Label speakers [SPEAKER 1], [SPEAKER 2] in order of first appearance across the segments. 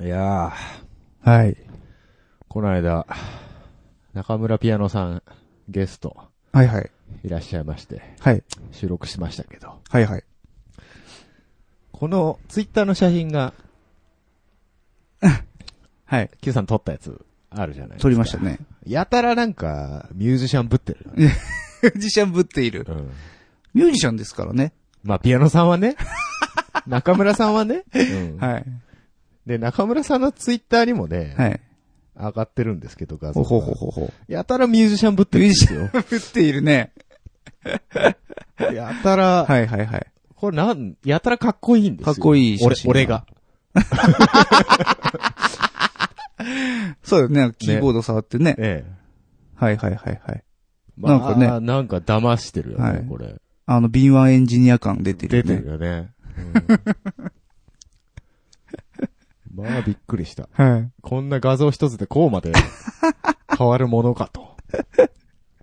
[SPEAKER 1] いや
[SPEAKER 2] はい。
[SPEAKER 1] ー、この間、中村ピアノさん、ゲスト、
[SPEAKER 2] はいはい。
[SPEAKER 1] いらっしゃいまして、
[SPEAKER 2] はい。
[SPEAKER 1] 収録しましたけど、
[SPEAKER 2] はいはい。
[SPEAKER 1] このツイッターの写真が、
[SPEAKER 2] はい。
[SPEAKER 1] Q さん撮ったやつ、あるじゃないですか。
[SPEAKER 2] 撮りました。ね。
[SPEAKER 1] やたらなんか、ミュージシャンぶってるよね。
[SPEAKER 2] ミュージシャンぶっている。
[SPEAKER 1] うん。
[SPEAKER 2] ミュージシャンですからね。
[SPEAKER 1] まあ、ピアノさんはね、 中村さんはね、うん
[SPEAKER 2] はい。
[SPEAKER 1] で、中村さんのツイッターにもね、
[SPEAKER 2] はい。
[SPEAKER 1] 上がってるんですけど、画像
[SPEAKER 2] ほ
[SPEAKER 1] が。
[SPEAKER 2] ほほほほ。
[SPEAKER 1] やたらミュージシャンぶってるんですよ。
[SPEAKER 2] ぶっているね。
[SPEAKER 1] やたら、
[SPEAKER 2] はいはいはい。
[SPEAKER 1] これなん、やたらかっこいいんですよ。
[SPEAKER 2] かっこいい写
[SPEAKER 1] 俺、
[SPEAKER 2] 真
[SPEAKER 1] 俺が。
[SPEAKER 2] そうだよね。キーボード触ってね。
[SPEAKER 1] ええ。
[SPEAKER 2] はいはいはいはい。
[SPEAKER 1] まあ、
[SPEAKER 2] なんか
[SPEAKER 1] なんか騙してるよね、
[SPEAKER 2] はい
[SPEAKER 1] これ。
[SPEAKER 2] あの、敏腕エンジニア感出てる
[SPEAKER 1] 出
[SPEAKER 2] よ
[SPEAKER 1] てる
[SPEAKER 2] ね。
[SPEAKER 1] よね。うん まあ、びっくりした。
[SPEAKER 2] はい。
[SPEAKER 1] こんな画像一つでこうま で変わるものかと。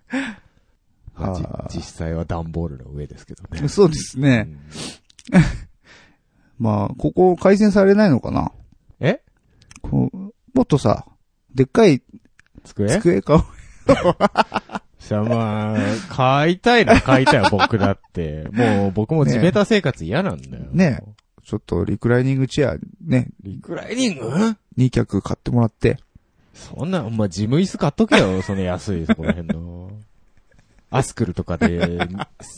[SPEAKER 1] ま
[SPEAKER 2] は
[SPEAKER 1] あ
[SPEAKER 2] あ
[SPEAKER 1] じ実際は段ボールの上ですけどね。
[SPEAKER 2] そうです
[SPEAKER 1] う
[SPEAKER 2] ね。
[SPEAKER 1] ん
[SPEAKER 2] まあ、ここ改善されないのかな
[SPEAKER 1] え
[SPEAKER 2] こう、もっとさ、でっかい
[SPEAKER 1] 机
[SPEAKER 2] 机買おう。
[SPEAKER 1] じゃあまあ、買いたいな、買いたいよ、僕だって。もう、僕も地べた生活嫌なんだよ。
[SPEAKER 2] ねちょっとリクライニングチェアね、
[SPEAKER 1] リクライニング
[SPEAKER 2] 2脚買ってもらって。
[SPEAKER 1] そんな、お前、事務椅子買っとけ よ、その安い、そこら辺の。アスクルとかで、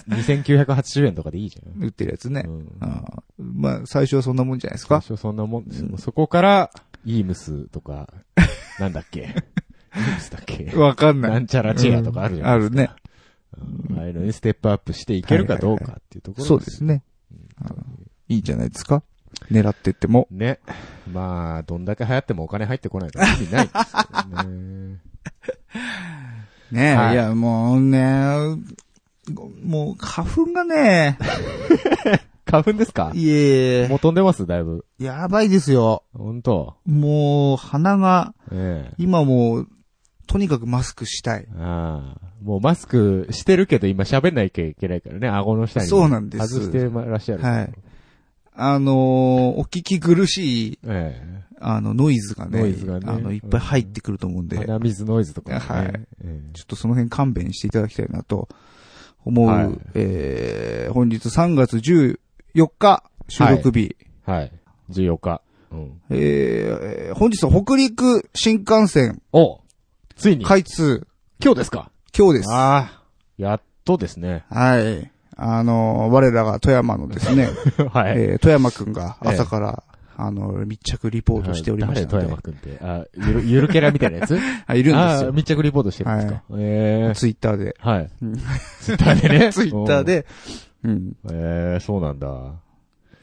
[SPEAKER 1] 2980円とかでいいじ
[SPEAKER 2] 売ってるやつ
[SPEAKER 1] ゃ
[SPEAKER 2] ね
[SPEAKER 1] ん。う。ん。
[SPEAKER 2] ああまあ、最初はそんなもんじゃないです
[SPEAKER 1] 最
[SPEAKER 2] か
[SPEAKER 1] 初そんなもんですよ。そこから、イームスとか、なんだ っけ。イームスだっけ。
[SPEAKER 2] わかん
[SPEAKER 1] な
[SPEAKER 2] ない。
[SPEAKER 1] んちゃらチェアとかあるじゃ
[SPEAKER 2] あ
[SPEAKER 1] ん。
[SPEAKER 2] るね。
[SPEAKER 1] うんああいうのにステップアップしていけるかどうかっていうところ
[SPEAKER 2] そうですね。ああいいんじゃないですか狙ってっても。
[SPEAKER 1] ね。まあ、どんだけ流行ってもお金入ってこないから意味ないですよ ね。
[SPEAKER 2] ねえ、
[SPEAKER 1] はい
[SPEAKER 2] い、や、もうね、もう花粉がね、
[SPEAKER 1] 花粉ですか
[SPEAKER 2] いえ
[SPEAKER 1] もう飛んでますだいぶ。
[SPEAKER 2] やばいですよ。
[SPEAKER 1] ほんと。
[SPEAKER 2] もう、鼻が、
[SPEAKER 1] ええ。
[SPEAKER 2] 今もう、とにかくマスクしたい。
[SPEAKER 1] ああ。もうマスクしてるけど今喋んないきゃいけないからね、顎の下に。
[SPEAKER 2] そうなんです
[SPEAKER 1] 外してらっしゃる。
[SPEAKER 2] はい。あのーお聞き苦しい、
[SPEAKER 1] え
[SPEAKER 2] あの、ノイズがね、
[SPEAKER 1] ノイズがね
[SPEAKER 2] あの、いっぱい入ってくると思うん
[SPEAKER 1] え。
[SPEAKER 2] で、ちょ
[SPEAKER 1] 鼻水ノイズとかね。
[SPEAKER 2] はい
[SPEAKER 1] ええ
[SPEAKER 2] っとその辺勘弁していただきたいなと思う、
[SPEAKER 1] はい
[SPEAKER 2] えー、本日3月14日収録日、
[SPEAKER 1] はい。14日。うん。
[SPEAKER 2] えーえー本日は北陸新幹線
[SPEAKER 1] おついに
[SPEAKER 2] 開通、
[SPEAKER 1] 今日ですか
[SPEAKER 2] 今日です。は
[SPEAKER 1] ああ。やっとですね。
[SPEAKER 2] い。あのー、我らが富山のですね、
[SPEAKER 1] はい。
[SPEAKER 2] えー富山くんが朝から、あの、密着リポートしておりました
[SPEAKER 1] 誰
[SPEAKER 2] の
[SPEAKER 1] 富
[SPEAKER 2] で、
[SPEAKER 1] 山くんって。あ、ゆる、ゆるキャラみたいな やつ
[SPEAKER 2] あいるんです
[SPEAKER 1] あ
[SPEAKER 2] よ。
[SPEAKER 1] 密着リポートしてるんですか。ええ
[SPEAKER 2] ツイッターで。
[SPEAKER 1] はい
[SPEAKER 2] うん。
[SPEAKER 1] ツイッターでね。
[SPEAKER 2] ツイッターで、うん。
[SPEAKER 1] うん。ええそうなんだ。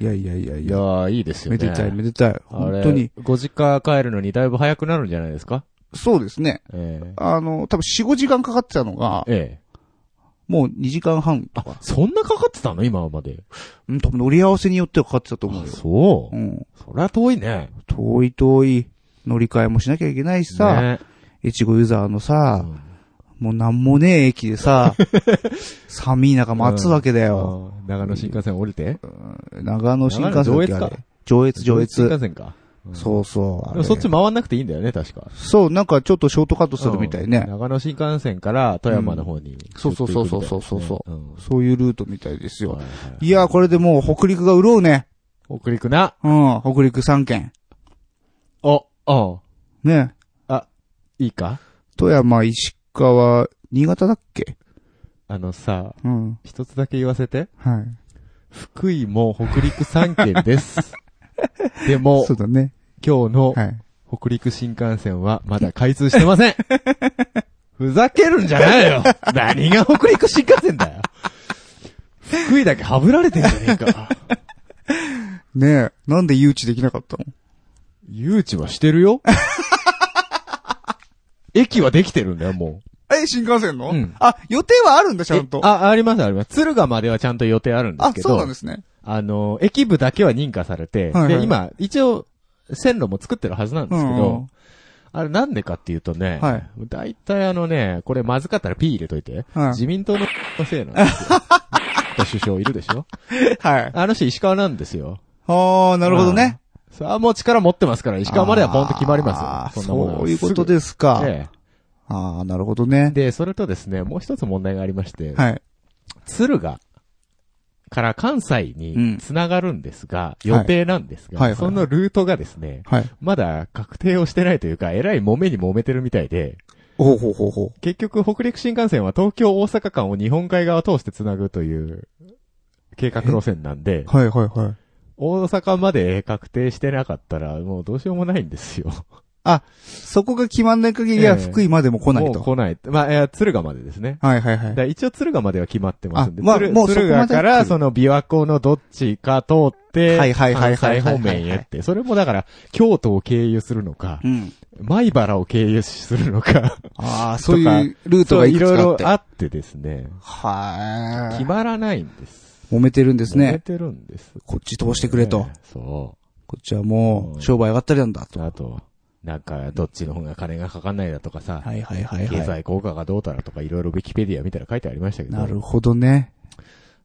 [SPEAKER 2] いやいやいやい
[SPEAKER 1] い
[SPEAKER 2] や
[SPEAKER 1] や。ー、いいですよ
[SPEAKER 2] め
[SPEAKER 1] ね。
[SPEAKER 2] でたいめでたい。
[SPEAKER 1] あれ
[SPEAKER 2] 本当に。。
[SPEAKER 1] ご実家帰るのにだいぶ早くなるんじゃないですか
[SPEAKER 2] そうですね。
[SPEAKER 1] え
[SPEAKER 2] あの、多分4、5時間かかってたのが
[SPEAKER 1] え、ええ。
[SPEAKER 2] もう2時間半と
[SPEAKER 1] あ
[SPEAKER 2] か。、
[SPEAKER 1] そんなかかってたの今まで。
[SPEAKER 2] うん、多分乗り合わせによってはかかってたと思
[SPEAKER 1] あ、
[SPEAKER 2] うよ。
[SPEAKER 1] そうう。
[SPEAKER 2] ん。
[SPEAKER 1] そりゃ遠いね。
[SPEAKER 2] 遠い遠い乗り換えもしなきゃいけないしさ、
[SPEAKER 1] ね
[SPEAKER 2] 越後ユーザーの
[SPEAKER 1] う
[SPEAKER 2] さ、
[SPEAKER 1] ん
[SPEAKER 2] もうなんもねえ駅 でさ、寒い中待つわけだ
[SPEAKER 1] あ
[SPEAKER 2] よ。
[SPEAKER 1] ー長野新幹線降りて
[SPEAKER 2] 長野新幹線だっけ
[SPEAKER 1] 長野上越か
[SPEAKER 2] あれ上越、上
[SPEAKER 1] 新
[SPEAKER 2] 越。
[SPEAKER 1] 幹線か。うん
[SPEAKER 2] そうそう。あ
[SPEAKER 1] で
[SPEAKER 2] れ
[SPEAKER 1] もそっち回んなくていいんだよね、確か。
[SPEAKER 2] そう、なんかちょっとショートカットするみたいね
[SPEAKER 1] うん。長野新幹線から富山の方に、。
[SPEAKER 2] そうそうそうそうそうそうそう
[SPEAKER 1] うん
[SPEAKER 2] そういうルートみたいですよ
[SPEAKER 1] は。いはい
[SPEAKER 2] いやー、これでもう北陸が潤うね。
[SPEAKER 1] 北陸な。
[SPEAKER 2] うん、北陸3県。
[SPEAKER 1] お、お、
[SPEAKER 2] ね。
[SPEAKER 1] いいか
[SPEAKER 2] 富山、石川、新潟だっけ
[SPEAKER 1] あのさ、
[SPEAKER 2] うん。
[SPEAKER 1] 一つだけ言わせて。
[SPEAKER 2] はい。
[SPEAKER 1] 福井も北陸3県 です。でも
[SPEAKER 2] そ、うだね。
[SPEAKER 1] 今日の
[SPEAKER 2] はい。
[SPEAKER 1] 北陸新幹線はまだ開通してま せん。ふざけるんじゃないよ。何が北陸新幹線だよ。福井だけはぶられてんじゃねえか。
[SPEAKER 2] ねえ、なんで誘致できなかったの
[SPEAKER 1] 誘致はしてる よ。駅はできてるんだよ、も
[SPEAKER 2] え、新幹線の
[SPEAKER 1] うん
[SPEAKER 2] あ、予定はあるんだ、
[SPEAKER 1] う。えあ、ありますあります。敦賀まではちゃんと予定あるんですけど。
[SPEAKER 2] すね。
[SPEAKER 1] あの、駅部だけは認可されて、
[SPEAKER 2] はいはい
[SPEAKER 1] で、今、一応、線路も作ってるはずなんですけど、
[SPEAKER 2] うん
[SPEAKER 1] あれなんでかっていうとね、
[SPEAKER 2] はい
[SPEAKER 1] 大体あのね、これまずかったら P 入れといて、
[SPEAKER 2] はい
[SPEAKER 1] 自民党ののせいなんですよ。 首相いるでしょ
[SPEAKER 2] はい。
[SPEAKER 1] あの人石川なんですよ。
[SPEAKER 2] あー、なるほどね。
[SPEAKER 1] さあ、もう力持ってますから、石川まではポンと決まり
[SPEAKER 2] あ
[SPEAKER 1] ま
[SPEAKER 2] ー
[SPEAKER 1] すよ。んなものは
[SPEAKER 2] そういうことです
[SPEAKER 1] す
[SPEAKER 2] か
[SPEAKER 1] ぐ。え
[SPEAKER 2] ああ、なるほど
[SPEAKER 1] え
[SPEAKER 2] ね。
[SPEAKER 1] で、それとですね、もう一つ問題がありまして、
[SPEAKER 2] はい。
[SPEAKER 1] 敦賀から関西に繋がるんですが、
[SPEAKER 2] うん
[SPEAKER 1] 予定なんですが、
[SPEAKER 2] はいはいはい
[SPEAKER 1] そのルートがですね、
[SPEAKER 2] はい。
[SPEAKER 1] まだ確定をしてないというか、えらい揉めに揉めてるみたいで、
[SPEAKER 2] ほうほうほうほ
[SPEAKER 1] 結局北陸新幹線は東京大阪間を日本海側を通して繋ぐという計画路線なんで、
[SPEAKER 2] う。はいはいはい。
[SPEAKER 1] 大阪まで確定してなかったら、もうどうしようもないんですよ。
[SPEAKER 2] そこが決まんない限りは
[SPEAKER 1] ええ
[SPEAKER 2] 福井までも来ない
[SPEAKER 1] も
[SPEAKER 2] と
[SPEAKER 1] う。来ない。まあ、えー敦賀までですね。
[SPEAKER 2] はいはいはい
[SPEAKER 1] だ。から一応敦賀までは決まってますんで、
[SPEAKER 2] あまあ
[SPEAKER 1] 敦
[SPEAKER 2] もうそこ
[SPEAKER 1] 敦
[SPEAKER 2] まで
[SPEAKER 1] 賀か
[SPEAKER 2] 来
[SPEAKER 1] ら
[SPEAKER 2] る
[SPEAKER 1] その琵琶湖のどっちか通って、
[SPEAKER 2] はいはいはいはいはい
[SPEAKER 1] 関西方面へって、それもだから京都を経由するのか
[SPEAKER 2] う、ん。
[SPEAKER 1] 米原を経由するのか、
[SPEAKER 2] ああ、そういうルート
[SPEAKER 1] そ
[SPEAKER 2] が
[SPEAKER 1] う
[SPEAKER 2] い
[SPEAKER 1] い
[SPEAKER 2] くつ
[SPEAKER 1] ろい
[SPEAKER 2] かあっ
[SPEAKER 1] ろ
[SPEAKER 2] て。
[SPEAKER 1] あってですね、
[SPEAKER 2] は
[SPEAKER 1] 決
[SPEAKER 2] い。
[SPEAKER 1] まらないんです。
[SPEAKER 2] 揉めてるんです
[SPEAKER 1] 揉め
[SPEAKER 2] ね。
[SPEAKER 1] てるんです。
[SPEAKER 2] こっち通してくれと
[SPEAKER 1] ね。。そ
[SPEAKER 2] こっちはもう、商売上がったりなんだ
[SPEAKER 1] う。
[SPEAKER 2] と。
[SPEAKER 1] あと、なんか、どっちの方が金がかかんないだとかさ、
[SPEAKER 2] はいはいはい
[SPEAKER 1] 経
[SPEAKER 2] は
[SPEAKER 1] 済効果がどうたらとかいろいろウィキペディア見たら書いてありましたけ
[SPEAKER 2] い。
[SPEAKER 1] ど。
[SPEAKER 2] なるほどね。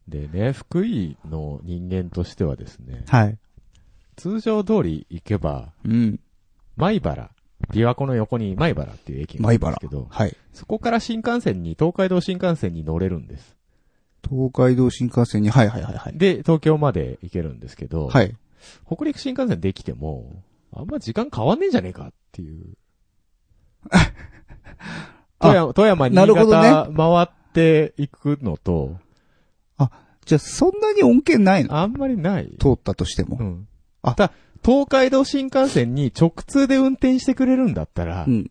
[SPEAKER 1] でね、福井の人間としてはですね、
[SPEAKER 2] はい。
[SPEAKER 1] 通常通り行けば、
[SPEAKER 2] うん。
[SPEAKER 1] 米原、琵琶湖の横に米原っていう駅があるんですけど、
[SPEAKER 2] はい。
[SPEAKER 1] そこから新幹線に、東海道新幹線に乗れるんです。
[SPEAKER 2] 東海道新幹線に、はいはいはいはい。
[SPEAKER 1] で、東京まで行けるんですけど、
[SPEAKER 2] はい。
[SPEAKER 1] 北陸新幹線できても、あんま時間変わんねえんじゃねえかって いう。
[SPEAKER 2] あ
[SPEAKER 1] 富山、富山、
[SPEAKER 2] な
[SPEAKER 1] 新
[SPEAKER 2] るほどね
[SPEAKER 1] 潟回っていくのと、
[SPEAKER 2] じゃあ、そんなに恩恵ないの
[SPEAKER 1] あんまりない。
[SPEAKER 2] 通ったとして
[SPEAKER 1] う
[SPEAKER 2] も。
[SPEAKER 1] ん。
[SPEAKER 2] あ
[SPEAKER 1] ただ、東海道新幹線に直通で運転してくれるんだったら
[SPEAKER 2] う、ん。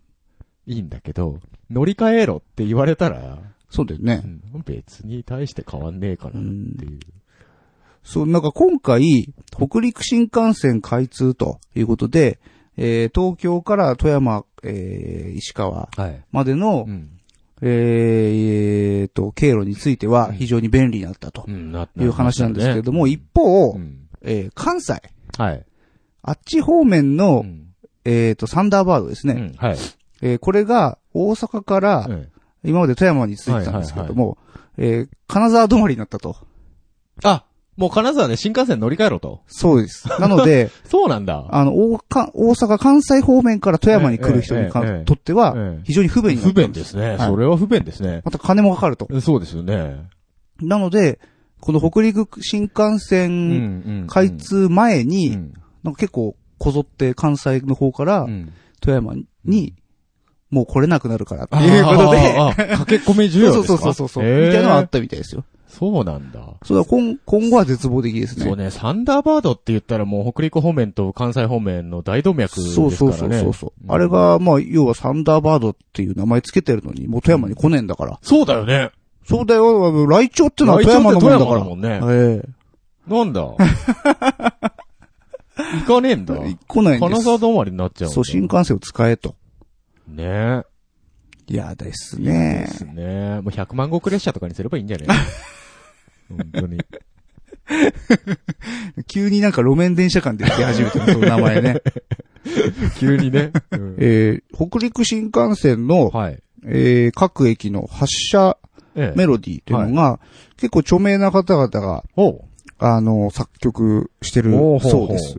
[SPEAKER 1] いいんだけど、乗り換えろって言われたら、
[SPEAKER 2] そうだよね
[SPEAKER 1] う。ん、別に大して変わんねえかなっていう。
[SPEAKER 2] そう、なんか今回、北陸新幹線開通ということで、えー、東京から富山、えー、石川
[SPEAKER 1] はい。
[SPEAKER 2] までの
[SPEAKER 1] う、ん。
[SPEAKER 2] えーえーと、経路については非常に便利になったと
[SPEAKER 1] うん、な、
[SPEAKER 2] いう話なんですけれど
[SPEAKER 1] な
[SPEAKER 2] も、
[SPEAKER 1] り
[SPEAKER 2] 一方
[SPEAKER 1] ましたねう、ん。
[SPEAKER 2] えー、関西、
[SPEAKER 1] はい。
[SPEAKER 2] あっち方面
[SPEAKER 1] う
[SPEAKER 2] の、
[SPEAKER 1] ん。
[SPEAKER 2] えーと、サンダーバードです
[SPEAKER 1] う
[SPEAKER 2] ね。
[SPEAKER 1] んはい。
[SPEAKER 2] えー、これが大阪から、
[SPEAKER 1] うん
[SPEAKER 2] 今まで富山についてたんですけれども、えー、金沢止まりになったと。
[SPEAKER 1] あ、もう金沢で新幹線乗り換えろと。
[SPEAKER 2] そ うです。なので、
[SPEAKER 1] そうなんだ。
[SPEAKER 2] あの、大か大阪、関西方面から富山に来る人にか
[SPEAKER 1] ええええええ
[SPEAKER 2] とっては、
[SPEAKER 1] ええ
[SPEAKER 2] 非常に不便にな
[SPEAKER 1] 不
[SPEAKER 2] った
[SPEAKER 1] 便
[SPEAKER 2] んです。
[SPEAKER 1] ですね。
[SPEAKER 2] はい
[SPEAKER 1] それは不便ですね。
[SPEAKER 2] また金もかかると。
[SPEAKER 1] そうですよね。
[SPEAKER 2] なので、この北陸新幹
[SPEAKER 1] う
[SPEAKER 2] 線
[SPEAKER 1] ん
[SPEAKER 2] 開通前
[SPEAKER 1] う
[SPEAKER 2] に、
[SPEAKER 1] ん
[SPEAKER 2] なんか結構こぞって関西の方か
[SPEAKER 1] う
[SPEAKER 2] ら
[SPEAKER 1] ん。
[SPEAKER 2] 富山に、もう来れなくなるからって
[SPEAKER 1] あー
[SPEAKER 2] いうことで、
[SPEAKER 1] あー駆け込み需要
[SPEAKER 2] そ
[SPEAKER 1] ですか
[SPEAKER 2] うそうそうそうそう、
[SPEAKER 1] へー
[SPEAKER 2] みたいなのがあったみたいですよ。
[SPEAKER 1] そうなんだ。
[SPEAKER 2] そうだ、今今後は絶望的ですね。
[SPEAKER 1] そうね、サンダーバードって言ったらもう北陸方面と関西方面の大動脈ですから
[SPEAKER 2] そ
[SPEAKER 1] ね。
[SPEAKER 2] うそうそうそうそう。
[SPEAKER 1] うん
[SPEAKER 2] あれが、まあ、要はサンダーバードっていう名前つけてるのに、もう富山に来ねえんだから。
[SPEAKER 1] そうだよね。
[SPEAKER 2] そうだよ、あのライチョウってのは富山のもんだから。
[SPEAKER 1] もんね。
[SPEAKER 2] え
[SPEAKER 1] なん だ行かねえん
[SPEAKER 2] え
[SPEAKER 1] だ。
[SPEAKER 2] 来ないんで
[SPEAKER 1] 金
[SPEAKER 2] す。
[SPEAKER 1] 沢止まりになっちゃうんだ。
[SPEAKER 2] そう、新幹線を使えと。
[SPEAKER 1] ね
[SPEAKER 2] いやです
[SPEAKER 1] え。
[SPEAKER 2] ね
[SPEAKER 1] で。すね。もう100万石列車とかにすればいいんじゃねえ 本当に。
[SPEAKER 2] 急になんか路面電車間で出始めてる、その名前ね。
[SPEAKER 1] 急にね。うん
[SPEAKER 2] えー、北陸新幹線の、
[SPEAKER 1] はい。
[SPEAKER 2] えー、各駅の発車
[SPEAKER 1] ええ
[SPEAKER 2] メロディーというのが、結構著名な方々が、
[SPEAKER 1] おう
[SPEAKER 2] あの、作曲してる
[SPEAKER 1] おうほうほ
[SPEAKER 2] そううです。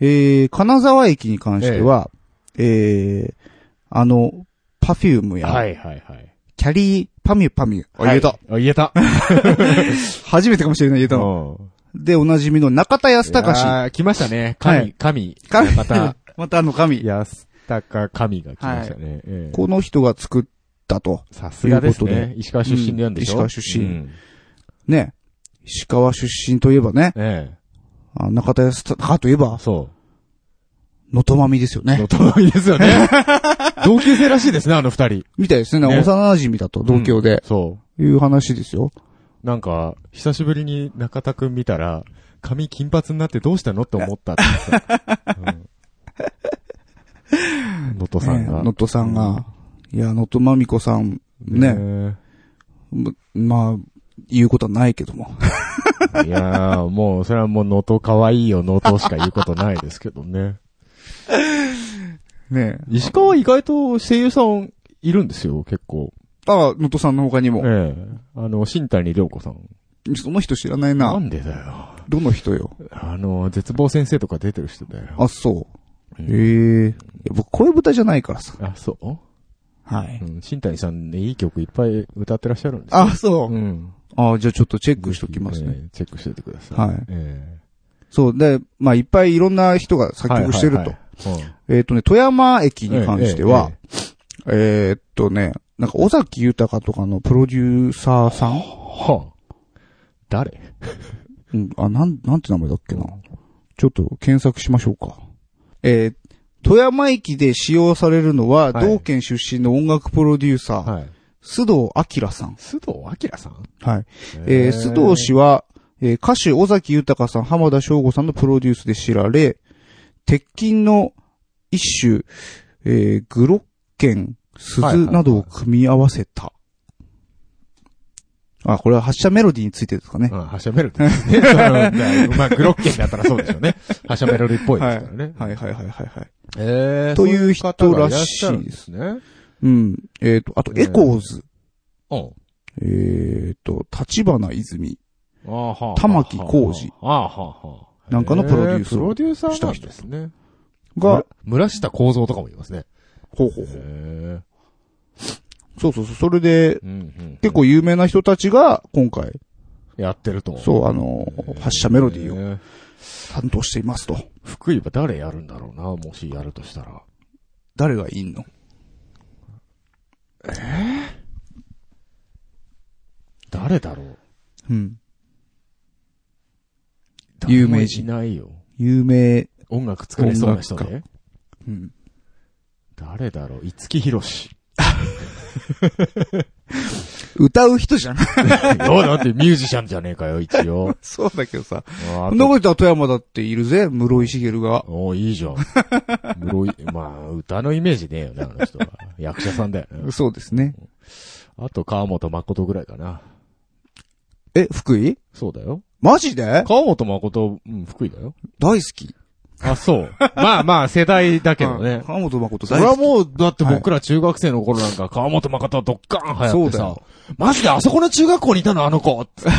[SPEAKER 2] えー、金沢駅に関しては、えー、あの、パフュームや、
[SPEAKER 1] はいはいはい。
[SPEAKER 2] キャリーパミュパミュ。あ、言えた。
[SPEAKER 1] はい。あ言えた。
[SPEAKER 2] 初めてかもしれない、言えたの。
[SPEAKER 1] うん
[SPEAKER 2] で、おなじみの中田康隆。
[SPEAKER 1] あー来ましたね。
[SPEAKER 2] は
[SPEAKER 1] 神、
[SPEAKER 2] い
[SPEAKER 1] 神。
[SPEAKER 2] 神
[SPEAKER 1] また、
[SPEAKER 2] またあの神。
[SPEAKER 1] 安高神が来ましたね。ええ
[SPEAKER 2] この人が作ったと。
[SPEAKER 1] さすがです
[SPEAKER 2] というこ
[SPEAKER 1] ね。石川出身でやんでしょ
[SPEAKER 2] うん石川出身
[SPEAKER 1] うん
[SPEAKER 2] ね。石川出身といえばね、
[SPEAKER 1] え
[SPEAKER 2] あ中田康隆といえ
[SPEAKER 1] え。
[SPEAKER 2] ば、
[SPEAKER 1] そう。
[SPEAKER 2] のとまみですよ ね。
[SPEAKER 1] のともみです よね。同級生らしいですね、あの二人。
[SPEAKER 2] みたいですね。
[SPEAKER 1] ね
[SPEAKER 2] 幼馴染だと、同郷で。
[SPEAKER 1] そ
[SPEAKER 2] いう話ですよ。
[SPEAKER 1] う。なんか、久しぶりに中田くん見たら、髪金髪になってどうしたのって思ったって言ってた。うんのとさん
[SPEAKER 2] ね
[SPEAKER 1] が。
[SPEAKER 2] のとさんが。いや、のとまみこさん、ね。
[SPEAKER 1] ね
[SPEAKER 2] ままあ、言うことはないけども。
[SPEAKER 1] いやー、もう、それはもう、のと可愛いよ、のとしか言うことないですけどね。
[SPEAKER 2] ね
[SPEAKER 1] 石川意外と声優さんいるんですよ、結構。
[SPEAKER 2] あ、のとさんの他に
[SPEAKER 1] ええ
[SPEAKER 2] も。
[SPEAKER 1] あの、新谷涼子さん。
[SPEAKER 2] その人知らない
[SPEAKER 1] な
[SPEAKER 2] な。
[SPEAKER 1] んでだよ。
[SPEAKER 2] どの人よ。
[SPEAKER 1] あの、絶望先生とか出てる人だよ。
[SPEAKER 2] あ、そう。
[SPEAKER 1] う
[SPEAKER 2] へ
[SPEAKER 1] ん
[SPEAKER 2] え。いや僕、声豚じゃないからさ。
[SPEAKER 1] あ、そう
[SPEAKER 2] はい。
[SPEAKER 1] うん、新谷さんね、いい曲いっぱい歌ってらっしゃるんですよ。
[SPEAKER 2] あ、そうう。
[SPEAKER 1] ん。
[SPEAKER 2] あ、じゃあちょっとチェックしときます
[SPEAKER 1] ぜひ
[SPEAKER 2] ね。
[SPEAKER 1] えーチェックしておいてください。
[SPEAKER 2] はい
[SPEAKER 1] え
[SPEAKER 2] そう。で、まあ、いっぱいいろんな人が
[SPEAKER 1] ー
[SPEAKER 2] 作曲してると。。
[SPEAKER 1] はいはいはい
[SPEAKER 2] えっとね、富山駅
[SPEAKER 1] うん
[SPEAKER 2] に関しては、
[SPEAKER 1] え
[SPEAKER 2] えーっとね、なんか、尾崎豊とかのプロデューサーさん
[SPEAKER 1] えはあ誰
[SPEAKER 2] うん、あ、なん、なんて名前だっけな。ちょっと検索しましょうか。えー富山駅で使用されるのは、
[SPEAKER 1] はい
[SPEAKER 2] 同県出身の音楽プロデューサー、
[SPEAKER 1] はい。
[SPEAKER 2] 須藤明さん。
[SPEAKER 1] 須藤明さん
[SPEAKER 2] はい。えー須藤氏は、えー歌手尾崎豊さん、浜田省吾さんのプロデュースで知られ、鉄筋の一種、えー、グロッケン、
[SPEAKER 1] はいはい
[SPEAKER 2] 鈴
[SPEAKER 1] はい
[SPEAKER 2] などを組み合わせた。あ、これは発車メロディーについてですかね。
[SPEAKER 1] うん、はしゃめるです ね。そのまあ、グロッケンだったらそうでしょうね。はしゃめるっぽいですからね。
[SPEAKER 2] はいはいはいはいはい。
[SPEAKER 1] えー
[SPEAKER 2] という人
[SPEAKER 1] そ方が
[SPEAKER 2] らし
[SPEAKER 1] らっゃ
[SPEAKER 2] い
[SPEAKER 1] るん
[SPEAKER 2] で
[SPEAKER 1] ですね。
[SPEAKER 2] うん。えっ、と、あと、エコーズ。
[SPEAKER 1] うん。
[SPEAKER 2] えっ、と、立花泉。
[SPEAKER 1] あーはあはあ
[SPEAKER 2] 玉置浩二。
[SPEAKER 1] あーはあはあ
[SPEAKER 2] なんかのプロデュース
[SPEAKER 1] えプロデューサーなんですね。
[SPEAKER 2] が、、
[SPEAKER 1] 村下幸三とかもいますね。
[SPEAKER 2] ほうほうほう。
[SPEAKER 1] へ
[SPEAKER 2] そうそうそう。それで、
[SPEAKER 1] え。
[SPEAKER 2] 結構有名な人たちが、今回、
[SPEAKER 1] やってると。
[SPEAKER 2] そう、あの
[SPEAKER 1] へ、ー
[SPEAKER 2] 発射メロディーを
[SPEAKER 1] へー
[SPEAKER 2] 担当していますと。
[SPEAKER 1] 福井は誰やるんだろうな、もしやるとしたら。
[SPEAKER 2] 誰がいいの
[SPEAKER 1] 誰だろう
[SPEAKER 2] うん。有名人
[SPEAKER 1] 誰もいないよ。
[SPEAKER 2] 有名。
[SPEAKER 1] 音楽作れそうな人で。
[SPEAKER 2] うん。
[SPEAKER 1] 誰だろう五木ひろ し。
[SPEAKER 2] 歌う人じゃない
[SPEAKER 1] いや、だってミュージシャンじゃねえかよ、一 応。
[SPEAKER 2] そうだけどさ。
[SPEAKER 1] あ
[SPEAKER 2] そんなこと言ったら富山だっているぜ、室井茂が。
[SPEAKER 1] おーいいじゃん。室井、 まあ、歌のイメージねえよね、あの人は。役者さんだよね。
[SPEAKER 2] そうですね。
[SPEAKER 1] あと、川本誠ぐらいかな。
[SPEAKER 2] え、福井
[SPEAKER 1] そうだよ。
[SPEAKER 2] マジで
[SPEAKER 1] 川本誠、うん、福井だよ。
[SPEAKER 2] 大好き。
[SPEAKER 1] あ、そう。 まあまあ、世代だけど
[SPEAKER 2] うん
[SPEAKER 1] ね。
[SPEAKER 2] 川本誠
[SPEAKER 1] そ
[SPEAKER 2] 大
[SPEAKER 1] れは
[SPEAKER 2] 好き。
[SPEAKER 1] もう、だって僕ら中学生の頃なんか、川本誠ドッカーン流行って
[SPEAKER 2] そうだ
[SPEAKER 1] さ
[SPEAKER 2] よ、
[SPEAKER 1] マジであそこの中学校にいたのあの子っつっ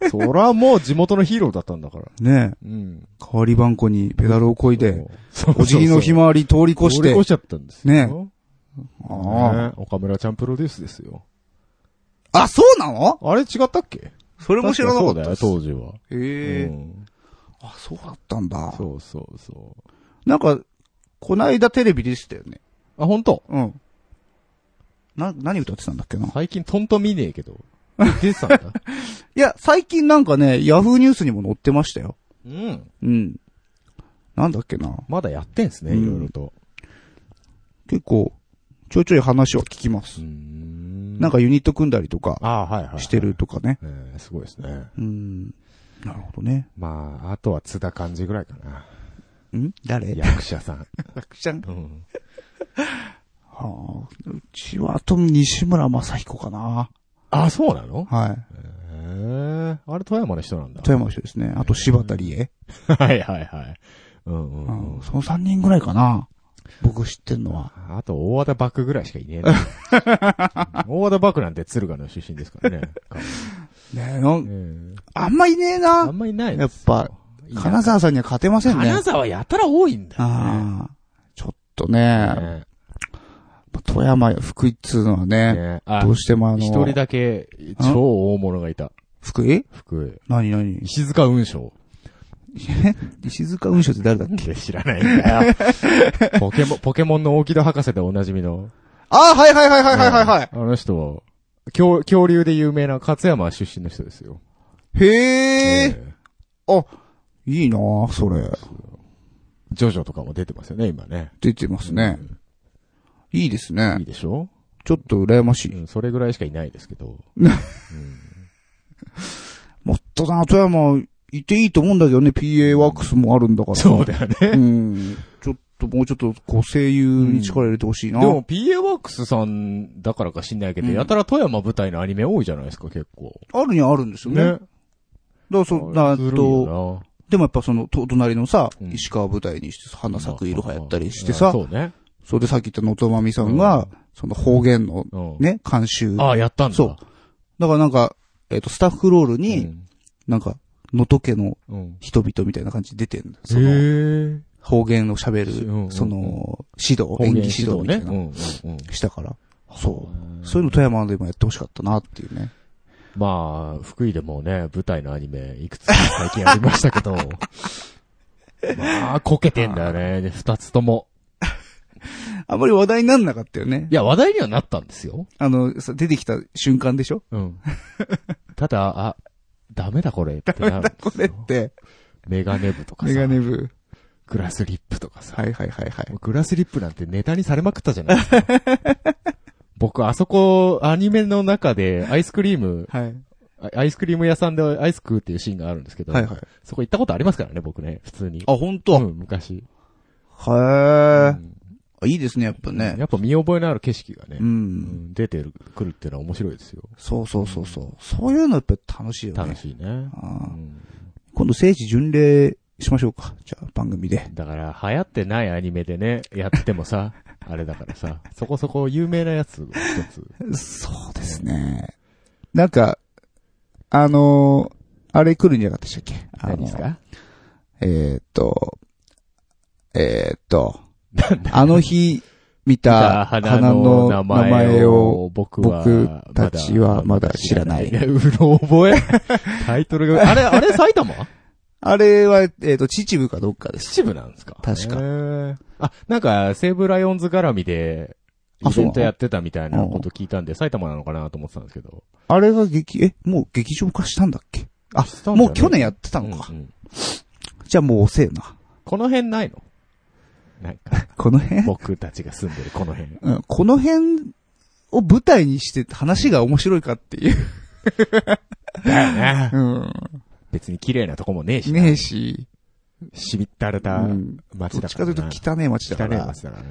[SPEAKER 1] て。 そらもう地元のヒーローだったんだから。
[SPEAKER 2] ねえ、
[SPEAKER 1] うん。
[SPEAKER 2] 代わりばんこにペダルをこいで、
[SPEAKER 1] そう、
[SPEAKER 2] お辞儀のひ
[SPEAKER 1] 暇
[SPEAKER 2] まわり通り越し
[SPEAKER 1] 越
[SPEAKER 2] て
[SPEAKER 1] 越。しちゃったんですよ。
[SPEAKER 2] ね
[SPEAKER 1] ね
[SPEAKER 2] あ
[SPEAKER 1] 岡村ちゃんプロデュースですよ。
[SPEAKER 2] あ。あ、そうなの
[SPEAKER 1] あれ違ったっけ
[SPEAKER 2] それも知らなかっ
[SPEAKER 1] 確
[SPEAKER 2] た
[SPEAKER 1] か
[SPEAKER 2] です。
[SPEAKER 1] そうだよ、当時は。
[SPEAKER 2] へえ、
[SPEAKER 1] うん
[SPEAKER 2] あ、そうだったんだ。
[SPEAKER 1] そうそうそう。
[SPEAKER 2] なんか、こないだテレビでしたよね。
[SPEAKER 1] あ、本当
[SPEAKER 2] うん。な、何歌ってたんだっけな。
[SPEAKER 1] 最近トントン見ねえけど。出てたん だ。
[SPEAKER 2] いや、最近なんかね、ヤフーニュースにも載ってましたよ。
[SPEAKER 1] うん。
[SPEAKER 2] うん。なんだっけな。
[SPEAKER 1] まだやってんすね、
[SPEAKER 2] うん
[SPEAKER 1] いろいろと。
[SPEAKER 2] 結構、ちょいちょい話は聞きま
[SPEAKER 1] う
[SPEAKER 2] す。
[SPEAKER 1] ん
[SPEAKER 2] なんかユニット組んだりとか
[SPEAKER 1] ああ、はいはい。
[SPEAKER 2] してる。とかね。
[SPEAKER 1] えー、すごいですね。
[SPEAKER 2] うん。なるほどね。
[SPEAKER 1] まあ、あとは津田寛治ぐらいかな。
[SPEAKER 2] ん誰
[SPEAKER 1] 役者さん。
[SPEAKER 2] 役者ん
[SPEAKER 1] うん。
[SPEAKER 2] はあ、うちはあと西村正彦かな。
[SPEAKER 1] あ、そうなの
[SPEAKER 2] はい。
[SPEAKER 1] へえ。あれ富山の人なんだ。
[SPEAKER 2] 富山の人ですね。あと柴田理恵。
[SPEAKER 1] 山。 はいはいはい。うんう
[SPEAKER 2] うん
[SPEAKER 1] うん
[SPEAKER 2] ん。。その3人ぐらいかな。僕知ってんのは。
[SPEAKER 1] あと、大和田幕ぐらいしかいねえ な。大和田幕なんて鶴ヶの出身ですからね。
[SPEAKER 2] ねえ、なん
[SPEAKER 1] ええ
[SPEAKER 2] あんまいねえ
[SPEAKER 1] あ
[SPEAKER 2] な。
[SPEAKER 1] んまいない
[SPEAKER 2] や
[SPEAKER 1] で
[SPEAKER 2] っ
[SPEAKER 1] すよ
[SPEAKER 2] ぱ、金沢さんには勝てませんね。
[SPEAKER 1] 金沢やたら多いんだよね。
[SPEAKER 2] ああ。ちょっとね、
[SPEAKER 1] ね
[SPEAKER 2] 富山、福井っつうのはね、
[SPEAKER 1] ねあ
[SPEAKER 2] どうしてもあの、
[SPEAKER 1] 一人だけ、超大物がいた。
[SPEAKER 2] 福井
[SPEAKER 1] 福
[SPEAKER 2] 何何
[SPEAKER 1] 井。石塚雲章。
[SPEAKER 2] 石塚雲章って誰だっけ
[SPEAKER 1] 知らないんだよ。 ポケモン、ポケモンの大木戸博士でおなじみの。
[SPEAKER 2] ああ、はいはいはいはいはいはいは
[SPEAKER 1] あの人は、恐恐竜で有名な勝山出身の人ですよ。
[SPEAKER 2] い。へえ、
[SPEAKER 1] え
[SPEAKER 2] いいなあそれ。
[SPEAKER 1] ジョジョとかも出てますよね、今ね。
[SPEAKER 2] 出てますね。いいです
[SPEAKER 1] いい
[SPEAKER 2] ね。
[SPEAKER 1] でしょ
[SPEAKER 2] ちょっと羨まし
[SPEAKER 1] う
[SPEAKER 2] い。
[SPEAKER 1] ん、それぐらいしかいないですけど。
[SPEAKER 2] もっとな、富山、行っていいと思うんだけどね、PA ワークスもあるんだから。
[SPEAKER 1] そうだよね。
[SPEAKER 2] うん。ちょっと、もうちょっと、こう、声優に力入れてほし
[SPEAKER 1] で
[SPEAKER 2] いな。
[SPEAKER 1] も PA ワークスさんだからか知んないけど、
[SPEAKER 2] うん
[SPEAKER 1] やたら富山舞台のアニメ多いじゃないですか、結構。
[SPEAKER 2] あるにはあるんですよね。だか。ら、そう、な
[SPEAKER 1] あ
[SPEAKER 2] ん
[SPEAKER 1] れずるい
[SPEAKER 2] と、
[SPEAKER 1] よ
[SPEAKER 2] でもやっぱその、と隣のさ、
[SPEAKER 1] うん
[SPEAKER 2] 石川舞台にして、花
[SPEAKER 1] な
[SPEAKER 2] 咲く色がやったりして
[SPEAKER 1] あ
[SPEAKER 2] さ、
[SPEAKER 1] そうね。
[SPEAKER 2] それでさっき言ったのとまみさんが、その方言の
[SPEAKER 1] うん。
[SPEAKER 2] ね、監修。だ
[SPEAKER 1] あ
[SPEAKER 2] か
[SPEAKER 1] あ、やったんだ。
[SPEAKER 2] そう。らなんか、えっ、と、スタッフロール
[SPEAKER 1] う
[SPEAKER 2] に、
[SPEAKER 1] ん。
[SPEAKER 2] なんか、のとけの
[SPEAKER 1] うん。
[SPEAKER 2] 人々みたいな感じで出てるのそ
[SPEAKER 1] へ
[SPEAKER 2] の、
[SPEAKER 1] ー
[SPEAKER 2] 方言を喋る、
[SPEAKER 1] うんうん
[SPEAKER 2] その、指導、
[SPEAKER 1] 方
[SPEAKER 2] 演
[SPEAKER 1] 言
[SPEAKER 2] 技
[SPEAKER 1] 指導
[SPEAKER 2] 指導みた
[SPEAKER 1] ね。
[SPEAKER 2] いな、
[SPEAKER 1] うんうんうん
[SPEAKER 2] したから。そう。そういうの富山でもやってほしかったなっていうね。
[SPEAKER 1] まあ、福井でもね、舞台のアニメ、いくつか最近ありましたけど、まあ、こけてんだよね。で二つとも。
[SPEAKER 2] あんまり話題になんなかったよね
[SPEAKER 1] い。や、話題にはなったんですよ。
[SPEAKER 2] あの、さ出てきた瞬間でしょ
[SPEAKER 1] うん。ただ、あ、ダメだこれってなるんですよ
[SPEAKER 2] これって、
[SPEAKER 1] メガネ部とか
[SPEAKER 2] メ
[SPEAKER 1] さ
[SPEAKER 2] ガ、ネ部。
[SPEAKER 1] グラスリップとかさ。
[SPEAKER 2] はいはいはいはい。
[SPEAKER 1] グラスリップなんてネタにされまくったじゃないですか。僕、あそこ、アニメの中で、アイスクリーム、
[SPEAKER 2] はい。
[SPEAKER 1] あアイスクリーム屋さんでアイス食うっていうシーンがあるんですけど、
[SPEAKER 2] はいはい。
[SPEAKER 1] そこ行ったことありますからね、僕ね、普通に。
[SPEAKER 2] あ、本
[SPEAKER 1] う
[SPEAKER 2] 当
[SPEAKER 1] ん、昔。
[SPEAKER 2] は
[SPEAKER 1] う
[SPEAKER 2] ー
[SPEAKER 1] ん
[SPEAKER 2] あいいですね、やっぱね。
[SPEAKER 1] やっぱ見覚えのある景色がね、
[SPEAKER 2] う。
[SPEAKER 1] うんん出てるくるっていうのは面白いですよ。
[SPEAKER 2] そうそうそうそう。そういうのやっぱ楽しいよ
[SPEAKER 1] 楽
[SPEAKER 2] ね。
[SPEAKER 1] しいね。う
[SPEAKER 2] あー
[SPEAKER 1] ん
[SPEAKER 2] 今度聖地巡礼しましょうか。じゃあ、番組で。
[SPEAKER 1] だから、流行ってないアニメでね、やってもさ、 あれだからさ、そこそこ有名なやつを一つ。
[SPEAKER 2] そうですね。なんか、あのーあれ来るんじゃなかったでしたっけあの
[SPEAKER 1] 何ですか
[SPEAKER 2] えーっと、えーっと、 あの日見 た花の名前を、、
[SPEAKER 1] 僕
[SPEAKER 2] 僕たちはまだ知らない
[SPEAKER 1] や うろ覚えタイトルが、あれ、あれ埼玉
[SPEAKER 2] あれは、えーっと、秩父かどっかです。
[SPEAKER 1] 秩父なんですか
[SPEAKER 2] 確か
[SPEAKER 1] へーあ、なんか、西武ライオンズ絡みで、イ
[SPEAKER 2] あそ
[SPEAKER 1] ベン
[SPEAKER 2] うなの
[SPEAKER 1] トやってたみたいなこと聞いたんで、埼玉なのかなと思ってたんですけど。
[SPEAKER 2] あれが劇、え、もう劇場化したんだっけあ
[SPEAKER 1] したんだよね
[SPEAKER 2] もう去年やってたのか。
[SPEAKER 1] うんうん
[SPEAKER 2] じゃあもう遅えな。
[SPEAKER 1] この辺ないのない か。
[SPEAKER 2] この辺
[SPEAKER 1] 僕たちが住んでるこの辺。
[SPEAKER 2] うん、この辺を舞台にして話が面白いかっていう。
[SPEAKER 1] だよね。
[SPEAKER 2] うん。
[SPEAKER 1] 別に綺麗なとこもねえしな。
[SPEAKER 2] ねえし。
[SPEAKER 1] しみったれ
[SPEAKER 2] う
[SPEAKER 1] た
[SPEAKER 2] ん。ど
[SPEAKER 1] 街
[SPEAKER 2] っ
[SPEAKER 1] だ
[SPEAKER 2] ち
[SPEAKER 1] か
[SPEAKER 2] からとい
[SPEAKER 1] な。
[SPEAKER 2] うと汚ねえ街だか
[SPEAKER 1] 汚ねえ
[SPEAKER 2] ら。
[SPEAKER 1] 街だからね。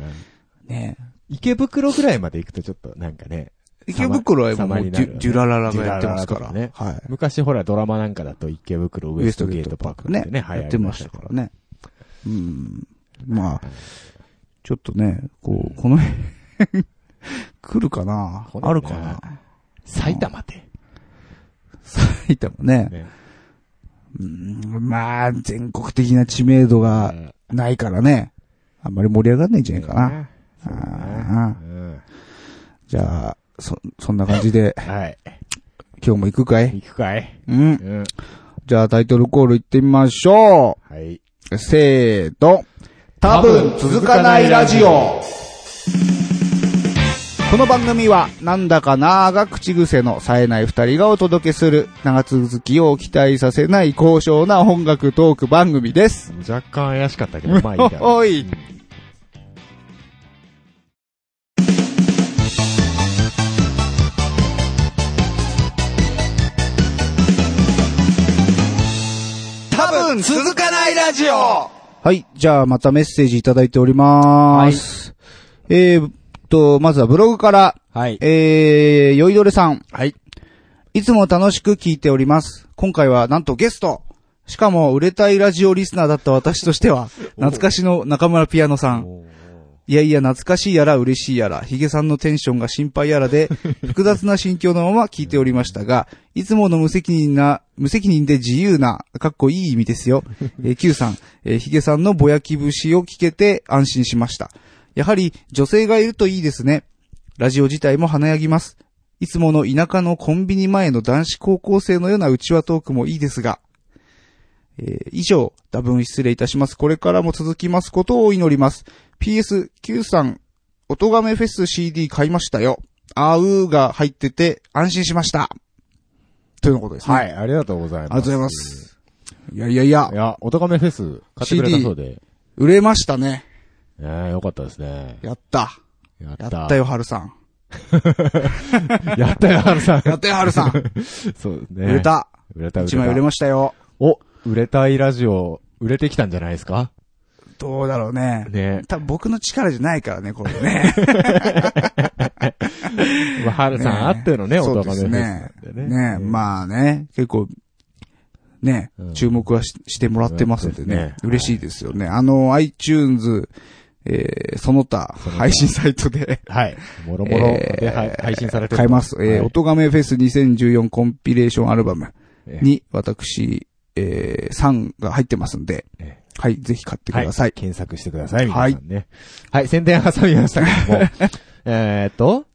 [SPEAKER 2] ね
[SPEAKER 1] 池袋ぐらいまで行くとちょっとなんかね、
[SPEAKER 2] え池袋はも
[SPEAKER 1] 様
[SPEAKER 2] う
[SPEAKER 1] に
[SPEAKER 2] デ
[SPEAKER 1] なるよね
[SPEAKER 2] ュデュラララがやってますか
[SPEAKER 1] デ
[SPEAKER 2] ら。
[SPEAKER 1] ュラララと
[SPEAKER 2] はい。
[SPEAKER 1] 昔ほらドラマなんかだと池袋ウエストゲートパークなんてね、流行
[SPEAKER 2] や
[SPEAKER 1] り
[SPEAKER 2] ってましたからね。うん。まあ、ちょっとね、こ
[SPEAKER 1] うん
[SPEAKER 2] う、この辺、来るかな
[SPEAKER 1] 来ないね
[SPEAKER 2] あるかな
[SPEAKER 1] 埼玉で。
[SPEAKER 2] 埼玉ね。
[SPEAKER 1] ね
[SPEAKER 2] うん、まあ、全国的な知名度がないからね。あんまり盛り上がんないんじゃないか
[SPEAKER 1] そ
[SPEAKER 2] な。
[SPEAKER 1] うだね
[SPEAKER 2] あじゃあ、そ、そんな感じで、
[SPEAKER 1] うんはい。
[SPEAKER 2] 今日も行くかい。
[SPEAKER 1] 行くかいううんん。
[SPEAKER 2] じゃあタイトルコール行ってみましょ
[SPEAKER 1] はい。
[SPEAKER 2] う。せーの。
[SPEAKER 1] 多分続かないラジオ。
[SPEAKER 2] この番組は、なんだかなーが口癖の冴えない二人がお届けする、長続きを期待させない高尚な音楽トーク番組です。
[SPEAKER 1] 若干怪しかったけど、まあいい だろう。
[SPEAKER 2] おい多分続かないラジオはい、じゃあまたメッセージいただいております。えーっと、まずはブログから、
[SPEAKER 1] はい。
[SPEAKER 2] えー、よいどれさん。
[SPEAKER 1] はい。
[SPEAKER 2] いつも楽しく聞いております。今回はなんとゲストしかも、売れたいラジオリスナーだった私としては、懐かしの中村ピアノさん。いやいや、懐かしいやら嬉しいやら、ヒゲさんのテンションが心配や らで、複雑な心境のまま聞いておりましたが、いつもの無責任な、無責任で自由な、かっこいい意味ですよ。えー Q さん、えーヒゲさんのぼやき節を聞けて安心しました。やはり女性がいるといいですね。ラジオ自体も華やぎます。いつもの田舎のコンビニ前の男子高校生のような内輪トークもいいですが、えー以上、多分失礼いたします。これからも続きますことを祈ります。PS、Q さん、おとがめフェス CD 買いましたよ。あーうーが入ってて安心しました。というようなことですね。。
[SPEAKER 1] はいい、ありがとうございます。
[SPEAKER 2] ありがとうございま。す。いやいやいや
[SPEAKER 1] い、や、おとがめフェス買ってくれたそうで。
[SPEAKER 2] 売れましたね。
[SPEAKER 1] ええ、よかったですね。
[SPEAKER 2] やった。
[SPEAKER 1] やっ
[SPEAKER 2] や
[SPEAKER 1] た。
[SPEAKER 2] った。よ、はるさん。
[SPEAKER 1] やったよ、ハルさん。
[SPEAKER 2] やったよ、はるさん。
[SPEAKER 1] そうです ね。
[SPEAKER 2] 売れ。た。
[SPEAKER 1] 売れた、売れ
[SPEAKER 2] 一
[SPEAKER 1] た。
[SPEAKER 2] 枚売れましたよ。
[SPEAKER 1] お、売れたいラジオ、売れてきたんじゃないですか
[SPEAKER 2] どうだろうね。
[SPEAKER 1] ね
[SPEAKER 2] 多分僕の力じゃないからね、これね。
[SPEAKER 1] まあ、はるさんあって のね、お
[SPEAKER 2] そ
[SPEAKER 1] と
[SPEAKER 2] う
[SPEAKER 1] が
[SPEAKER 2] で
[SPEAKER 1] めフェ
[SPEAKER 2] す
[SPEAKER 1] ス
[SPEAKER 2] ね
[SPEAKER 1] なんで。ね。
[SPEAKER 2] ねまあね、結構、ね
[SPEAKER 1] うん、
[SPEAKER 2] 注目はししてもらってますんで
[SPEAKER 1] そうで
[SPEAKER 2] ね
[SPEAKER 1] す。ね
[SPEAKER 2] 嬉しいですよね。あの、iTunes、えーその他、
[SPEAKER 1] その他
[SPEAKER 2] 配信サイトで。
[SPEAKER 1] はい。もろもろで、はい配信されてる
[SPEAKER 2] 買えます。えー、
[SPEAKER 1] はい
[SPEAKER 2] 音亀フェス2014コンピレーションアルバムに、私、えー、3が入ってますんで
[SPEAKER 1] ええ、
[SPEAKER 2] はい、ぜひ買ってください。
[SPEAKER 1] 検索してください、皆さんね。はい。宣伝挟みましたけ ども。えーっと、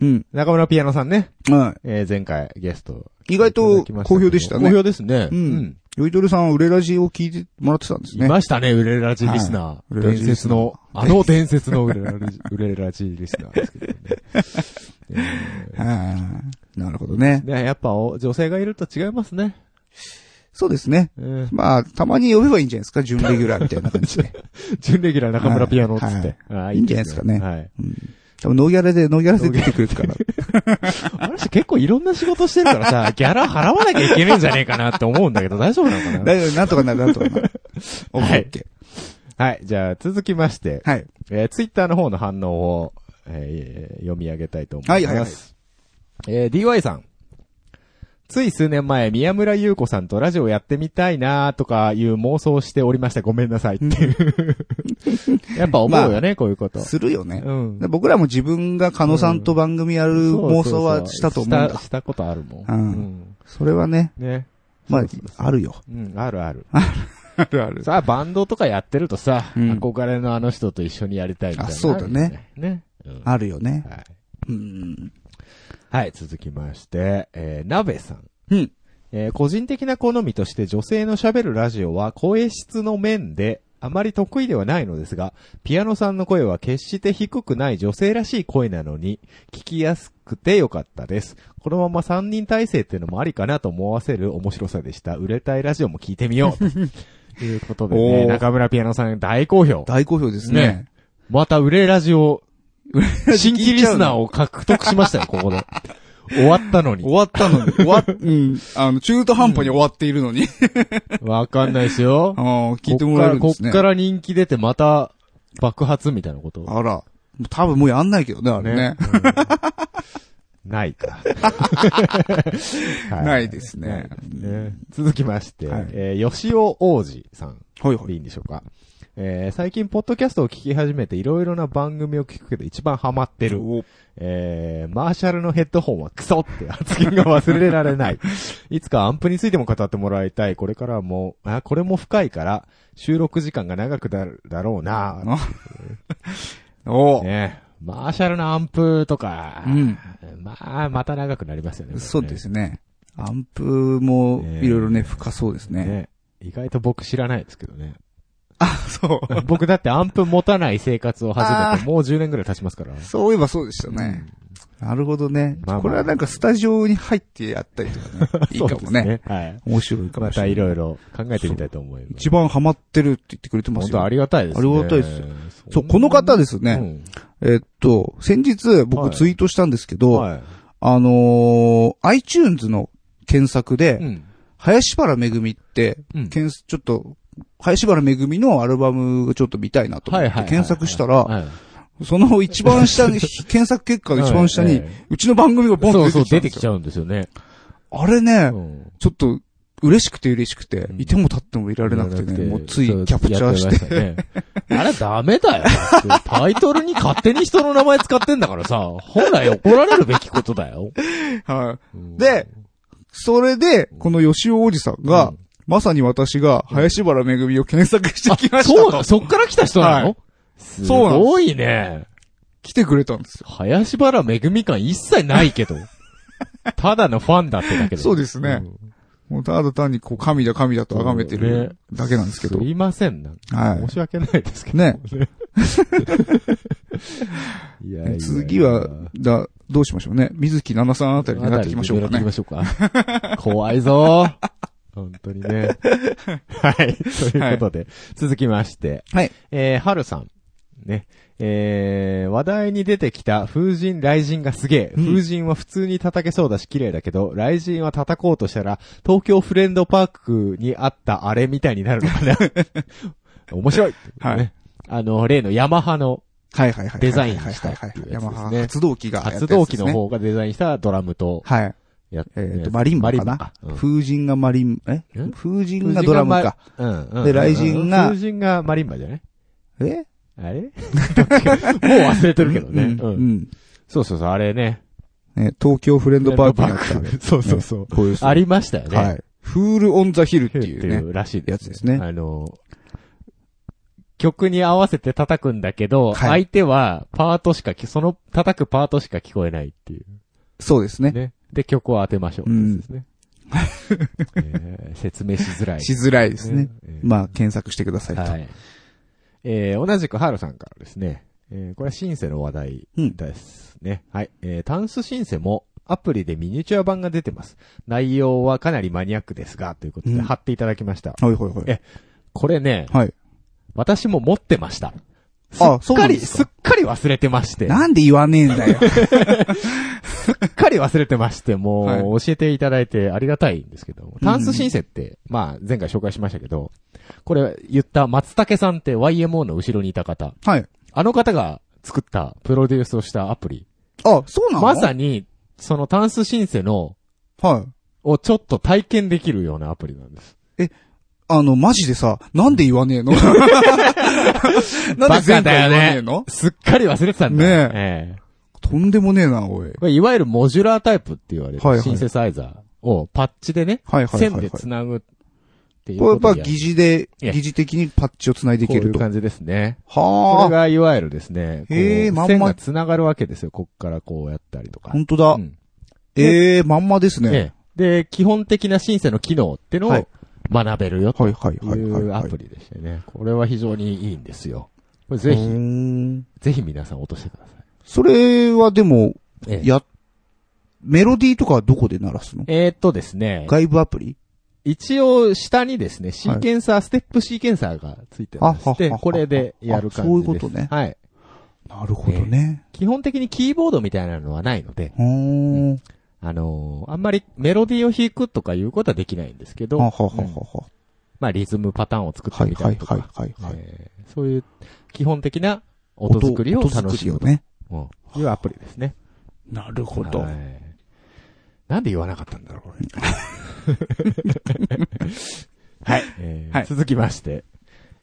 [SPEAKER 2] うん、
[SPEAKER 1] 中村ピアノさんね、
[SPEAKER 2] うん。
[SPEAKER 1] えー前回ゲスト。
[SPEAKER 2] 意外と好評でしたね
[SPEAKER 1] 好評ですね。
[SPEAKER 2] うんヨイドルさんは売れラジを聞いてもらってたんです
[SPEAKER 1] い
[SPEAKER 2] ね。
[SPEAKER 1] ましたね、売れラジリスナー。
[SPEAKER 2] はい
[SPEAKER 1] 伝説の、あの伝説の売れラジ、売れラジリスナーですけどね。
[SPEAKER 2] あーなるほどね。
[SPEAKER 1] ね、やっぱお女性がいると違いますね。
[SPEAKER 2] そうですね。
[SPEAKER 1] うん
[SPEAKER 2] まあ、たまに呼べばいいんじゃないですか準レギュラーみたいな感じ で。
[SPEAKER 1] 準レギュラー中村ピアノっつって。ああ
[SPEAKER 2] いいんじゃないですかね
[SPEAKER 1] はい。
[SPEAKER 2] 多分ノーギャラで、ノーギャラで出てくる から。
[SPEAKER 1] あの人結構いろんな仕事してるからさ、ギャラ払わなきゃいけねえんじゃねえかなって思うんだけど、大丈夫なのかな
[SPEAKER 2] 大丈夫、なんとかなる、なんとか なる。オッケーオッケ
[SPEAKER 1] はい、じゃあ続きまして、
[SPEAKER 2] ー。はい。
[SPEAKER 1] えー、ツイッターの方の反応を、えー読み上げたいと思います。
[SPEAKER 2] はいはいはい
[SPEAKER 1] えー DY さん。つい数年前、宮村優子さんとラジオやってみたいなとかいう妄想をしておりました。ごめんな さいっていう。やっぱ思うよね、こういうこと。
[SPEAKER 2] するよね。
[SPEAKER 1] うん。
[SPEAKER 2] 僕らも自分が狩野さんと番組やる妄想はしたと思うん
[SPEAKER 1] そそ
[SPEAKER 2] だ
[SPEAKER 1] し。たことあるもん。
[SPEAKER 2] うんそれはね、
[SPEAKER 1] うんね。
[SPEAKER 2] まあ
[SPEAKER 1] そうそう、
[SPEAKER 2] あるよ。
[SPEAKER 1] うん、あるある。
[SPEAKER 2] あるある。
[SPEAKER 1] さあ、バンドとかやってるとさ、
[SPEAKER 2] うん
[SPEAKER 1] 憧れのあの人と一緒にやりたいみたいな。
[SPEAKER 2] あそうだね。
[SPEAKER 1] ね。うん
[SPEAKER 2] あるよね。
[SPEAKER 1] はい。
[SPEAKER 2] うん。
[SPEAKER 1] はい、続きまして、えー、鍋さん。
[SPEAKER 2] うん。
[SPEAKER 1] えー個人的な好みとして女性の喋るラジオは声質の面であまり得意ではないのですが、ピアノさんの声は決して低くない女性らしい声なのに、聞きやすくてよかったです。このまま3人体制っていうのもありかなと思わせる面白さでした。売れたいラジオも聞いてみよ う。ということで
[SPEAKER 2] お
[SPEAKER 1] ね、
[SPEAKER 2] ー
[SPEAKER 1] 中村ピアノさん大好評。
[SPEAKER 2] 大好評です
[SPEAKER 1] ね
[SPEAKER 2] ね。
[SPEAKER 1] また売れラジオ、新規リスナーを獲得しましたよ、ここで。終わったのに。
[SPEAKER 2] わったのに、終わっ、 うん。あの、中途半端に終わっているのに。
[SPEAKER 1] わかんないですよ
[SPEAKER 2] あ。あ、 聞いてもらえるんです
[SPEAKER 1] こっから、こ
[SPEAKER 2] ね。
[SPEAKER 1] っから人気出てまた爆発みたいなこと
[SPEAKER 2] あら。もう多分もうやんないけどね、あれね。
[SPEAKER 1] うん ない か。は
[SPEAKER 2] ないですね
[SPEAKER 1] ないですね続きまして、
[SPEAKER 2] はい
[SPEAKER 1] えー吉尾王子さん。
[SPEAKER 2] ほい
[SPEAKER 1] でいいんでしょうか。えー最近、ポッドキャストを聞き始めて、いろいろな番組を聞くけど、一番ハマってる。
[SPEAKER 2] お
[SPEAKER 1] えー、マーシャルのヘッドホンはクソって発言が忘れられ ない。いつかアンプについても語ってもらいたい。これからも、あ、これも深いから、収録時間が長くなるだろうな
[SPEAKER 2] お
[SPEAKER 1] ねマーシャルのアンプとか、
[SPEAKER 2] うん
[SPEAKER 1] まあ、また長くなりますよね。これね
[SPEAKER 2] そうですね。アンプも、いろいろね、深そうです
[SPEAKER 1] ね
[SPEAKER 2] ね。
[SPEAKER 1] 意外と僕知らないですけどね。
[SPEAKER 2] あ、そう。
[SPEAKER 1] 僕だってアンプ持たない生活を
[SPEAKER 2] あ
[SPEAKER 1] 始め
[SPEAKER 2] ー
[SPEAKER 1] て、もう10年ぐらい経ちますから。
[SPEAKER 2] そういえばそうでしたね。なるほどね。
[SPEAKER 1] まあまあ
[SPEAKER 2] これはなんかスタジオに入ってやったりとかね。 いいかもね。
[SPEAKER 1] そうですはい。
[SPEAKER 2] 面白いか
[SPEAKER 1] ま
[SPEAKER 2] もし
[SPEAKER 1] た
[SPEAKER 2] れない。
[SPEAKER 1] いろいろ考えてみたいと思います。
[SPEAKER 2] 一番ハマってるって言ってくれてま
[SPEAKER 1] 本
[SPEAKER 2] す
[SPEAKER 1] 当あ
[SPEAKER 2] よ。
[SPEAKER 1] りがたいですね。
[SPEAKER 2] ありがたいですよ
[SPEAKER 1] ん
[SPEAKER 2] そう、この方ですね。えっと、先日
[SPEAKER 1] は
[SPEAKER 2] 僕
[SPEAKER 1] い
[SPEAKER 2] ツイートしたんですけ
[SPEAKER 1] うん。
[SPEAKER 2] ど、
[SPEAKER 1] はい。
[SPEAKER 2] あのー、iTunes の検索
[SPEAKER 1] う
[SPEAKER 2] で、
[SPEAKER 1] ん。
[SPEAKER 2] 林原めぐみって、
[SPEAKER 1] うん
[SPEAKER 2] 検索ちょっと、林原めぐみのアルバムをちょっと見たいなと思って検索したら、
[SPEAKER 1] はい
[SPEAKER 2] その一番下 に、検索結果の一番下
[SPEAKER 1] はい
[SPEAKER 2] に
[SPEAKER 1] はい、
[SPEAKER 2] うちの番組がボン
[SPEAKER 1] そ
[SPEAKER 2] と
[SPEAKER 1] うそう、
[SPEAKER 2] 出
[SPEAKER 1] 出
[SPEAKER 2] て
[SPEAKER 1] て
[SPEAKER 2] き
[SPEAKER 1] き
[SPEAKER 2] ちゃ
[SPEAKER 1] ちゃうんですよね。
[SPEAKER 2] う。あれね
[SPEAKER 1] う、ん
[SPEAKER 2] ちょっと、嬉しくて嬉しくて
[SPEAKER 1] う、ん
[SPEAKER 2] いても立ってもいられなくてね、もうついキャプチャーして、
[SPEAKER 1] て。やってましたねあれダメだよ。タイトルに勝手に人の名前使ってんだからさ、本来怒られるべきことだよ。
[SPEAKER 2] はい。
[SPEAKER 1] うん
[SPEAKER 2] で、それで、この吉尾おじさんが、
[SPEAKER 1] うん
[SPEAKER 2] まさに私が、林原めぐみを検索してきました
[SPEAKER 1] そう
[SPEAKER 2] と。
[SPEAKER 1] なのそっから来た人な
[SPEAKER 2] は
[SPEAKER 1] の
[SPEAKER 2] い
[SPEAKER 1] す
[SPEAKER 2] そうなんです
[SPEAKER 1] ごいね。
[SPEAKER 2] 来てくれたんですよ。
[SPEAKER 1] 林原めぐみ感一切ない けど。ただのファンだってだけど。
[SPEAKER 2] そうですね
[SPEAKER 1] ん。
[SPEAKER 2] もうただ単にこう、神だ神だと崇めて
[SPEAKER 1] ね
[SPEAKER 2] るだけなんですけ
[SPEAKER 1] す
[SPEAKER 2] ど。
[SPEAKER 1] いませんな。
[SPEAKER 2] は
[SPEAKER 1] 申し訳ないですけ
[SPEAKER 2] い。
[SPEAKER 1] ど。
[SPEAKER 2] ね。
[SPEAKER 1] いやいやいや
[SPEAKER 2] 次は、だ、どうしましょうね。水木奈々さんあたり狙っていきましょうか
[SPEAKER 1] 狙っていき
[SPEAKER 2] ね
[SPEAKER 1] ま。しょうか。 怖いぞー本当に ね。はい。ということで、続きまして。
[SPEAKER 2] はい。
[SPEAKER 1] えー、はるさん。ね。えー、話題に出てきた風神雷神がすげえ。
[SPEAKER 2] うん
[SPEAKER 1] 風神は普通に叩けそうだし綺麗だけど、雷神は叩こうとしたら、東京フレンドパークにあったあれみたいになるのか な。面白い、
[SPEAKER 2] はい。
[SPEAKER 1] あの、例のヤマハの
[SPEAKER 2] はいはいはい。
[SPEAKER 1] デザインした
[SPEAKER 2] はい
[SPEAKER 1] って
[SPEAKER 2] は
[SPEAKER 1] やつですね
[SPEAKER 2] いいうはい。ヤマハ発動機がやったや
[SPEAKER 1] 発
[SPEAKER 2] つですね。
[SPEAKER 1] 動機の方がデザインしたドラムと、
[SPEAKER 2] はい。
[SPEAKER 1] やっ
[SPEAKER 2] えっ、と、マリンバかな
[SPEAKER 1] うん
[SPEAKER 2] 風神がマリン、え
[SPEAKER 1] ん
[SPEAKER 2] 風神がドラムか。。
[SPEAKER 1] うんうん。
[SPEAKER 2] で雷神が
[SPEAKER 1] 風神がマリンバじゃない
[SPEAKER 2] え
[SPEAKER 1] あれ どっちかもう忘れてるけどね。
[SPEAKER 2] うん。
[SPEAKER 1] う
[SPEAKER 2] うんん
[SPEAKER 1] そうそうそう、あれね。
[SPEAKER 2] ね東京フレンドパークにあった
[SPEAKER 1] フレンドパークそうそうそう。
[SPEAKER 2] こういう人
[SPEAKER 1] ありましたよね。
[SPEAKER 2] はい。フールオンザヒルって
[SPEAKER 1] って
[SPEAKER 2] いうね
[SPEAKER 1] い。うらしい
[SPEAKER 2] やつですね
[SPEAKER 1] あの、曲に合わせて叩くんだけど、
[SPEAKER 2] はい
[SPEAKER 1] 相手はパートしかき、その叩くパートしか聞こえないっていう。
[SPEAKER 2] そうですね。
[SPEAKER 1] ね。で、曲を当てましょう。
[SPEAKER 2] うん
[SPEAKER 1] ですね。 えー説明しづらい。
[SPEAKER 2] しづらいですね。。
[SPEAKER 1] えー
[SPEAKER 2] まあ、検索してくださいと。
[SPEAKER 1] はい。えー、同じくハルさんからですね。えー、これはシンセの話題
[SPEAKER 2] うん
[SPEAKER 1] ですね。はい。えー、タンスシンセもアプリでミニチュア版が出てます。内容はかなりマニアックですが、ということ
[SPEAKER 2] う
[SPEAKER 1] で
[SPEAKER 2] ん
[SPEAKER 1] 貼っていただきました。
[SPEAKER 2] はいはいはい。
[SPEAKER 1] えこれね、
[SPEAKER 2] はい。
[SPEAKER 1] 私も持ってました。
[SPEAKER 2] あ
[SPEAKER 1] す
[SPEAKER 2] そ
[SPEAKER 1] っ
[SPEAKER 2] う
[SPEAKER 1] か
[SPEAKER 2] なん
[SPEAKER 1] り、
[SPEAKER 2] です
[SPEAKER 1] す
[SPEAKER 2] か
[SPEAKER 1] っかり忘れてまして。
[SPEAKER 2] なんで言わねえんだ よ。
[SPEAKER 1] すっかり忘れてまして、もう、
[SPEAKER 2] は
[SPEAKER 1] 教えていただいてありがたいんですけども、タンス申請って、まあ、前回紹介しましたけど、これ言った松竹さんって YMO の後ろにいた方、
[SPEAKER 2] はい。
[SPEAKER 1] あの方が作った、プロデュースをしたアプリ、
[SPEAKER 2] あ、そうなの
[SPEAKER 1] まさに、そのタンス申請の、
[SPEAKER 2] はい。
[SPEAKER 1] をちょっと体験できるようなアプリなんです。
[SPEAKER 2] あの、マジでさ、なんで言わ ねえのなんで前回言わねえの
[SPEAKER 1] すっかり忘れてたんだよ。
[SPEAKER 2] ね
[SPEAKER 1] ええ
[SPEAKER 2] とんでもねえな、おい。
[SPEAKER 1] これいわゆるモジュラータイプって言われる、
[SPEAKER 2] はいはい
[SPEAKER 1] シンセサイザーをパッチでね、
[SPEAKER 2] はいはいはい、
[SPEAKER 1] 線
[SPEAKER 2] は
[SPEAKER 1] で
[SPEAKER 2] い。
[SPEAKER 1] 繋ぐっていう
[SPEAKER 2] これや
[SPEAKER 1] こと
[SPEAKER 2] っぱ
[SPEAKER 1] でや
[SPEAKER 2] 疑似で、
[SPEAKER 1] いや
[SPEAKER 2] 疑似的にパッチを繋いでい
[SPEAKER 1] こう
[SPEAKER 2] け
[SPEAKER 1] い
[SPEAKER 2] る
[SPEAKER 1] う
[SPEAKER 2] と。は
[SPEAKER 1] 感じですね。これ
[SPEAKER 2] あ。
[SPEAKER 1] がいわゆるですね、こう
[SPEAKER 2] へーまんま
[SPEAKER 1] 線が繋がるわけですよ。こっからこうやったりとか。
[SPEAKER 2] 本当だ。
[SPEAKER 1] うん
[SPEAKER 2] ええまんまですね。
[SPEAKER 1] ええで、基本的なシンセの機能っていうのを
[SPEAKER 2] はい
[SPEAKER 1] 学べるよと
[SPEAKER 2] はいはい
[SPEAKER 1] い
[SPEAKER 2] はいはいうは
[SPEAKER 1] ア
[SPEAKER 2] い。
[SPEAKER 1] プリでしたね。これは非常にいいんですよ。これぜ
[SPEAKER 2] うー
[SPEAKER 1] ひ、
[SPEAKER 2] ん
[SPEAKER 1] ぜひ皆さん落としてください。
[SPEAKER 2] それはでも、
[SPEAKER 1] ええ
[SPEAKER 2] や、メロディーとかはどこで鳴らすの
[SPEAKER 1] えーっとですね、
[SPEAKER 2] 外部アプリ
[SPEAKER 1] 一応下にですね、シーケンサー、ステップシーケンサーがついてまし
[SPEAKER 2] あは
[SPEAKER 1] て、
[SPEAKER 2] はは
[SPEAKER 1] これでやる感じです。
[SPEAKER 2] あそういうことね
[SPEAKER 1] はい。
[SPEAKER 2] なるほどね。
[SPEAKER 1] 基本的にキーボードみたいなのはないので、
[SPEAKER 2] うーん。
[SPEAKER 1] あのーあんまりメロディーを弾くとかいうことはできないんですけど、
[SPEAKER 2] はははは
[SPEAKER 1] うん
[SPEAKER 2] は。
[SPEAKER 1] まあリズムパターンを作って
[SPEAKER 2] はい
[SPEAKER 1] みた
[SPEAKER 2] はい
[SPEAKER 1] りと
[SPEAKER 2] は
[SPEAKER 1] か、
[SPEAKER 2] いはいはい。
[SPEAKER 1] えーそういう基本的な音作りを楽しむ
[SPEAKER 2] 音作りをね。
[SPEAKER 1] とうんいうアプリですね。
[SPEAKER 2] なるほ
[SPEAKER 1] はいなんで言わなかったんだろう、これ。はい、えー
[SPEAKER 2] はい
[SPEAKER 1] 続きまして、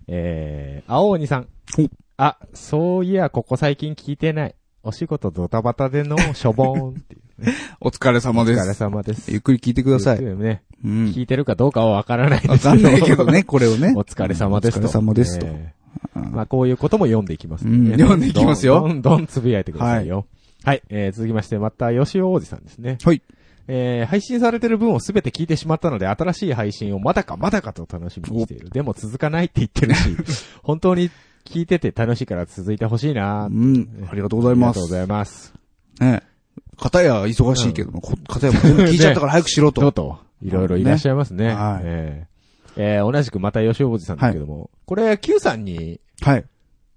[SPEAKER 1] えー、青鬼さん
[SPEAKER 2] はい。
[SPEAKER 1] あ、そういや、ここ最近聞いてない。お仕事ドタバタでのしょ ぼーんっていう。
[SPEAKER 2] お疲れ様
[SPEAKER 1] お
[SPEAKER 2] で
[SPEAKER 1] 疲れ
[SPEAKER 2] す。
[SPEAKER 1] 様です。
[SPEAKER 2] ゆっくり聞いてください。
[SPEAKER 1] というね、
[SPEAKER 2] うん。
[SPEAKER 1] 聞いてるかどうかはわからないで
[SPEAKER 2] わ
[SPEAKER 1] す
[SPEAKER 2] かんないけど ね、これをね。
[SPEAKER 1] お疲れ様ですと。
[SPEAKER 2] お疲れ様ですと。
[SPEAKER 1] え
[SPEAKER 2] う
[SPEAKER 1] ー
[SPEAKER 2] ん
[SPEAKER 1] まあ、こういうことも読んでいきます、
[SPEAKER 2] うん読んでいきますよ
[SPEAKER 1] どんどんどんつぶやいてくださいよ。はい。えー続きまして、また、吉尾王子さんですね。
[SPEAKER 2] はい。
[SPEAKER 1] えー配信されてる分をすべて聞いてしまったので、新しい配信をまだかまだかと楽しみにしている。でも続かないって言ってる し、本当に聞いてて楽しいから続いてほしいな
[SPEAKER 2] う
[SPEAKER 1] ー
[SPEAKER 2] ん。ありがとうござい
[SPEAKER 1] ありが
[SPEAKER 2] ま
[SPEAKER 1] とうご
[SPEAKER 2] す。
[SPEAKER 1] ざいます。
[SPEAKER 2] ね。片や忙しいけども、こ片やもう全部聞いちゃったから早くし ろ
[SPEAKER 1] どう
[SPEAKER 2] と。
[SPEAKER 1] と、いろいろいらっしゃいますね。
[SPEAKER 2] ねはい
[SPEAKER 1] えーえー同じくまた吉尾王子さんですけども、これ、Q さんに
[SPEAKER 2] はい。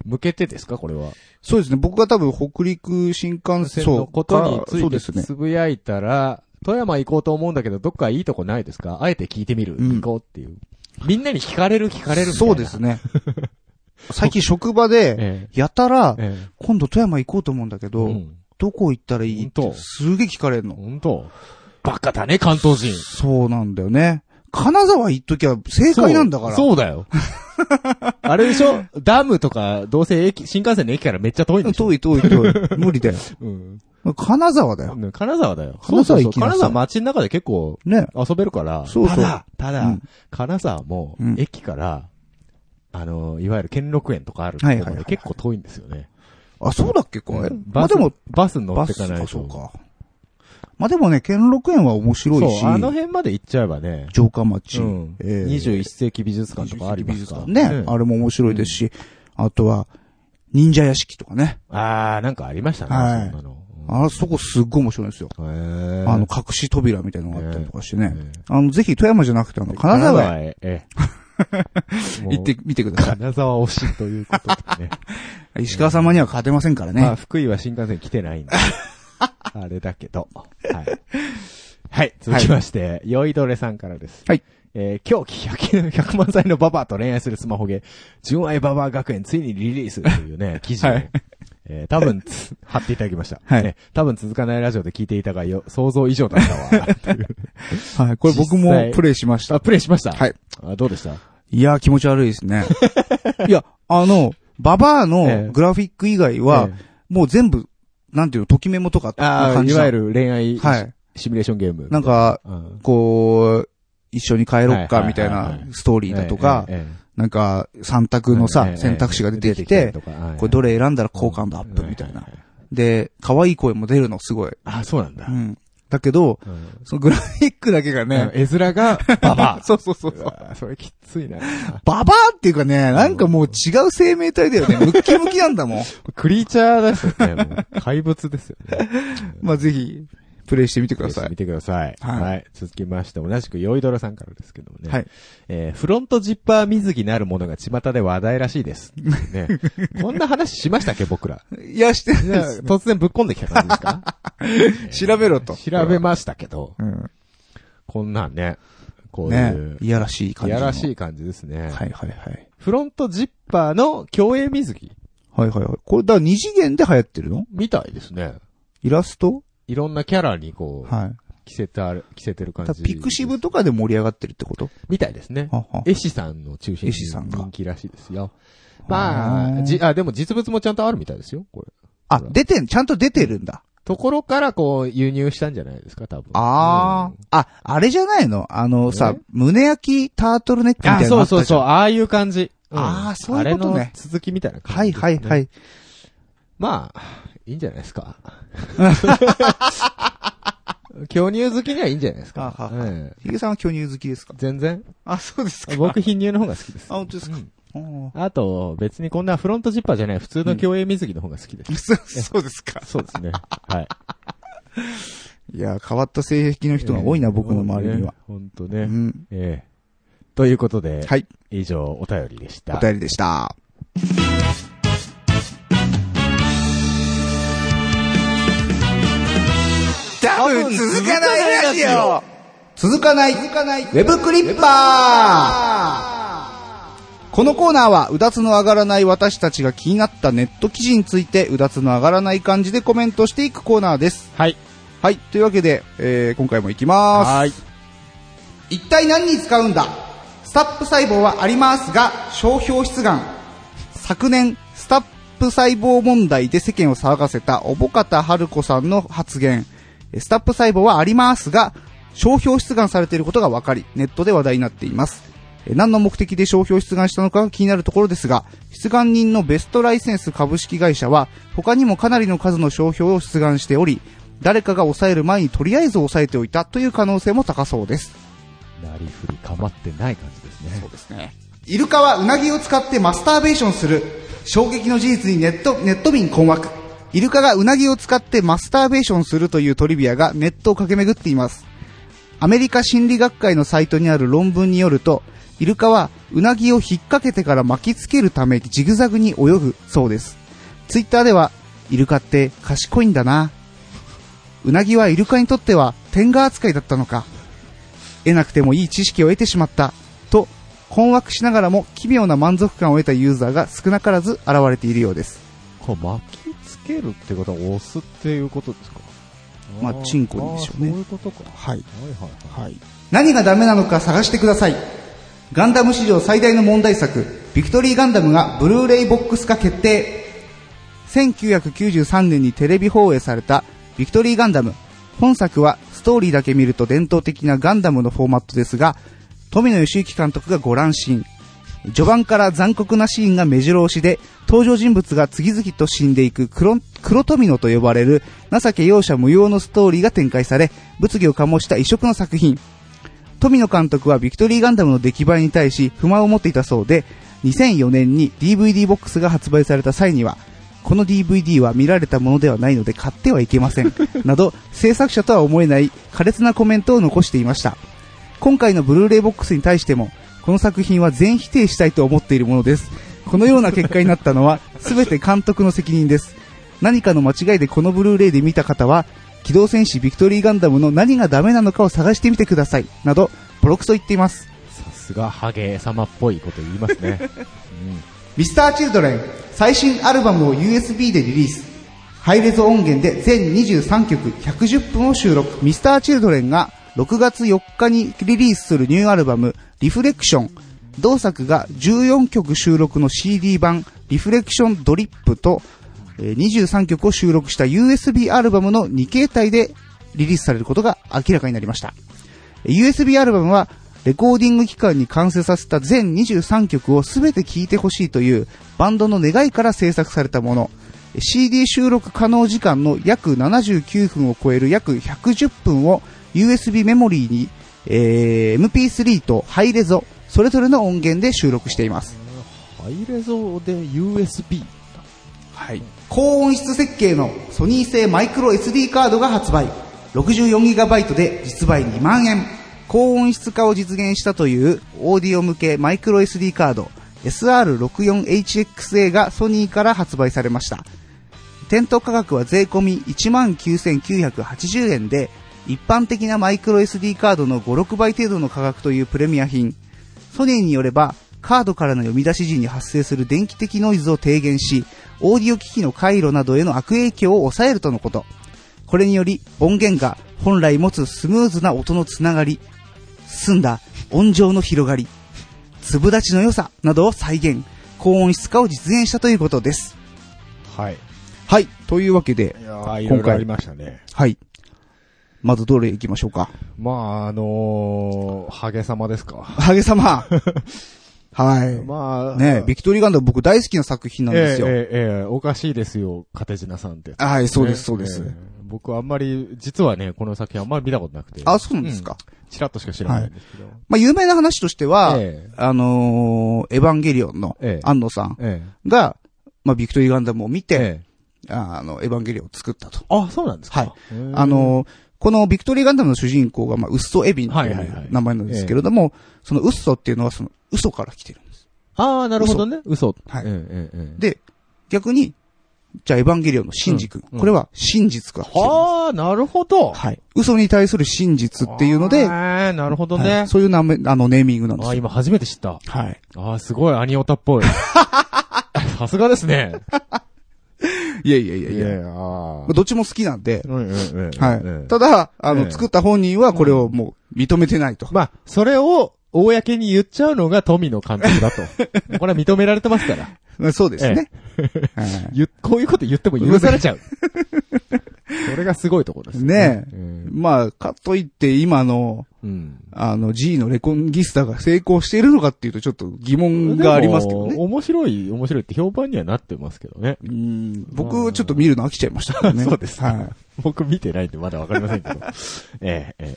[SPEAKER 1] 向けてですかこれは。
[SPEAKER 2] そうですね。僕が多分北陸新幹線
[SPEAKER 1] そのことにつ
[SPEAKER 2] そ
[SPEAKER 1] いう
[SPEAKER 2] で
[SPEAKER 1] て
[SPEAKER 2] すね。
[SPEAKER 1] つぶやいたら、富山行こうと思うんだけど、どっかいいとこないですかあえて聞いてみる。
[SPEAKER 2] う
[SPEAKER 1] 行
[SPEAKER 2] ん
[SPEAKER 1] こうっていう。みんなに聞かれる聞かれるみたい
[SPEAKER 2] そ
[SPEAKER 1] な。
[SPEAKER 2] うで すね。最近職場で、
[SPEAKER 1] え
[SPEAKER 2] やたら
[SPEAKER 1] え。、ええ。
[SPEAKER 2] 今度富山行こうと思うんだけ
[SPEAKER 1] う
[SPEAKER 2] ど、
[SPEAKER 1] ん
[SPEAKER 2] どこ行ったらいいって
[SPEAKER 1] 本当
[SPEAKER 2] すげえ聞かれるの。
[SPEAKER 1] 本当バカだね、関東人。
[SPEAKER 2] そうなんだよね。金沢行っときゃ正解なんだから。
[SPEAKER 1] そうそうだ よ。あれでしょダムとか、どうせ駅、新幹線の駅からめっちゃ遠いんでしょ
[SPEAKER 2] 遠い遠い遠い。無理だよ。
[SPEAKER 1] うん。
[SPEAKER 2] 金沢だよ。
[SPEAKER 1] ね金沢だよ。
[SPEAKER 2] 金沢
[SPEAKER 1] そうそうそう
[SPEAKER 2] 行きなさい
[SPEAKER 1] 金沢街の中で結構
[SPEAKER 2] ね。
[SPEAKER 1] 遊べるから。
[SPEAKER 2] そうそう
[SPEAKER 1] ただ、ただ、
[SPEAKER 2] うん
[SPEAKER 1] 金沢も
[SPEAKER 2] うん、
[SPEAKER 1] 駅から、あの、いわゆる兼六園とかあると
[SPEAKER 2] はい
[SPEAKER 1] こ
[SPEAKER 2] はいはい
[SPEAKER 1] ま
[SPEAKER 2] は
[SPEAKER 1] で
[SPEAKER 2] い
[SPEAKER 1] 結構遠いんですよね。
[SPEAKER 2] あ、そうだっけこれ。まあ
[SPEAKER 1] バス、
[SPEAKER 2] でも、
[SPEAKER 1] バス乗
[SPEAKER 2] バ
[SPEAKER 1] って
[SPEAKER 2] ス
[SPEAKER 1] かない
[SPEAKER 2] か、
[SPEAKER 1] と。
[SPEAKER 2] そうか。まあでもね、兼六園は面白いし
[SPEAKER 1] そ、うあの辺まで行っちゃえばね、
[SPEAKER 2] 城下町、
[SPEAKER 1] うん
[SPEAKER 2] ええ
[SPEAKER 1] 21世紀美術館とかありますから。
[SPEAKER 2] ね、あれも面白いですし、あとは、忍者屋敷とかね。
[SPEAKER 1] あー、なんかありましたね、
[SPEAKER 2] はい
[SPEAKER 1] そんなの。
[SPEAKER 2] あそこすっごい面白いんですよ。
[SPEAKER 1] うんへー
[SPEAKER 2] あの、隠し扉みたいなのがあったりとかしてね
[SPEAKER 1] ええ。
[SPEAKER 2] あの、ぜひ富山じゃなくて、あの、金沢へ
[SPEAKER 1] へ。え え
[SPEAKER 2] 行ってみてくださ
[SPEAKER 1] 金沢推しということでね。
[SPEAKER 2] い。石川様には勝てませんから
[SPEAKER 1] まあ、
[SPEAKER 2] ね。
[SPEAKER 1] 福井は新幹線来てないん で。あれだけど。はい。はい、続きまして、酔いどれさんからです。
[SPEAKER 2] はい。
[SPEAKER 1] えー、狂気 100, 100万歳のババアと恋愛するスマホゲー、純愛ババア学園ついにリリースというね、記事を。
[SPEAKER 2] はい
[SPEAKER 1] えー、多分つ、貼っていただきました。
[SPEAKER 2] はい
[SPEAKER 1] ね多分続かないラジオで聞いていたがよ、想像以上だったわ。
[SPEAKER 2] はい。これ僕
[SPEAKER 1] 実
[SPEAKER 2] も
[SPEAKER 1] 際
[SPEAKER 2] プレイしました
[SPEAKER 1] あ、。プレイしました。
[SPEAKER 2] はい。
[SPEAKER 1] あどうでした
[SPEAKER 2] いやー気持ち悪いで すね。いや、あの、ババア
[SPEAKER 1] ええ
[SPEAKER 2] のグラフィック以外は
[SPEAKER 1] え、え
[SPEAKER 2] もう全部、なんていうの、ときメモとか、
[SPEAKER 1] ああ、
[SPEAKER 2] 感
[SPEAKER 1] い
[SPEAKER 2] じ
[SPEAKER 1] わ
[SPEAKER 2] だ
[SPEAKER 1] ゆる恋愛、
[SPEAKER 2] はい。
[SPEAKER 1] シミュレーションゲーム。
[SPEAKER 2] なんか、
[SPEAKER 1] うん、
[SPEAKER 2] こう、一緒に帰ろっか、みたい
[SPEAKER 1] はいはい
[SPEAKER 2] な
[SPEAKER 1] はいはい
[SPEAKER 2] ストーリーだとか、
[SPEAKER 1] ええ、ええ
[SPEAKER 2] なんか、三択
[SPEAKER 1] え
[SPEAKER 2] の
[SPEAKER 1] ええ
[SPEAKER 2] さ、
[SPEAKER 1] え
[SPEAKER 2] 選択肢が出て
[SPEAKER 1] 出
[SPEAKER 2] きて
[SPEAKER 1] き、たりとか
[SPEAKER 2] これど
[SPEAKER 1] れ
[SPEAKER 2] れ選んだら好感度アップみたいな。。で、可愛い声も出るの、すごい。
[SPEAKER 1] あ、そうなんだ
[SPEAKER 2] う。ん。だけど、
[SPEAKER 1] うん
[SPEAKER 2] そのグラフィックだけがね、
[SPEAKER 1] 絵面が、ババ
[SPEAKER 2] そうそう そう
[SPEAKER 1] う
[SPEAKER 2] そう。
[SPEAKER 1] わそれきついな。
[SPEAKER 2] ババアっていうかね、なんかもう違う生命体 だよね。ムッキムキなんだもん。
[SPEAKER 1] クリーチャーですよね。もう怪物ですよね。
[SPEAKER 2] まあ、ぜひ、プレイしてみてください
[SPEAKER 1] 見。てください。
[SPEAKER 2] はい
[SPEAKER 1] はい。続きまして、同じく、ヨイドラさんからですけどもね。
[SPEAKER 2] はい。
[SPEAKER 1] えーフロントジッパー水着なるものが巷で話題らしいです。ね。 こんな話しましたっけ、僕ら。
[SPEAKER 2] いや、してない
[SPEAKER 1] じゃあ
[SPEAKER 2] です
[SPEAKER 1] 突然ぶっ込んできた感じですか
[SPEAKER 2] 調べ ろと。
[SPEAKER 1] 調べましたけど、
[SPEAKER 2] うん。
[SPEAKER 1] こんなんね。こうい
[SPEAKER 2] ね
[SPEAKER 1] う。。
[SPEAKER 2] いやらしい
[SPEAKER 1] い
[SPEAKER 2] 感じの。
[SPEAKER 1] やらしい感じですね。
[SPEAKER 2] はいはいはい。
[SPEAKER 1] フロントジッパーの競泳水着
[SPEAKER 2] はいはいはい。これ、だから二次元で流行ってるの
[SPEAKER 1] みたいですね。
[SPEAKER 2] イラスト
[SPEAKER 1] いろんなキャラにこう、
[SPEAKER 2] はい。
[SPEAKER 1] 着せてある、着せてる感
[SPEAKER 2] だ
[SPEAKER 1] じ。
[SPEAKER 2] ピクシブとかで盛り上がってるってこと
[SPEAKER 1] みたいですね。
[SPEAKER 2] はは
[SPEAKER 1] 絵師さんの中心に
[SPEAKER 2] 絵師さんが
[SPEAKER 1] 人気らしいですよ。
[SPEAKER 2] は
[SPEAKER 1] まあ、
[SPEAKER 2] い
[SPEAKER 1] じ、あ、でも実物もちゃんとあるみたいですよ、これ。
[SPEAKER 2] あ、出てん、ちゃんと出てるんだ。
[SPEAKER 1] ところからこう、輸入したんじゃないですか、多分。
[SPEAKER 2] あ
[SPEAKER 1] うん
[SPEAKER 2] ー。あ、あれじゃないのあのさ
[SPEAKER 1] え、
[SPEAKER 2] 胸焼きタートルネックみた
[SPEAKER 1] あ
[SPEAKER 2] いなの
[SPEAKER 1] そ
[SPEAKER 2] あ
[SPEAKER 1] う
[SPEAKER 2] った
[SPEAKER 1] そう
[SPEAKER 2] じ
[SPEAKER 1] そ
[SPEAKER 2] ゃ
[SPEAKER 1] う、
[SPEAKER 2] ん。
[SPEAKER 1] ああいう感じ。うん
[SPEAKER 2] あーそういうことね
[SPEAKER 1] あれの続きみたいな感
[SPEAKER 2] は
[SPEAKER 1] じ
[SPEAKER 2] い
[SPEAKER 1] ですね、
[SPEAKER 2] はいはい。
[SPEAKER 1] まあ、いいんじゃないです か。 巨乳好きにはいいんじゃないですか。
[SPEAKER 2] あはは
[SPEAKER 1] ええ
[SPEAKER 2] ヒゲさんは巨乳好きですか
[SPEAKER 1] 全然。
[SPEAKER 2] あ、そうですか。
[SPEAKER 1] 僕、貧乳の方が好きです。
[SPEAKER 2] あ、本当ですか。あ
[SPEAKER 1] あと、別にこんなフロントジッパーじゃない、普通の競泳水着の方が好きです。
[SPEAKER 2] ーそう そうですか。
[SPEAKER 1] そうですね。はい。
[SPEAKER 2] いや、変わった性癖の人が多いな、僕の周りには。。
[SPEAKER 1] ほん
[SPEAKER 2] う
[SPEAKER 1] ね。
[SPEAKER 2] ん。
[SPEAKER 1] ええ。ということで、
[SPEAKER 2] はい。
[SPEAKER 1] 以上、お便りでした。
[SPEAKER 2] お便りでした。多分続かないラジオ続かない、続かない、ウェブクリッパーこのコーナーは、うだつの上がらない私たちが気になったネット記事について、うだつの上がらない感じでコメントしていくコーナーです。
[SPEAKER 1] はい。
[SPEAKER 2] はい、というわけで、えー、今回も行きまーす。
[SPEAKER 1] はい。
[SPEAKER 2] 一体何に使うんだスタップ細胞はありますが、小表出がん。昨年、スタップ細胞問題で世間を騒がせた小保方春子さんの発言。えスタップ細胞はありますが、小表出がんされていることが分かり、ネットで話題になっています。え何の目的で商標出願したのかが気になるところですが、出願人のベストライセンス株式会社は、他にもかなりの数の商標を出願しており、誰かが抑える前にとりあえず抑えておいたという可能性も高そうです。
[SPEAKER 1] なりふり構ってない感じですね。
[SPEAKER 2] ですね。イルカはウナギを使ってマスターベーションする。衝撃の事実にネット、ネット民困惑。イルカがウナギを使ってマスターベーションするというトリビアがネットを駆け巡っています。アメリカ心理学会のサイトにある論文によると、イルカはウナギを引っ掛けてから巻きつけるためジグザグに泳ぐそうです。ツイッターでは、イルカって賢いんだな。ウナギはイルカにとっては天下扱いだったのか。得なくてもいい知識を得てしまった。と、困惑しながらも奇妙な満足感を得たユーザーが少なからず現れているようです。
[SPEAKER 1] こう巻きつけるってことは押すっていうことですか
[SPEAKER 2] まあチンコにでしょうね
[SPEAKER 1] あーそういうことか。
[SPEAKER 2] はい
[SPEAKER 1] はいはいはい。
[SPEAKER 2] はい。何がダメなのか探してください。ガンダム史上最大の問題作、ビクトリーガンダムがブルーレイボックス化決定。1993年にテレビ放映されたビクトリーガンダム。本作はストーリーだけ見ると伝統的なガンダムのフォーマットですが、富野義行監督がご乱心。序盤から残酷なシーンが目白押しで、登場人物が次々と死んでいく黒、黒富野と呼ばれる情け容赦無用のストーリーが展開され、物議を醸した異色の作品。富野監督はビクトリーガンダムの出来栄えに対し不満を持っていたそうで、2004年に DVD ボックスが発売された際には、この DVD は見られたものではないので買ってはいけません。など、制作者とは思えない苛烈なコメントを残していました。今回のブルーレイボックスに対しても、この作品は全否定したいと思っているものです。このような結果になったのは、全て監督の責任です。何かの間違いでこのブルーレイで見た方は、機動戦士ビクトリーガンダムの何がダメなのかを探してみてください。など、ボロクソ言っています。
[SPEAKER 1] さすがハゲ様っぽいこと言います ね。
[SPEAKER 2] ミスターチルドレン最新アルバムを USB でリリースハイレゾ音源で全23曲110分を収録ミスターチルドレンが6月4日にリリースするニューアルバム「リフレクション」同作が14曲収録の CD 版「リフレクションドリップと」えー23曲を収録した USB アルバムの2形態でリリースされることが明らかになりました USB アルバムは、レコーディング期間に完成させた全23曲を全て聴いてほしいというバンドの願いから制作されたもの。CD 収録可能時間の約79分を超える約110分を USB メモリーに、えー MP3 とハイレゾ、それぞれの音源で収録しています。
[SPEAKER 1] ハイレゾで USB。
[SPEAKER 2] はい、高音質設計のソニー製マイクロ SD カードが発売 64GB で実売2万円高音質化を実現したというオーディオ向けマイクロ SD カード SR64HXA がソニーから発売されました店頭価格は税込19,980円で一般的なマイクロ SD カードの5、6倍程度の価格というプレミア品ソニーによれば、カードからの読み出し時に発生する電気的ノイズを低減し、オーディオ機器の回路などへの悪影響を抑えるとのこと。これにより、音源が本来持つスムーズな音のつながり、澄んだ音情の広がり、粒立ちの良さなどを再現、高音質化を実現したということです。
[SPEAKER 1] はい。
[SPEAKER 2] はい。というわけで、
[SPEAKER 1] や
[SPEAKER 2] 今回
[SPEAKER 1] ましたね。
[SPEAKER 2] はい。まずどれ行きましょうか。
[SPEAKER 1] まあ、あのー、ハゲ様ですか。
[SPEAKER 2] ハゲ様。 はい。
[SPEAKER 1] まあ、
[SPEAKER 2] ねビクトリーガンダム僕大好きな作品なんですよ。
[SPEAKER 1] ええええええおかしいですよ、カテジナさんって。
[SPEAKER 2] はい、そうです、
[SPEAKER 1] ね
[SPEAKER 2] そうです。
[SPEAKER 1] ええ僕あんまり、実はね、この作品あんまり見たことなくて。
[SPEAKER 2] あ、そうなんですか。
[SPEAKER 1] チラッとしか知らないんですけど。
[SPEAKER 2] まあ、有名な話としては、
[SPEAKER 1] ええ
[SPEAKER 2] あのーエヴァンゲリオンの
[SPEAKER 1] ええ
[SPEAKER 2] 安野さん
[SPEAKER 1] え
[SPEAKER 2] が、まあ、ビクトリーガンダムを見
[SPEAKER 1] え
[SPEAKER 2] て、
[SPEAKER 1] ええ
[SPEAKER 2] あの、エヴァンゲリオンを作ったと。
[SPEAKER 1] あ、そうなんですか。
[SPEAKER 2] はい
[SPEAKER 1] へえ。
[SPEAKER 2] あのーこのビクトリーガンダムの主人公が、まあ、ウッソエビンとい
[SPEAKER 1] はいはいはいう
[SPEAKER 2] 名前なんですけれども、そのウッソっていうのはその嘘から来てるんです。
[SPEAKER 1] ああ、なるほどね。嘘。
[SPEAKER 2] はい
[SPEAKER 1] ええええええ
[SPEAKER 2] で、逆に、じゃあエヴァンゲリオンの真珠君、
[SPEAKER 1] うんうん
[SPEAKER 2] これは真実から来てるんです。
[SPEAKER 1] はあ、なるほど。
[SPEAKER 2] はい。嘘に対する真実っていうので、
[SPEAKER 1] あーなるほど
[SPEAKER 2] は
[SPEAKER 1] ね
[SPEAKER 2] い。そういう名前、あの、ネーミングなんで
[SPEAKER 1] あ
[SPEAKER 2] すよ。
[SPEAKER 1] 今初めて知った。
[SPEAKER 2] はい。
[SPEAKER 1] ああ、すごい、アニオタっ ぽい。さすがですね。
[SPEAKER 2] いやいやいやいや。
[SPEAKER 1] や、あ
[SPEAKER 2] どっちも好きなんで、は。
[SPEAKER 1] はい
[SPEAKER 2] ただ、あ
[SPEAKER 1] え
[SPEAKER 2] の、
[SPEAKER 1] え
[SPEAKER 2] 作った本人はこれをもう認めてないと。
[SPEAKER 1] まあ、それを、公に言っちゃうのが富の監督だと。 これは認められてますから。
[SPEAKER 2] まあそうですね。はい
[SPEAKER 1] ゆこういうこと言っても許されちゃ う。それがすごいところですよ
[SPEAKER 2] ねえ
[SPEAKER 1] うん
[SPEAKER 2] まあ、かといって今の、
[SPEAKER 1] うん。
[SPEAKER 2] あの、G のレコンギスタが成功しているのかっていうとちょっと疑問がありますけど
[SPEAKER 1] で
[SPEAKER 2] ね。
[SPEAKER 1] も面白い、面白いって評判にはなってますけどね。
[SPEAKER 2] うん僕はちょっと見るの飽きちゃいましたからね。
[SPEAKER 1] そうです
[SPEAKER 2] はい。
[SPEAKER 1] 僕見てないんでまだわかりません けど。ええ、え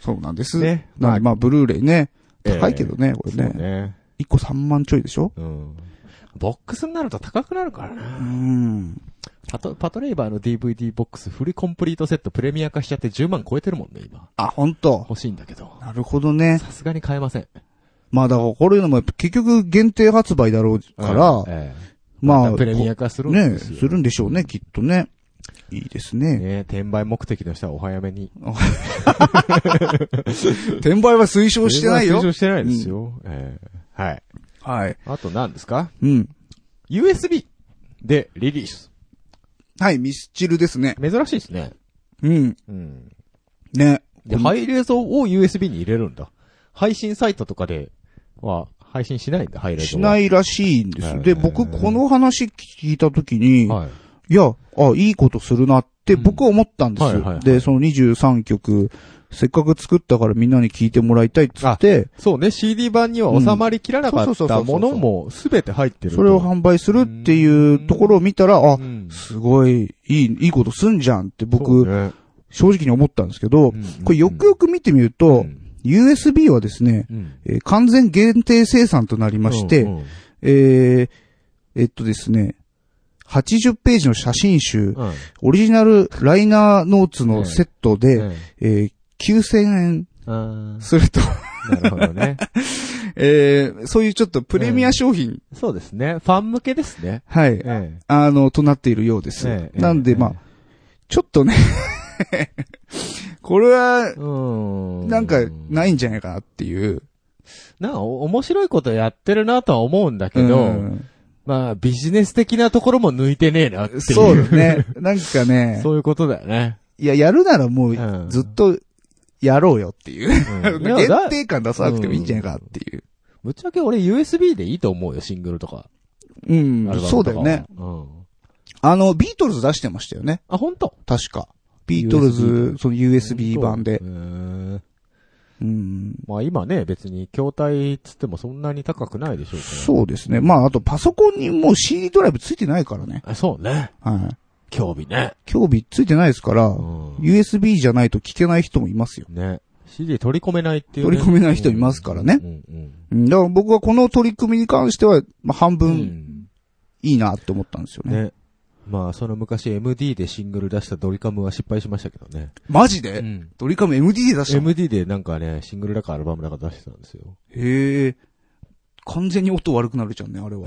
[SPEAKER 2] そうなんです。
[SPEAKER 1] ね
[SPEAKER 2] なんでまあ、ブルーレイね。
[SPEAKER 1] ええ
[SPEAKER 2] 高いけどね、こ
[SPEAKER 1] え、
[SPEAKER 2] れ
[SPEAKER 1] そう
[SPEAKER 2] ね。
[SPEAKER 1] ね。
[SPEAKER 2] 1個3万ちょいでしょ
[SPEAKER 1] うん。ボックスになると高くなるからな
[SPEAKER 2] う。ん。
[SPEAKER 1] パト、パトレイバーの DVD ボックスフルコンプリートセットプレミア化しちゃって10万超えてるもんね、今。
[SPEAKER 2] あ、ほんと。
[SPEAKER 1] 欲しいんだけど。
[SPEAKER 2] なるほどね。
[SPEAKER 1] さすがに買えません。
[SPEAKER 2] まあだからこれのもやっぱ結局限定発売だろうから、
[SPEAKER 1] え
[SPEAKER 2] まあ、
[SPEAKER 1] えプレミア化するん
[SPEAKER 2] ね、
[SPEAKER 1] ですよ。
[SPEAKER 2] するんでしょうね、きっとね。いいですね。
[SPEAKER 1] ね転売目的の人はお早めに。
[SPEAKER 2] 転売は推奨してないよ
[SPEAKER 1] 推。奨してないですよ。ええはい。
[SPEAKER 2] はい。
[SPEAKER 1] あと何ですか
[SPEAKER 2] うん。
[SPEAKER 1] ?USB でリリース。
[SPEAKER 2] はい、ミスチルですね。
[SPEAKER 1] 珍しいですね。
[SPEAKER 2] うん。
[SPEAKER 1] うん。
[SPEAKER 2] ね。
[SPEAKER 1] で、ハイレゾを USB に入れるんだ。配信サイトとかでは配信しないんだ、ハイレゾは。
[SPEAKER 2] しないらしいんですよ。で、
[SPEAKER 1] へー
[SPEAKER 2] 僕、この話聞いたときに、
[SPEAKER 1] はい。
[SPEAKER 2] いや、あ、いいことするなって僕は思ったんです
[SPEAKER 1] うんはいはいは
[SPEAKER 2] よ。
[SPEAKER 1] い
[SPEAKER 2] で、その23曲、せっかく作ったからみんなに聞いてもらいたいっつって、
[SPEAKER 1] そうね、CD 版には収まりきらなか
[SPEAKER 2] うんそうそ
[SPEAKER 1] っ
[SPEAKER 2] うそうそ
[SPEAKER 1] た
[SPEAKER 2] う
[SPEAKER 1] ものも全て入ってると。
[SPEAKER 2] それを販売するっていうところを見たら、あ
[SPEAKER 1] う、ん
[SPEAKER 2] すごい、いい、いいことすんじゃんっ
[SPEAKER 1] そう
[SPEAKER 2] て僕、
[SPEAKER 1] ね
[SPEAKER 2] 正直に思ったんですけど、これよくよく見てみると、USB はですね、
[SPEAKER 1] うん
[SPEAKER 2] えー完全限定生産となりまして、
[SPEAKER 1] うんうん
[SPEAKER 2] えーえっとですね、80ページの写真集、
[SPEAKER 1] うん
[SPEAKER 2] オリジナルライナーノーツのセットで、
[SPEAKER 1] ええ
[SPEAKER 2] えー9000円
[SPEAKER 1] あ
[SPEAKER 2] すると、
[SPEAKER 1] ーなるほど ね。
[SPEAKER 2] えーそういうちょっとプレミア商品、
[SPEAKER 1] そうですね。ファン向けですね。
[SPEAKER 2] はい、
[SPEAKER 1] え
[SPEAKER 2] あの、となっているようです。
[SPEAKER 1] ええ
[SPEAKER 2] なんで、まあ、ちょっとね、 これは
[SPEAKER 1] え、うん。
[SPEAKER 2] なんか、ないんじゃないかなっていう。
[SPEAKER 1] なんかお面白いことやってるなとは思うんだけど、
[SPEAKER 2] うん
[SPEAKER 1] まあ、ビジネス的なところも抜いてねえなっていう。
[SPEAKER 2] そうだね。なんかね、
[SPEAKER 1] そういうことだよね。
[SPEAKER 2] いや、やるならもう
[SPEAKER 1] う、ん
[SPEAKER 2] ずっと、やろうよっていう。
[SPEAKER 1] うんいや
[SPEAKER 2] 限
[SPEAKER 1] だ
[SPEAKER 2] 定感出さなくてもいいんじゃないかなっていう。
[SPEAKER 1] ぶっちゃけ俺 USB でいいと思うよ、シングルとか。
[SPEAKER 2] うん
[SPEAKER 1] アルバムとかは
[SPEAKER 2] そうだよね。。
[SPEAKER 1] うん。
[SPEAKER 2] あの、ビートルズ出してましたよね。
[SPEAKER 1] あ、本当
[SPEAKER 2] 確か。ビートルズ、その USB 版で。
[SPEAKER 1] うん。
[SPEAKER 2] うん。
[SPEAKER 1] まあ今ね、別に筐体つってもそんなに高くないでしょうから。
[SPEAKER 2] そうですね。まあ、あとパソコンにもう CD ドライブついてないからね。
[SPEAKER 1] あそうね。
[SPEAKER 2] はい。
[SPEAKER 1] 興味ね。
[SPEAKER 2] 興味ついてないですから、
[SPEAKER 1] ん
[SPEAKER 2] USB じゃないと聞けない人もいますよ。
[SPEAKER 1] ね。CD 取り込めないっていうね、
[SPEAKER 2] 取り込めない人いますからね
[SPEAKER 1] うんうん
[SPEAKER 2] うんだから僕はこの取り組みに関しては、まあ、半
[SPEAKER 1] うん。う
[SPEAKER 2] 分
[SPEAKER 1] ん。
[SPEAKER 2] いいなって思ったんですよね。
[SPEAKER 1] ね。まあその昔 MD でシングル出したドリカムは失敗しましたけどね。
[SPEAKER 2] マジで、
[SPEAKER 1] うん。
[SPEAKER 2] ドリカム MD で出したの
[SPEAKER 1] MD でなんかね、シングルだかアルバムだか出してたんですよ。
[SPEAKER 2] へえ。完全に音悪くなるじゃんね、あれは。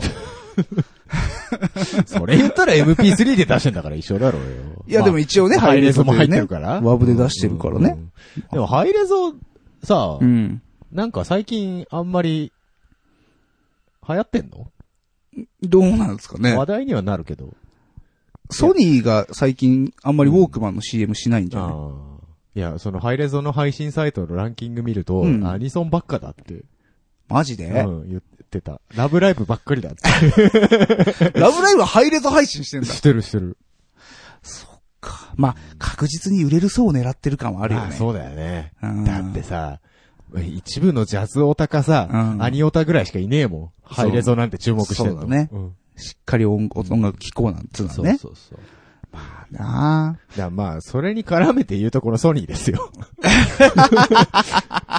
[SPEAKER 1] それ言ったら MP3 で出してんだから一緒だろうよ。
[SPEAKER 2] いや、でも
[SPEAKER 1] ま
[SPEAKER 2] 一応
[SPEAKER 1] あ
[SPEAKER 2] ね、
[SPEAKER 1] ハイレゾも入って
[SPEAKER 2] でね
[SPEAKER 1] るから。
[SPEAKER 2] ワブで出してるか
[SPEAKER 1] う
[SPEAKER 2] らね
[SPEAKER 1] んうんうん。でもハイレゾ、さあ、
[SPEAKER 2] うん。
[SPEAKER 1] なんか最近あんまり、流行ってんの、
[SPEAKER 2] どうなんですかね
[SPEAKER 1] 話。題にはなるけど。
[SPEAKER 2] ソニーが最近あんまりウォークマンの CM しないんじゃない、
[SPEAKER 1] ああ。いや、そのハイレゾの配信サイトのランキング見ると、
[SPEAKER 2] うん
[SPEAKER 1] アニソンばっかだって、
[SPEAKER 2] マジ
[SPEAKER 1] う
[SPEAKER 2] で、
[SPEAKER 1] ん、言ってた。ラブライブばっかりだ って。
[SPEAKER 2] ラブライブはハイレゾ配 信してんだ。
[SPEAKER 1] してるしてる。
[SPEAKER 2] まあ、確実に売れる層を狙ってる感はあるよ
[SPEAKER 1] あ
[SPEAKER 2] ね。
[SPEAKER 1] そうだよね。
[SPEAKER 2] うん
[SPEAKER 1] だってさ、一部のジャズオタかさ、
[SPEAKER 2] うん
[SPEAKER 1] アニオタぐらいしかいねえもん。ハイレゾなんて注目してるの。
[SPEAKER 2] そうだね
[SPEAKER 1] ん
[SPEAKER 2] しっかり音音楽聴こうなんつうのは
[SPEAKER 1] そう
[SPEAKER 2] ね。
[SPEAKER 1] そうそう。
[SPEAKER 2] なあ
[SPEAKER 1] じゃあまあ、それに絡めて言うとこのソニーです よ。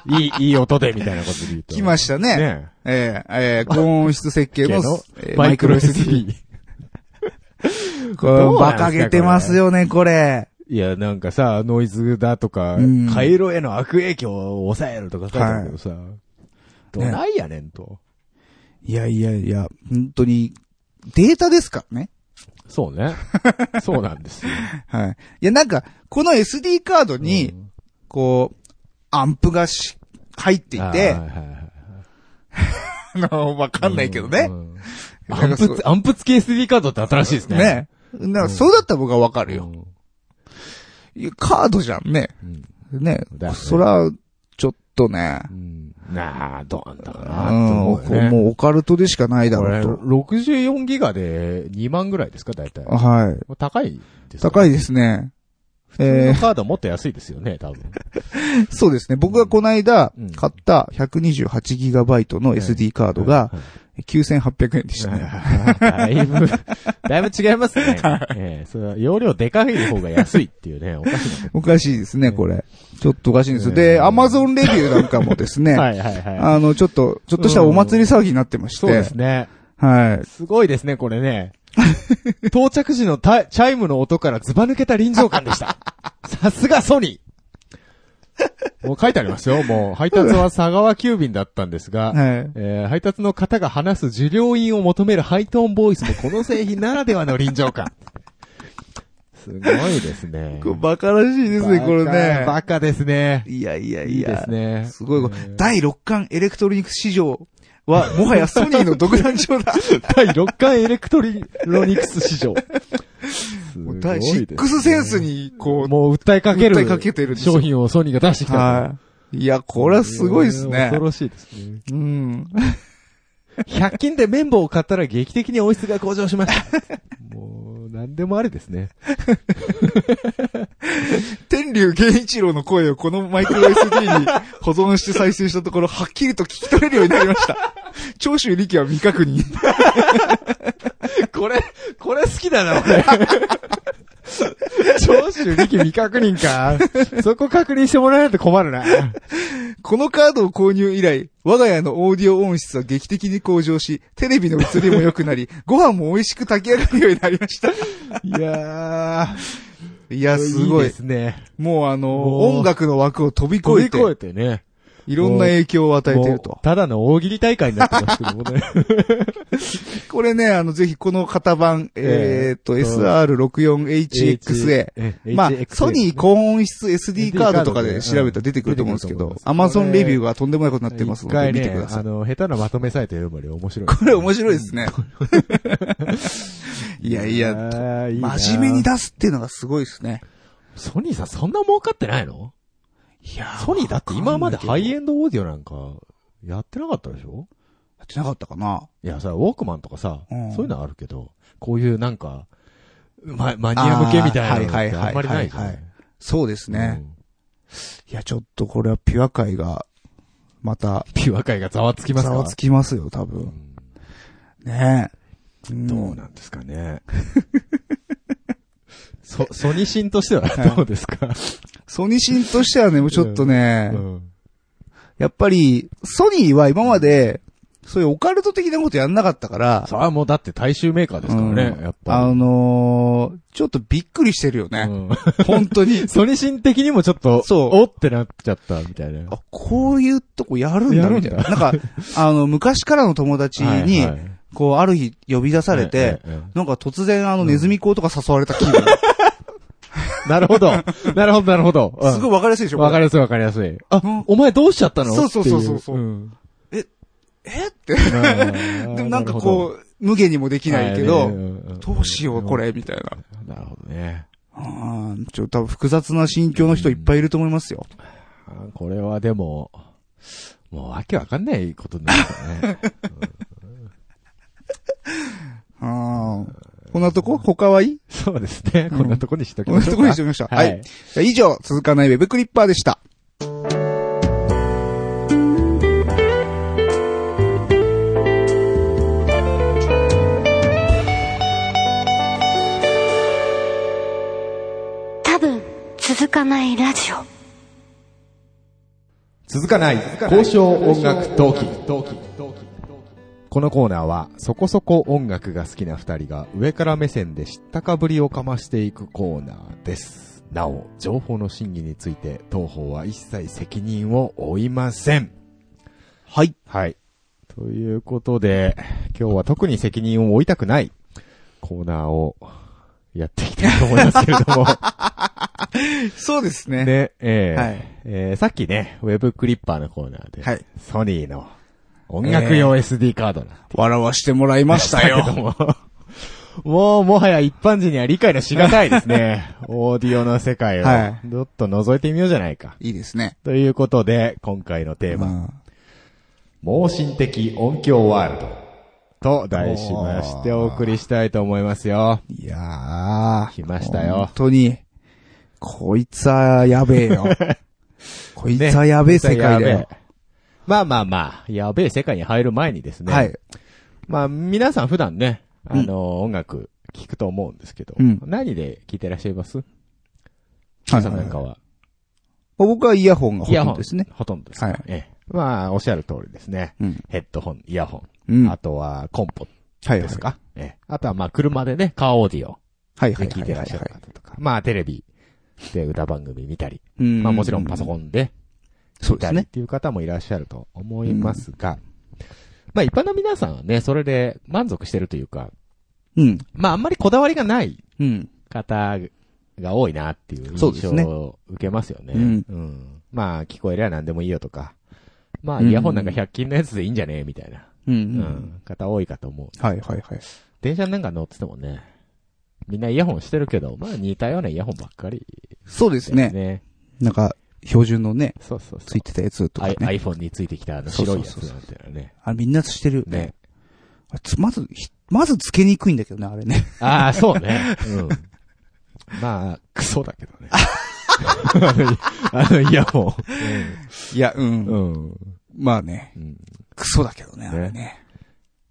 [SPEAKER 1] いい、いい音でみたいなこと言うと。
[SPEAKER 2] 来ましたね。
[SPEAKER 1] ね
[SPEAKER 2] ええええ高音質設計
[SPEAKER 1] け
[SPEAKER 2] の
[SPEAKER 1] ど
[SPEAKER 2] ええ
[SPEAKER 1] マイクロ SD。
[SPEAKER 2] これ
[SPEAKER 1] どうなん
[SPEAKER 2] 馬
[SPEAKER 1] すか
[SPEAKER 2] 鹿げてますよね、これ。
[SPEAKER 1] いや、なんかさ、ノイズだとか、
[SPEAKER 2] うん
[SPEAKER 1] 回路への悪影響を抑えるとか書いてあるけどさ、どないやねんと。
[SPEAKER 2] いやいやいや、本当に、データですからね。
[SPEAKER 1] そう ね。そうなんですよ。
[SPEAKER 2] はい。いや、なんか、この SD カードに、
[SPEAKER 1] うん
[SPEAKER 2] こう、アンプがし、入ってい
[SPEAKER 1] あ
[SPEAKER 2] て、
[SPEAKER 1] ーは
[SPEAKER 2] あ
[SPEAKER 1] いはいはい
[SPEAKER 2] の、わかんないけどね
[SPEAKER 1] う。ん
[SPEAKER 2] うん
[SPEAKER 1] アンプ つ、アンプ付き SD カードって新しいですね。
[SPEAKER 2] ね。なんか、そうだったら僕はわか
[SPEAKER 1] う
[SPEAKER 2] る
[SPEAKER 1] ん。
[SPEAKER 2] よ。いやカードじゃんね。
[SPEAKER 1] うん。
[SPEAKER 2] ね。
[SPEAKER 1] だよね
[SPEAKER 2] そら、ちょっとね。
[SPEAKER 1] うん。なあ、どうなんだか
[SPEAKER 2] う
[SPEAKER 1] なって
[SPEAKER 2] ん、
[SPEAKER 1] 思
[SPEAKER 2] こ
[SPEAKER 1] うよ
[SPEAKER 2] う
[SPEAKER 1] ね。
[SPEAKER 2] もうオカルトでしかないだ
[SPEAKER 1] こ
[SPEAKER 2] ろ
[SPEAKER 1] れ、
[SPEAKER 2] うと。
[SPEAKER 1] 64ギガで2万ぐらいですか、大体。
[SPEAKER 2] は
[SPEAKER 1] 高いで
[SPEAKER 2] い。
[SPEAKER 1] すか
[SPEAKER 2] 高い
[SPEAKER 1] で
[SPEAKER 2] ですね。
[SPEAKER 1] 普通
[SPEAKER 2] え
[SPEAKER 1] のカードはもっと安いですよね、多分。
[SPEAKER 2] ー、そうですね。僕がこの間
[SPEAKER 1] うん、
[SPEAKER 2] 買った 128GB の SD カードが
[SPEAKER 1] はい、
[SPEAKER 2] 9800円でしたね。
[SPEAKER 1] だいぶ、だいぶ違いますね。ええそれは容量でかい方が安いって いうね、おかしなこ
[SPEAKER 2] おかしいですね、これ。ちょっとおかしいんですよ。
[SPEAKER 1] え
[SPEAKER 2] で、
[SPEAKER 1] ー
[SPEAKER 2] Amazon レビューなんかもですね
[SPEAKER 1] と。、 はいはいはい。
[SPEAKER 2] あの、ちょっと、ちょっとしたお祭り騒ぎになってまし
[SPEAKER 1] そうで
[SPEAKER 2] て
[SPEAKER 1] す。ね。
[SPEAKER 2] はい。
[SPEAKER 1] すごいですね、これ ね。到着時のタイチャイムの音からズバ抜けた臨場感で した。さすがソニー。もう書いてありますよ。もう、配達は佐川急便だったんです が、
[SPEAKER 2] はい。
[SPEAKER 1] えー配達の方が話す受領員を求めるハイトーンボイスもこの製品ならではの臨場感。 すごいですね。
[SPEAKER 2] これバカらしいですね、これね。
[SPEAKER 1] バカですね。
[SPEAKER 2] いやいや
[SPEAKER 1] い
[SPEAKER 2] い
[SPEAKER 1] いで
[SPEAKER 2] や
[SPEAKER 1] す。ね。
[SPEAKER 2] すごいこ
[SPEAKER 1] え
[SPEAKER 2] れ。
[SPEAKER 1] ー
[SPEAKER 2] 第6巻エレクトロニクス市場は、もはやソニーの独断場だ。
[SPEAKER 1] 第6巻エレクトリロニクス市場。すごい
[SPEAKER 2] 第
[SPEAKER 1] ですね
[SPEAKER 2] シックスセンスに、こう、
[SPEAKER 1] もう訴えかける。
[SPEAKER 2] 訴えかけてるんですよ
[SPEAKER 1] 商品をソニーが出してきた。
[SPEAKER 2] はい。いや、これはすごいです
[SPEAKER 1] えー
[SPEAKER 2] ね
[SPEAKER 1] 恐。ろしいですね。
[SPEAKER 2] うん。
[SPEAKER 1] 100均で綿棒を買ったら劇的に音質が向上し ました。もう、なんでもありですね。
[SPEAKER 2] 天竜源一郎の声をこのマイクロ SD に保存して再生したところ、はっきりと聞き取れるようになりま した。長州力は未確認。
[SPEAKER 1] これ、これ好きだな、 俺。長州力未確認か。そこ確認してもらえないと困るな。
[SPEAKER 2] このカードを購入以来、我が家のオーディオ音質は劇的に向上し、テレビの映りも良くな り、ご飯も美味しく炊き上がるようになりました。
[SPEAKER 1] いや
[SPEAKER 2] いや、
[SPEAKER 1] ー、
[SPEAKER 2] すごい。
[SPEAKER 1] ですね。
[SPEAKER 2] もうあの、
[SPEAKER 1] もう
[SPEAKER 2] 音楽の枠を飛び
[SPEAKER 1] 飛
[SPEAKER 2] 越
[SPEAKER 1] び
[SPEAKER 2] えて、
[SPEAKER 1] 越えてね。
[SPEAKER 2] いろんな影響を与えてる
[SPEAKER 1] も
[SPEAKER 2] と
[SPEAKER 1] う。ただの大喜利大会になってますけども ね。
[SPEAKER 2] これね、あの、ぜひこの型番、えーっと、
[SPEAKER 1] えー
[SPEAKER 2] SR64HXA。
[SPEAKER 1] HXA
[SPEAKER 2] まあ
[SPEAKER 1] HXA、
[SPEAKER 2] ソニー高音質 SD カードとかで調べたら出てくると思うんですけど、Amazon レビューがとんでもないことになってます
[SPEAKER 1] 一
[SPEAKER 2] ので、
[SPEAKER 1] 回
[SPEAKER 2] 見て
[SPEAKER 1] ね
[SPEAKER 2] くだ、さ
[SPEAKER 1] あ
[SPEAKER 2] い。
[SPEAKER 1] の、下手なまとめサイトよりも面白い。
[SPEAKER 2] これ面白いですね。 いやいや、
[SPEAKER 1] や
[SPEAKER 2] 真面目に。出すっていうのがすごいですね。
[SPEAKER 1] ソニーさんそんな儲かってないの
[SPEAKER 2] いや
[SPEAKER 1] ソニーだって今までハイ
[SPEAKER 2] ン
[SPEAKER 1] エンドオーディオなんか、やってなかったでしょ
[SPEAKER 2] やってなかったかない
[SPEAKER 1] やさ、ウォークマンとかさ、
[SPEAKER 2] うん
[SPEAKER 1] そういうのはあるけど、こういうなんか、ま、マニア向けみたいなのって
[SPEAKER 2] あーはいはいはい
[SPEAKER 1] あんまりないじゃ
[SPEAKER 2] は
[SPEAKER 1] ない
[SPEAKER 2] いそうですね。いや、ちょっとこれはピュア界が、また、
[SPEAKER 1] ピュア界がざわつきますか
[SPEAKER 2] ざわつきますよ、多
[SPEAKER 1] う
[SPEAKER 2] 分。
[SPEAKER 1] ん
[SPEAKER 2] ねえ。ん
[SPEAKER 1] どうなんですかね。 そ、ソニシンとしては
[SPEAKER 2] はい
[SPEAKER 1] どうですか、
[SPEAKER 2] ソニシンとしてはね、もうちょっとね、
[SPEAKER 1] うん
[SPEAKER 2] やっぱり、ソニーは今まで、そういうオカルト的なことやんなかったから、
[SPEAKER 1] さあもうだって大衆メーカーですからね、
[SPEAKER 2] うん
[SPEAKER 1] やっぱ
[SPEAKER 2] あのー、ちょっとびっくりしてるよ
[SPEAKER 1] り。
[SPEAKER 2] ね。
[SPEAKER 1] うん。
[SPEAKER 2] 本当に
[SPEAKER 1] ソニシン的にもちょっと、
[SPEAKER 2] そう
[SPEAKER 1] おってなっちゃったみたいな。
[SPEAKER 2] あ、こういうとこやるんだ、みたいな。
[SPEAKER 1] や
[SPEAKER 2] なんか、あの、昔からの友達に、
[SPEAKER 1] はいはい
[SPEAKER 2] こう、ある日呼び出されて、、
[SPEAKER 1] えええ
[SPEAKER 2] なんか突然あの、ネズミ講とか誘われた気分。
[SPEAKER 1] えなる ほど。なるほど、なるほど。 うん
[SPEAKER 2] すごいわかりやすいでしょ
[SPEAKER 1] わか
[SPEAKER 2] る。
[SPEAKER 1] りやすい、わかりやすい。あ
[SPEAKER 2] うん、
[SPEAKER 1] お前どうしちゃったの
[SPEAKER 2] そうそうそうそうそうえって。 で
[SPEAKER 1] で
[SPEAKER 2] もなんかこう、無限にもで
[SPEAKER 1] う
[SPEAKER 2] きないけど、どうしよう、こ。
[SPEAKER 1] は
[SPEAKER 2] れ、みたいな。
[SPEAKER 1] いねんんんなるほどね。
[SPEAKER 2] あーちょっと多分複雑な心境の人いっぱいいると思いますよ。
[SPEAKER 1] あこれはでも、もうわけわかんないことになるから ね。
[SPEAKER 2] あーこんなとこ他はいい
[SPEAKER 1] そうですね。こんなとこにしとき
[SPEAKER 2] こん
[SPEAKER 1] ま
[SPEAKER 2] な
[SPEAKER 1] しょう
[SPEAKER 2] とこに
[SPEAKER 1] か
[SPEAKER 2] して。みました。は。
[SPEAKER 1] はいい。
[SPEAKER 2] じゃあ以上、続かないウェブクリッパーでした。
[SPEAKER 3] 多分続かないラジオ
[SPEAKER 1] 続かない交渉音楽トークこのコーナーはそこそこ音楽が好きな二人が上から目線で知ったかぶりをかましていくコーナーですなお情報の審議について当方は一切責任を負いません
[SPEAKER 2] はい。
[SPEAKER 1] はいということで今日は特に責任を負いたくないコーナーをやっていきたいと思いますけれ ども
[SPEAKER 2] そうですね。
[SPEAKER 1] ね、えー
[SPEAKER 2] はい
[SPEAKER 1] えーさっきね、ウェブクリッパーのコーナーで、
[SPEAKER 2] はい
[SPEAKER 1] ソニーの音楽用 SD カードな。
[SPEAKER 2] 笑わしてもらいました
[SPEAKER 1] だけど
[SPEAKER 2] よ。
[SPEAKER 1] も、もうもはや一般人には理解のしがたいです ね。オーディオの世界を、
[SPEAKER 2] は
[SPEAKER 1] ちょっと覗いてみようじゃないか。
[SPEAKER 2] いいですね。
[SPEAKER 1] ということで、今回のテーマ、
[SPEAKER 2] ま
[SPEAKER 1] 盲信的音響ワールドと題しましてお送りしたいと思いますよ。
[SPEAKER 2] あ、いやー。
[SPEAKER 1] 来ましたよ
[SPEAKER 2] 本当に、こいつはやべえ よ。こいつはやべえ世界だ
[SPEAKER 1] や
[SPEAKER 2] よ。
[SPEAKER 1] べえまあまあまあ、やべえ世界に入る前にですね、
[SPEAKER 2] はい。
[SPEAKER 1] まあ、皆さん普段ね、あ
[SPEAKER 2] うん
[SPEAKER 1] の、音楽聴くと思うんですけど、
[SPEAKER 2] うん
[SPEAKER 1] 何で聴いてらっしゃいます
[SPEAKER 2] はい
[SPEAKER 1] さんなんかは。
[SPEAKER 2] 僕はイヤホンがほ
[SPEAKER 1] イヤ
[SPEAKER 2] と
[SPEAKER 1] ホ
[SPEAKER 2] ん
[SPEAKER 1] ン
[SPEAKER 2] どですね。。
[SPEAKER 1] ほとんどですね。
[SPEAKER 2] はい
[SPEAKER 1] ええまあ、おっしゃる通りですね。
[SPEAKER 2] うん。
[SPEAKER 1] ヘッドホン、イヤホ
[SPEAKER 2] う
[SPEAKER 1] ン。
[SPEAKER 2] ん。
[SPEAKER 1] あとは、コンポ
[SPEAKER 2] はい
[SPEAKER 1] ですか、ええあとは、まあ、車でね、カーオーディオ
[SPEAKER 2] はいは
[SPEAKER 1] で
[SPEAKER 2] い。
[SPEAKER 1] 聴いてらっしゃ
[SPEAKER 2] は
[SPEAKER 1] る
[SPEAKER 2] いはい
[SPEAKER 1] 方とか、まあ、テレビで歌番組見たり、
[SPEAKER 2] うん
[SPEAKER 1] まあ、もちろんパソコンで
[SPEAKER 2] そう
[SPEAKER 1] 見
[SPEAKER 2] で
[SPEAKER 1] た
[SPEAKER 2] す
[SPEAKER 1] りっ
[SPEAKER 2] ね。
[SPEAKER 1] ていう方もいらっしゃると思いますが、まあ、一般の皆さんはね、それで満足してるというか、
[SPEAKER 2] うん。
[SPEAKER 1] まあ、あんまりこだわりがない
[SPEAKER 2] うん。
[SPEAKER 1] 方が多いなっていう
[SPEAKER 2] そう
[SPEAKER 1] 印
[SPEAKER 2] で
[SPEAKER 1] 象
[SPEAKER 2] すね
[SPEAKER 1] を受けますよね。
[SPEAKER 2] うん
[SPEAKER 1] んまあ、聞こえりゃ何でもいいよとか。まあ、
[SPEAKER 2] うん
[SPEAKER 1] イヤホンなんか100均のやつでいいんじゃねえみたいな、
[SPEAKER 2] うん。う
[SPEAKER 1] うん
[SPEAKER 2] ん。
[SPEAKER 1] 方多いかと思う。
[SPEAKER 2] はいはいはい。
[SPEAKER 1] 電車なんか乗っててもね、みんなイヤホンしてるけど、まあ似たようなイヤホンばっかり
[SPEAKER 2] そうです
[SPEAKER 1] だよね。
[SPEAKER 2] ね。なんか、標準のね、
[SPEAKER 1] そうそうそ
[SPEAKER 2] つ
[SPEAKER 1] う
[SPEAKER 2] い。てたやつとか
[SPEAKER 1] I-
[SPEAKER 2] ね。
[SPEAKER 1] iPhone についてきたあの白いやつなんていうのはね。
[SPEAKER 2] あ、みんなしてるよね
[SPEAKER 1] ね。。
[SPEAKER 2] あつまず、ひまずつけにくいんだけどね、あれね。
[SPEAKER 1] あ あ、そうね。うん。まあ、クソだけど ね。あのイあのイヤホ
[SPEAKER 2] いや、う
[SPEAKER 1] ン。
[SPEAKER 2] ん。
[SPEAKER 1] うん。
[SPEAKER 2] まあね、
[SPEAKER 1] うん。
[SPEAKER 2] クソだけどね、あれね。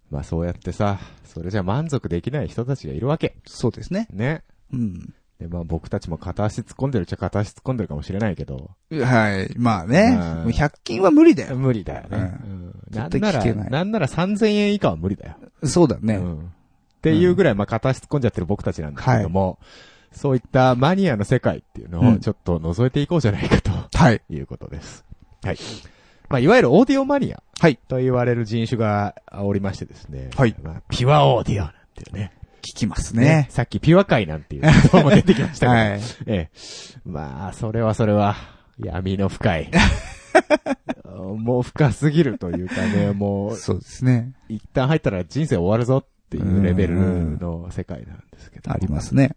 [SPEAKER 1] まあそうやってさ、それじゃ満足できない人たちがいるわけ。
[SPEAKER 2] そうですね。
[SPEAKER 1] ね。
[SPEAKER 2] うん。
[SPEAKER 1] で、まあ僕たちも片足突っ込んでるっちゃ片足突っ込んでるかもしれないけど。
[SPEAKER 2] はい。まあ
[SPEAKER 1] うん
[SPEAKER 2] ね。もう100均は無理だよ。
[SPEAKER 1] 無理だよね。う
[SPEAKER 2] う
[SPEAKER 1] んん。な
[SPEAKER 2] 絶
[SPEAKER 1] ん
[SPEAKER 2] 対
[SPEAKER 1] な
[SPEAKER 2] 聞け
[SPEAKER 1] ら、
[SPEAKER 2] ない
[SPEAKER 1] なんなら3000円以下は無理だよ。
[SPEAKER 2] そうだね。
[SPEAKER 1] うん。っていうぐらい、まあ片足突っ込んじゃってる僕たちなんですけども、そういったマニアの世界っていうの
[SPEAKER 2] う
[SPEAKER 1] を
[SPEAKER 2] ん
[SPEAKER 1] ちょっと覗いていこうじゃないかと
[SPEAKER 2] はい。
[SPEAKER 1] いうことです。はい。まあいわゆるオーディオマニア。
[SPEAKER 2] はい
[SPEAKER 1] と言われる人種がおりましてですね。
[SPEAKER 2] はい
[SPEAKER 1] まあピュアオーディオなんていうね。
[SPEAKER 2] 聞きますね。
[SPEAKER 1] さっきピュア界なんて いう言葉も出てきましたけど。
[SPEAKER 2] はい。
[SPEAKER 1] ええ。まあ、それはそれは、闇の深 い。もう深すぎるというかね、もう、
[SPEAKER 2] そうですね。
[SPEAKER 1] 一旦入ったら人生終わるぞっていうレベルの世界なんですけど。
[SPEAKER 2] ありますね。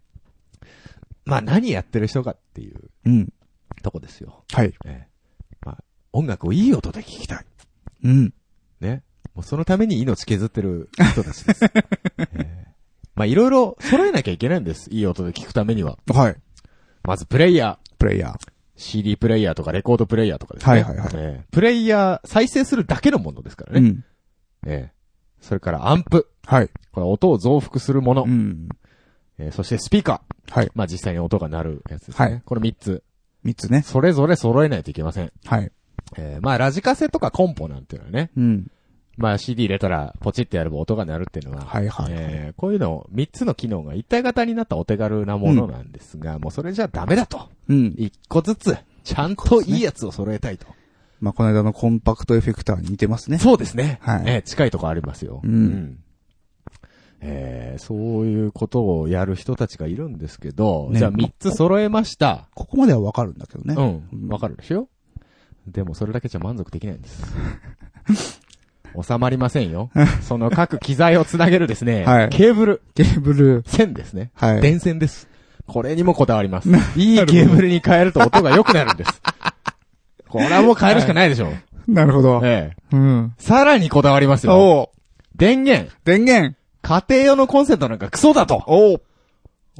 [SPEAKER 1] まあ、何やってる人かっていう
[SPEAKER 2] うん。
[SPEAKER 1] とこですよ。
[SPEAKER 2] はい。
[SPEAKER 1] ええ。まあ、音楽をいい音で聞きたい。
[SPEAKER 2] うん。
[SPEAKER 1] ね。もうそのために命削ってる人たち です。ええまあ、いろいろ揃えなきゃいけないんです。いい音で聞くためには。
[SPEAKER 2] はい。
[SPEAKER 1] まず、プレイヤー。
[SPEAKER 2] プレイヤー。
[SPEAKER 1] CD プレイヤーとかレコードプレイヤーとかですね。
[SPEAKER 2] はいはいはい
[SPEAKER 1] ええプレイヤー、再生するだけのものですから
[SPEAKER 2] う
[SPEAKER 1] ね。
[SPEAKER 2] ん。
[SPEAKER 1] ええそれからアンプ。
[SPEAKER 2] はい。
[SPEAKER 1] これ音を増幅するもの。
[SPEAKER 2] うん。
[SPEAKER 1] えーそしてスピーカー。
[SPEAKER 2] はい。
[SPEAKER 1] まあ、実際に音が鳴るやつですね。
[SPEAKER 2] はい
[SPEAKER 1] この3つ。
[SPEAKER 2] 三つね。
[SPEAKER 1] それぞれ揃えないといけません。
[SPEAKER 2] はい。
[SPEAKER 1] えーまあ、ラジカセとかコンポなんていうのはね。
[SPEAKER 2] うん。
[SPEAKER 1] まあ、CD 入れたら、ポチってやれば音が鳴るっていうのは。
[SPEAKER 2] はいはいはい
[SPEAKER 1] えーこういうの、3つの機能が一体型になったお手軽なものなんですが、もうそれじゃダメだと。
[SPEAKER 2] うん。
[SPEAKER 1] 1個ずつ、ちゃんといいやつを揃えたいと。
[SPEAKER 2] まあ、この間のコンパクトエフェクターに似てますね。
[SPEAKER 1] そうですね。
[SPEAKER 2] はい
[SPEAKER 1] えー近いとこありますよ。
[SPEAKER 2] うん
[SPEAKER 1] えーそういうことをやる人たちがいるんですけど、
[SPEAKER 2] ね
[SPEAKER 1] じゃあ3つ揃えました。
[SPEAKER 2] ここまではわかるんだけどね。
[SPEAKER 1] うん。わかるでしょでもそれだけじゃ満足できないんです。 収まりません よ。その各機材をつなげるですね。
[SPEAKER 2] はい
[SPEAKER 1] ケーブル、
[SPEAKER 2] ケーブル。
[SPEAKER 1] 線ですね。
[SPEAKER 2] はい。
[SPEAKER 1] 電線です。これにもこだわります。いいケーブルに変えると音が良くなるん です。これはもう変えるしかないでしょう。
[SPEAKER 2] なるほど。
[SPEAKER 1] ええ。
[SPEAKER 2] うん。
[SPEAKER 1] さらにこだわりますよ。
[SPEAKER 2] おう
[SPEAKER 1] 電源。
[SPEAKER 2] 電源。
[SPEAKER 1] 家庭用のコンセントなんかクソだと。
[SPEAKER 2] おう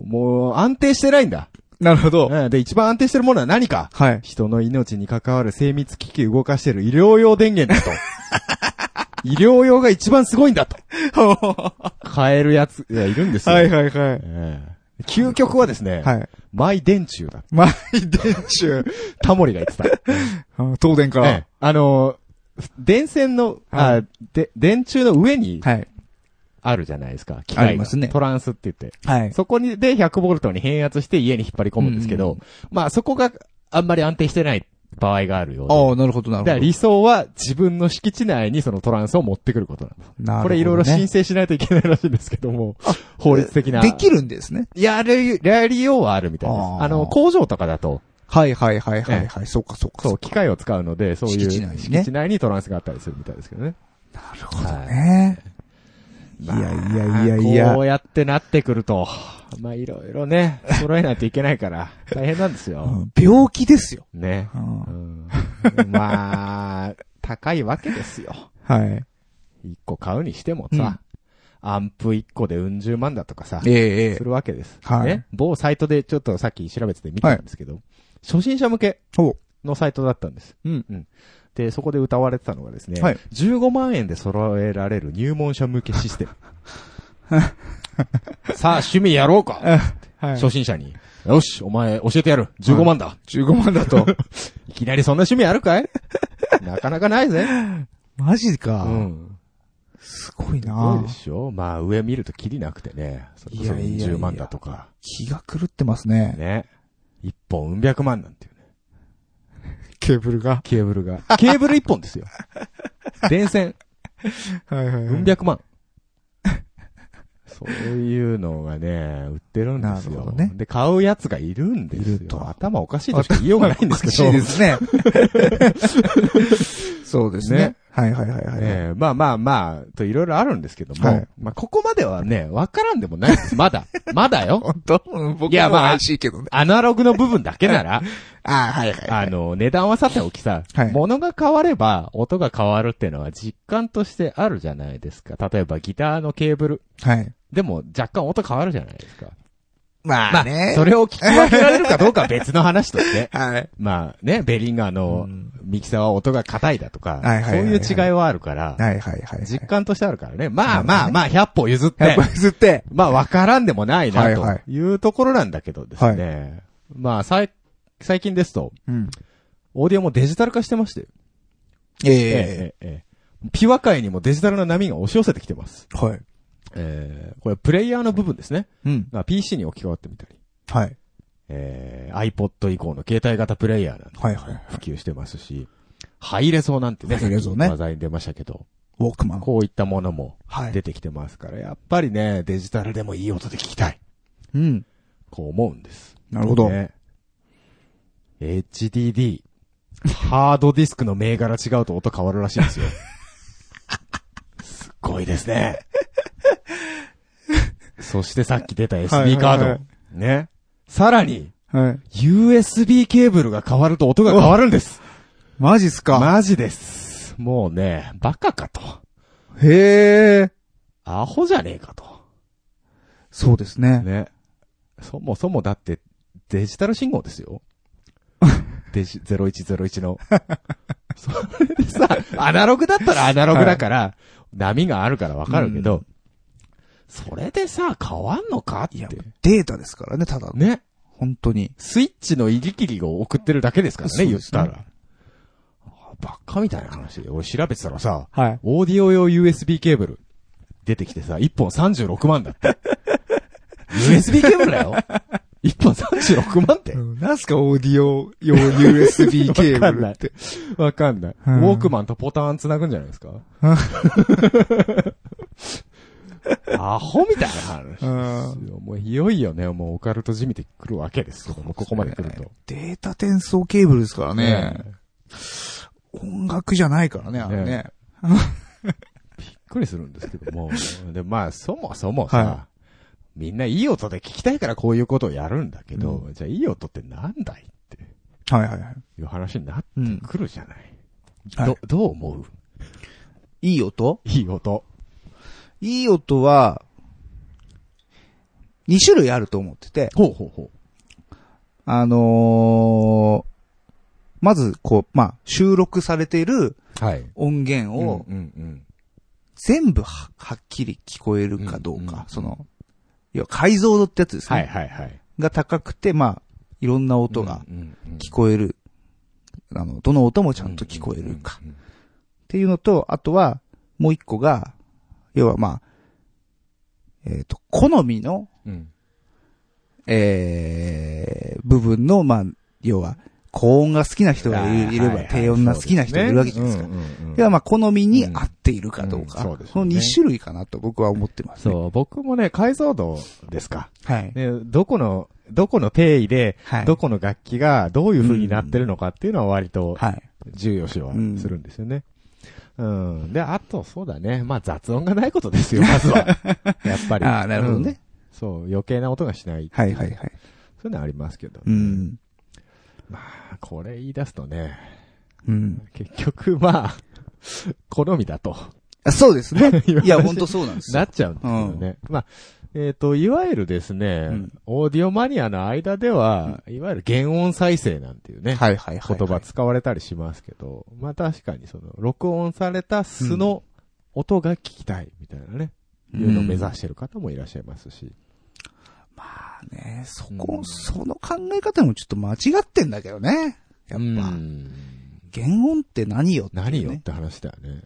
[SPEAKER 1] もう安定してないんだ。
[SPEAKER 2] なるほど。
[SPEAKER 1] うんで、一番安定してるものは何か
[SPEAKER 2] はい。
[SPEAKER 1] 人の命に関わる精密機器動かしてる医療用電源だ と。医療用が一番すごいんだと。
[SPEAKER 2] は
[SPEAKER 1] 買えるやつがいるんです
[SPEAKER 2] い
[SPEAKER 1] よ。
[SPEAKER 2] はい
[SPEAKER 1] い。
[SPEAKER 2] はい。
[SPEAKER 1] 究極はですね、
[SPEAKER 2] はい。
[SPEAKER 1] マイ電柱だ。
[SPEAKER 2] マイ電柱。
[SPEAKER 1] タモリが言ってた。
[SPEAKER 2] あ東電か
[SPEAKER 1] え
[SPEAKER 2] ら
[SPEAKER 1] え。あのー電線の、
[SPEAKER 2] は
[SPEAKER 1] あで、電柱の上に
[SPEAKER 2] はい。
[SPEAKER 1] あるじゃないですか。機
[SPEAKER 2] あ
[SPEAKER 1] 械
[SPEAKER 2] り
[SPEAKER 1] が
[SPEAKER 2] ますね
[SPEAKER 1] トランスって言って。
[SPEAKER 2] はい。
[SPEAKER 1] そこにで100ボルトに変圧して家に引っ張り込むんですけど、
[SPEAKER 2] うん
[SPEAKER 1] まあそこがあんまり安定してない場合があるようで。
[SPEAKER 2] ああ、なるほど、なるほ
[SPEAKER 1] だから
[SPEAKER 2] ど。
[SPEAKER 1] 理想は自分の敷地内にそのトランスを持ってくることなんです。
[SPEAKER 2] なるほどね
[SPEAKER 1] これいろいろ申請しないといけないらしいんですけども、法律的な。
[SPEAKER 2] できるんですね。
[SPEAKER 1] やる、やりようはあるみたいです。
[SPEAKER 2] あ
[SPEAKER 1] あ
[SPEAKER 2] ー
[SPEAKER 1] の、工場とかだと、
[SPEAKER 2] はいはいはいはいはい。そうかそうか。
[SPEAKER 1] そう、機械を使うので、そういう
[SPEAKER 2] 敷地内にね
[SPEAKER 1] 敷地内にトランスがあったりするみたいですけどね。
[SPEAKER 2] なるほどね。いやいやいやい
[SPEAKER 1] こ
[SPEAKER 2] や。
[SPEAKER 1] うやってなってくると、まあいろいろね、揃えないといけないから、大変なんです
[SPEAKER 2] う
[SPEAKER 1] よ。
[SPEAKER 2] ん病気ですよ。
[SPEAKER 1] ね。
[SPEAKER 2] うん
[SPEAKER 1] うん、まあ、高いわけですよ。
[SPEAKER 2] はい。
[SPEAKER 1] 一個買うにしてもさ、アンプ一個でうん十万だとかさ、
[SPEAKER 2] ええええ
[SPEAKER 1] す。るわけです。
[SPEAKER 2] はい
[SPEAKER 1] ね。某サイトでちょっとさっき調べてて見たんですけど、初心者向け
[SPEAKER 2] お
[SPEAKER 1] のサイトだったんです。
[SPEAKER 2] うん。
[SPEAKER 1] で、そこで歌われてたのがですね、
[SPEAKER 2] はい
[SPEAKER 1] 15万円で揃えられる入門者向けシス テム。さあ、趣味やろうか、
[SPEAKER 2] は
[SPEAKER 1] 初心者に。よし、お前教えてやる。15万だ。
[SPEAKER 2] 15万だと。
[SPEAKER 1] い、きなりそんな趣味あるかい なかなかないぜ。
[SPEAKER 2] マジ
[SPEAKER 1] う
[SPEAKER 2] か。
[SPEAKER 1] ん。
[SPEAKER 2] すごい
[SPEAKER 1] すごい
[SPEAKER 2] な
[SPEAKER 1] でしょまあ、上見るとキリなくてね。それこそ
[SPEAKER 2] いやいやいや
[SPEAKER 1] 10万だとか。
[SPEAKER 2] 気が狂ってますね。
[SPEAKER 1] ね。一本うん百万なんていうね。
[SPEAKER 2] ケーブルが。
[SPEAKER 1] ケーブルが。ケーブル一本ですよ。電線、
[SPEAKER 2] はいはい
[SPEAKER 1] うん百万。そういうのがね、売ってるんです
[SPEAKER 2] なる
[SPEAKER 1] よ。
[SPEAKER 2] ほどね
[SPEAKER 1] で、買うやつがいるんですよ。
[SPEAKER 2] いると
[SPEAKER 1] 頭おかしいとしか言いようがないんですけど。
[SPEAKER 2] おかしいですね。 そうです
[SPEAKER 1] ね
[SPEAKER 2] ね。はいはいはいはい。
[SPEAKER 1] ええまあまあまあ、といろいろあるんですけども、
[SPEAKER 2] はい
[SPEAKER 1] まあここまではね、わからんでもないです。まだ。まだよ。
[SPEAKER 2] 本当うん僕
[SPEAKER 1] いや
[SPEAKER 2] も
[SPEAKER 1] まあ
[SPEAKER 2] 怪しいけどね。
[SPEAKER 1] アナログの部分だけなら、
[SPEAKER 2] ああ、はいはいは
[SPEAKER 1] あの、値段はさておきさ、
[SPEAKER 2] はい
[SPEAKER 1] 物が変われば音が変わるっていうのは実感としてあるじゃないですか。例えばギターのケーブル。
[SPEAKER 2] い。はい。
[SPEAKER 1] でも若干音変わるじゃないですか。
[SPEAKER 2] まあね。
[SPEAKER 1] それを聞き分けられるかどうかは別の話と して。
[SPEAKER 2] はい。
[SPEAKER 1] まあね、ベリンガー
[SPEAKER 2] う
[SPEAKER 1] の
[SPEAKER 2] ん
[SPEAKER 1] ミキサーは音が硬いだとか、
[SPEAKER 2] はいはいはいはい
[SPEAKER 1] そういう違いはあるから、
[SPEAKER 2] はいはいはい。
[SPEAKER 1] 実感としてあるからね。まあまあまあ、100歩譲っ
[SPEAKER 2] やってぱ、りずって。
[SPEAKER 1] まあわからんでもない
[SPEAKER 2] は
[SPEAKER 1] ない
[SPEAKER 2] はい
[SPEAKER 1] というところなんだけどですね。まあさい最近ですと、
[SPEAKER 2] うん。
[SPEAKER 1] オーディオもデジタル化してまして、
[SPEAKER 2] ええ。
[SPEAKER 1] えええピュア界にもデジタルな波が押し寄せてきてます。
[SPEAKER 2] はい。
[SPEAKER 1] えーこれプレイヤーの部分ですね。
[SPEAKER 2] うん。
[SPEAKER 1] が PC に置き換わってみたり、
[SPEAKER 2] はい。
[SPEAKER 1] えー iPod 以降の携帯型プレイヤーなんて
[SPEAKER 2] はいはい。
[SPEAKER 1] 普及してますし、ハイレゾーなんてね、
[SPEAKER 2] ハイレゾーね
[SPEAKER 1] 話題に出ましたけど、
[SPEAKER 2] ウォークマン。
[SPEAKER 1] こういったものも
[SPEAKER 2] はい
[SPEAKER 1] 出てきてますから、やっぱりね、デジタルでもいい音で聞きたい。
[SPEAKER 2] うん。
[SPEAKER 1] こう思うんです。
[SPEAKER 2] なるほど。
[SPEAKER 1] ね HDD。ハードディスクの銘柄違うと音変わるらしいんです よ。すっごいですね。 そしてさっき出た
[SPEAKER 2] はいはい
[SPEAKER 1] SD カード。
[SPEAKER 2] はい
[SPEAKER 1] ね。さらに、
[SPEAKER 2] はい。
[SPEAKER 1] USB ケーブルが変わると音が変わるんです。
[SPEAKER 2] マジっすか。
[SPEAKER 1] マジです。もうね、バカかと。
[SPEAKER 2] へえ。
[SPEAKER 1] アホじゃねえかと。
[SPEAKER 2] そうで すね。
[SPEAKER 1] ね。そもそもだって、デジタル信号ですよ。デジ0101の。それでさ、アナログだったらアナログだから、波があるからわかるけど、
[SPEAKER 2] う
[SPEAKER 1] それでさ、変わんのかっ
[SPEAKER 2] い
[SPEAKER 1] て
[SPEAKER 2] や。、データですからね、ただの。
[SPEAKER 1] ね。
[SPEAKER 2] 本当に。
[SPEAKER 1] スイッチの入り切りを送ってるだけですから
[SPEAKER 2] そ
[SPEAKER 1] ね、
[SPEAKER 2] う
[SPEAKER 1] 言っ
[SPEAKER 2] ですね
[SPEAKER 1] たら。あバカみたいな話で、俺調べてたらさ、
[SPEAKER 2] はい。
[SPEAKER 1] オーディオ用 USB ケーブル出てきてさ、1本36万だって。USB ケーブルだ よ ?1 本36万って。
[SPEAKER 2] なんすか、オーディオ用 USB ケーブルって。
[SPEAKER 1] わかんない。ウ
[SPEAKER 2] うん
[SPEAKER 1] ォークマンとポターン繋ぐんじゃないですか アホみたいな話ですよ。もういよいよね、もうオカルトじみてくるわけですよ。もうここまで来ると。
[SPEAKER 2] データ転送ケーブルですからね。
[SPEAKER 1] え
[SPEAKER 2] 音楽じゃないからね、あれね。
[SPEAKER 1] びっくりするんですけども。 で、まあ、そもそもさ、
[SPEAKER 2] は
[SPEAKER 1] みんないい音で聞きたいからこういうことをやるんだけど、
[SPEAKER 2] う
[SPEAKER 1] じゃあいい音ってなんだいって
[SPEAKER 2] はいはいはい。
[SPEAKER 1] いう話になって
[SPEAKER 2] うん。
[SPEAKER 1] くるじゃない。
[SPEAKER 2] はい
[SPEAKER 1] ど、どう思う
[SPEAKER 2] いい音
[SPEAKER 1] いい音。
[SPEAKER 2] いい音は、2種類あると思ってて、
[SPEAKER 1] ほうほうほ
[SPEAKER 2] あのー、まず、こう、まあ、収録されている
[SPEAKER 1] う。はい。
[SPEAKER 2] 音源を
[SPEAKER 1] うんうん
[SPEAKER 2] 全部ははっきり聞こえるかどう
[SPEAKER 1] うんうん
[SPEAKER 2] か、その、要は解像度ってやつですね。
[SPEAKER 1] はいはいはい。
[SPEAKER 2] が高くて、まあ、いろんな音が
[SPEAKER 1] うんうんうん、
[SPEAKER 2] 聞こえる。あの、どの音もちゃんと聞こえるか。
[SPEAKER 1] うんうん
[SPEAKER 2] っていうのと、あとは、もう一個が、要はまあ、えっ、と、好みの、
[SPEAKER 1] うん。うん
[SPEAKER 2] えー、部分の、まあ、要は、高音が好きな人がいるいれば、低音が好きな人がいるわけじゃないですか。
[SPEAKER 1] か。うんうんうん
[SPEAKER 2] 要はまあ、好みに合っているかどうか。
[SPEAKER 1] うんうんそうですね
[SPEAKER 2] その2種類かなと僕は思ってます、ね。
[SPEAKER 1] そう、僕もね、解像度ですか。
[SPEAKER 2] はい。
[SPEAKER 1] ね、どこの、どこの定位で、
[SPEAKER 2] はい。
[SPEAKER 1] どこの楽器がどういう風になってるのかっていうのは割と
[SPEAKER 2] はい。
[SPEAKER 1] 重要視はするんですよね。うん。で、あと、そうだね。まあ雑音がないことですよ、まずは。 やっぱり。
[SPEAKER 2] ああ、なるほど
[SPEAKER 1] うん
[SPEAKER 2] ね。
[SPEAKER 1] そう、余計な音がしない。
[SPEAKER 2] はいはいはい。
[SPEAKER 1] そういうのはありますけど。
[SPEAKER 2] うん。
[SPEAKER 1] これ言い出すとね、
[SPEAKER 2] うん。
[SPEAKER 1] 結局、まあ、 好みだと。
[SPEAKER 2] あそうで すね。いや、本当
[SPEAKER 1] そ
[SPEAKER 2] そうなんです
[SPEAKER 1] な
[SPEAKER 2] よ。
[SPEAKER 1] っちゃうんですよね。まあ、えっ、と、いわゆるですね、
[SPEAKER 2] ん
[SPEAKER 1] オーディオマニアの間では、いわゆる原音再生なんていうね、
[SPEAKER 2] はいはいはい。
[SPEAKER 1] 言葉使われたりしますけど、まあ確かにその、録音された素の音が聞きたいみたいなね、いうのを目指してる方もいらっしゃいますし。
[SPEAKER 2] まあね、そ
[SPEAKER 1] う
[SPEAKER 2] こ、
[SPEAKER 1] ん
[SPEAKER 2] その考え方もちょっと間違ってんだけどね。やっぱ、
[SPEAKER 1] うん
[SPEAKER 2] 原音って何よっていうね、
[SPEAKER 1] 何よって話だよね。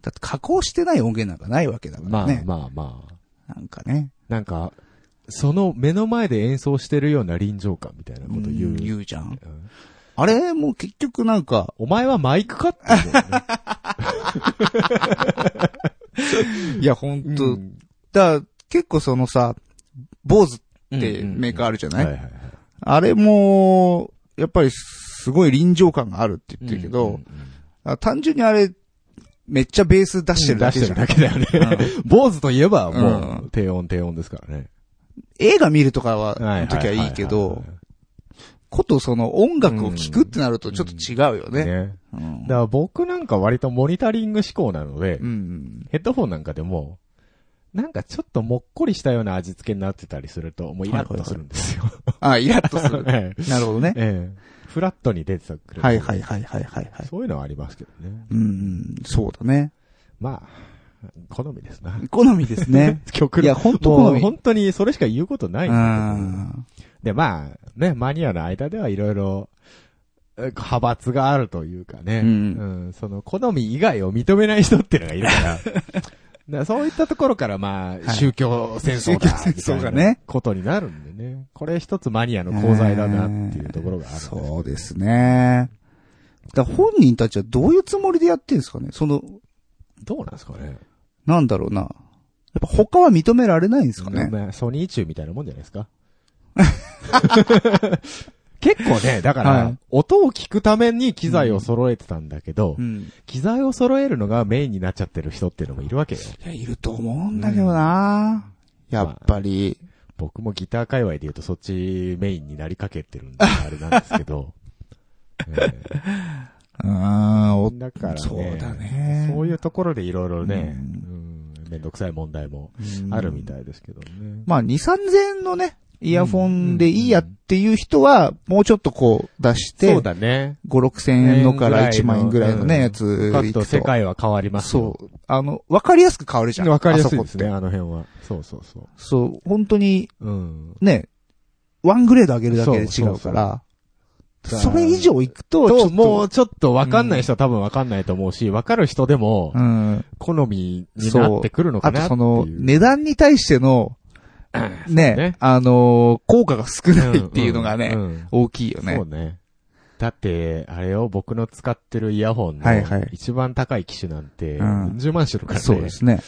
[SPEAKER 2] だって加工してない音源なんかないわけだか
[SPEAKER 1] ま
[SPEAKER 2] ら
[SPEAKER 1] あ
[SPEAKER 2] ね。
[SPEAKER 1] まあまあ。
[SPEAKER 2] なんかね。
[SPEAKER 1] なんか、その目の前で演奏してるような臨場感みたいなこと言う。
[SPEAKER 2] ん言うじゃん。
[SPEAKER 1] うん
[SPEAKER 2] あれもう結局なんか、
[SPEAKER 1] お前はマイクかって思うよね、
[SPEAKER 2] いやほんと、
[SPEAKER 1] うん
[SPEAKER 2] だから結構そのさ、坊主って
[SPEAKER 1] うんうんうん
[SPEAKER 2] メーカーあるじゃない、
[SPEAKER 1] はいはいはい
[SPEAKER 2] あれも、やっぱりすごい臨場感があるって言ってるけど、
[SPEAKER 1] うんうん
[SPEAKER 2] あ単純にあれ、めっちゃベース出してるだけ
[SPEAKER 1] 出し
[SPEAKER 2] じ
[SPEAKER 1] て
[SPEAKER 2] ゃ
[SPEAKER 1] る
[SPEAKER 2] ん。
[SPEAKER 1] だけだよね。坊主といえばも
[SPEAKER 2] う
[SPEAKER 1] う、低音低音ですからね。
[SPEAKER 2] 映画見るとかは、
[SPEAKER 1] は
[SPEAKER 2] の
[SPEAKER 1] い
[SPEAKER 2] 時はいいけど、ことその音楽を聴くってなるとちょっと違うよ
[SPEAKER 1] ね。
[SPEAKER 2] ね。
[SPEAKER 1] ね
[SPEAKER 2] うん
[SPEAKER 1] だから僕なんか割とモニタリング志向なので
[SPEAKER 2] う、ん。
[SPEAKER 1] ヘッドフォンなんかでも、なんかちょっともっこりしたような味付けになってたりすると、もうイラッとするんですよ。
[SPEAKER 2] あ、イラッとす る。
[SPEAKER 1] え
[SPEAKER 2] なるほどね。
[SPEAKER 1] え。フラットに出てくる。
[SPEAKER 2] はいはいはいはいはいはい。
[SPEAKER 1] そういうのはありますけどね。
[SPEAKER 2] うんうん、そうだね。
[SPEAKER 1] まあ、好みです な。
[SPEAKER 2] 好みですね。
[SPEAKER 1] 曲
[SPEAKER 2] いや本当
[SPEAKER 1] もう
[SPEAKER 2] 好み
[SPEAKER 1] 本当にそれしか言うことな
[SPEAKER 2] う
[SPEAKER 1] いんだけど。
[SPEAKER 2] ん。
[SPEAKER 1] で、まあ、ね、マニアの間ではいろいろ、え派閥があるというかね、
[SPEAKER 2] うん
[SPEAKER 1] うんその、好み以外を認めない人っていうのがいる から、だからそういったところから、まあ、
[SPEAKER 2] はい
[SPEAKER 1] 宗教戦争だ、
[SPEAKER 2] 宗教戦争がね
[SPEAKER 1] みたいなことになるんでね、これ一つマニアの功罪だなっていうところがあるんですけど
[SPEAKER 2] そうですね。だから本人たちはどういうつもりでやってるんですかねその、
[SPEAKER 1] どうなんですかね。
[SPEAKER 2] なんだろうな。やっぱ他は認められないんですかね。
[SPEAKER 1] まあソニー中みたいなもんじゃないです か。結構ね、だから、
[SPEAKER 2] はい
[SPEAKER 1] 音を聞くために機材を揃えてたんだけど、
[SPEAKER 2] うん。
[SPEAKER 1] 機材を揃えるのがメインになっちゃってる人っていうのもいるわけよ。
[SPEAKER 2] いや、いると思うんだけどな、やっぱり。
[SPEAKER 1] 僕もギター界隈で言うとそっちメインになりかけてるんで、あれなんですけ ど。え
[SPEAKER 2] うん、お
[SPEAKER 1] えだからね。
[SPEAKER 2] そうだね
[SPEAKER 1] そういうところでいろいろね、
[SPEAKER 2] う
[SPEAKER 1] うんめんどくさい問題もあるみたいですけどね。
[SPEAKER 2] まあ、2、3000円のね、イヤフォンでいいやっていう人は、もうちょっとこう出して、
[SPEAKER 1] そう
[SPEAKER 2] 5、
[SPEAKER 1] だね。
[SPEAKER 2] 6千円のから1万円ぐらいの
[SPEAKER 1] うん
[SPEAKER 2] ね、やつ
[SPEAKER 1] 書く
[SPEAKER 2] い
[SPEAKER 1] と
[SPEAKER 2] く
[SPEAKER 1] 世
[SPEAKER 2] と。
[SPEAKER 1] 界は変わりますよ。
[SPEAKER 2] そう。あの、わかりやすく変わるじゃん。
[SPEAKER 1] わかりやすいですね、
[SPEAKER 2] あそこ
[SPEAKER 1] あの辺は。そうそうそ
[SPEAKER 2] って。そう、本当に、
[SPEAKER 1] う。うん。
[SPEAKER 2] ね、ワングレード上げるだけで違
[SPEAKER 1] そう
[SPEAKER 2] うから、
[SPEAKER 1] そう
[SPEAKER 2] それ以上いくと、ちょ
[SPEAKER 1] と、
[SPEAKER 2] っと、
[SPEAKER 1] もうちょっとわかんない人は多分わかんないと思うし、わかる人でも
[SPEAKER 2] う、ん。
[SPEAKER 1] 好みになってくるのか
[SPEAKER 2] あと
[SPEAKER 1] なって
[SPEAKER 2] そ
[SPEAKER 1] いう。
[SPEAKER 2] の、値段に対しての、ね、
[SPEAKER 1] ね
[SPEAKER 2] あのー効果が
[SPEAKER 1] う
[SPEAKER 2] 少
[SPEAKER 1] ん、
[SPEAKER 2] ないっていうのがね、
[SPEAKER 1] うん
[SPEAKER 2] 大きいよね
[SPEAKER 1] そう。ね。だって、あれを僕の使ってるイヤホンの
[SPEAKER 2] はいはい
[SPEAKER 1] 一番高い機種なんて、
[SPEAKER 2] うん
[SPEAKER 1] うん十万種るからね。
[SPEAKER 2] そうですね。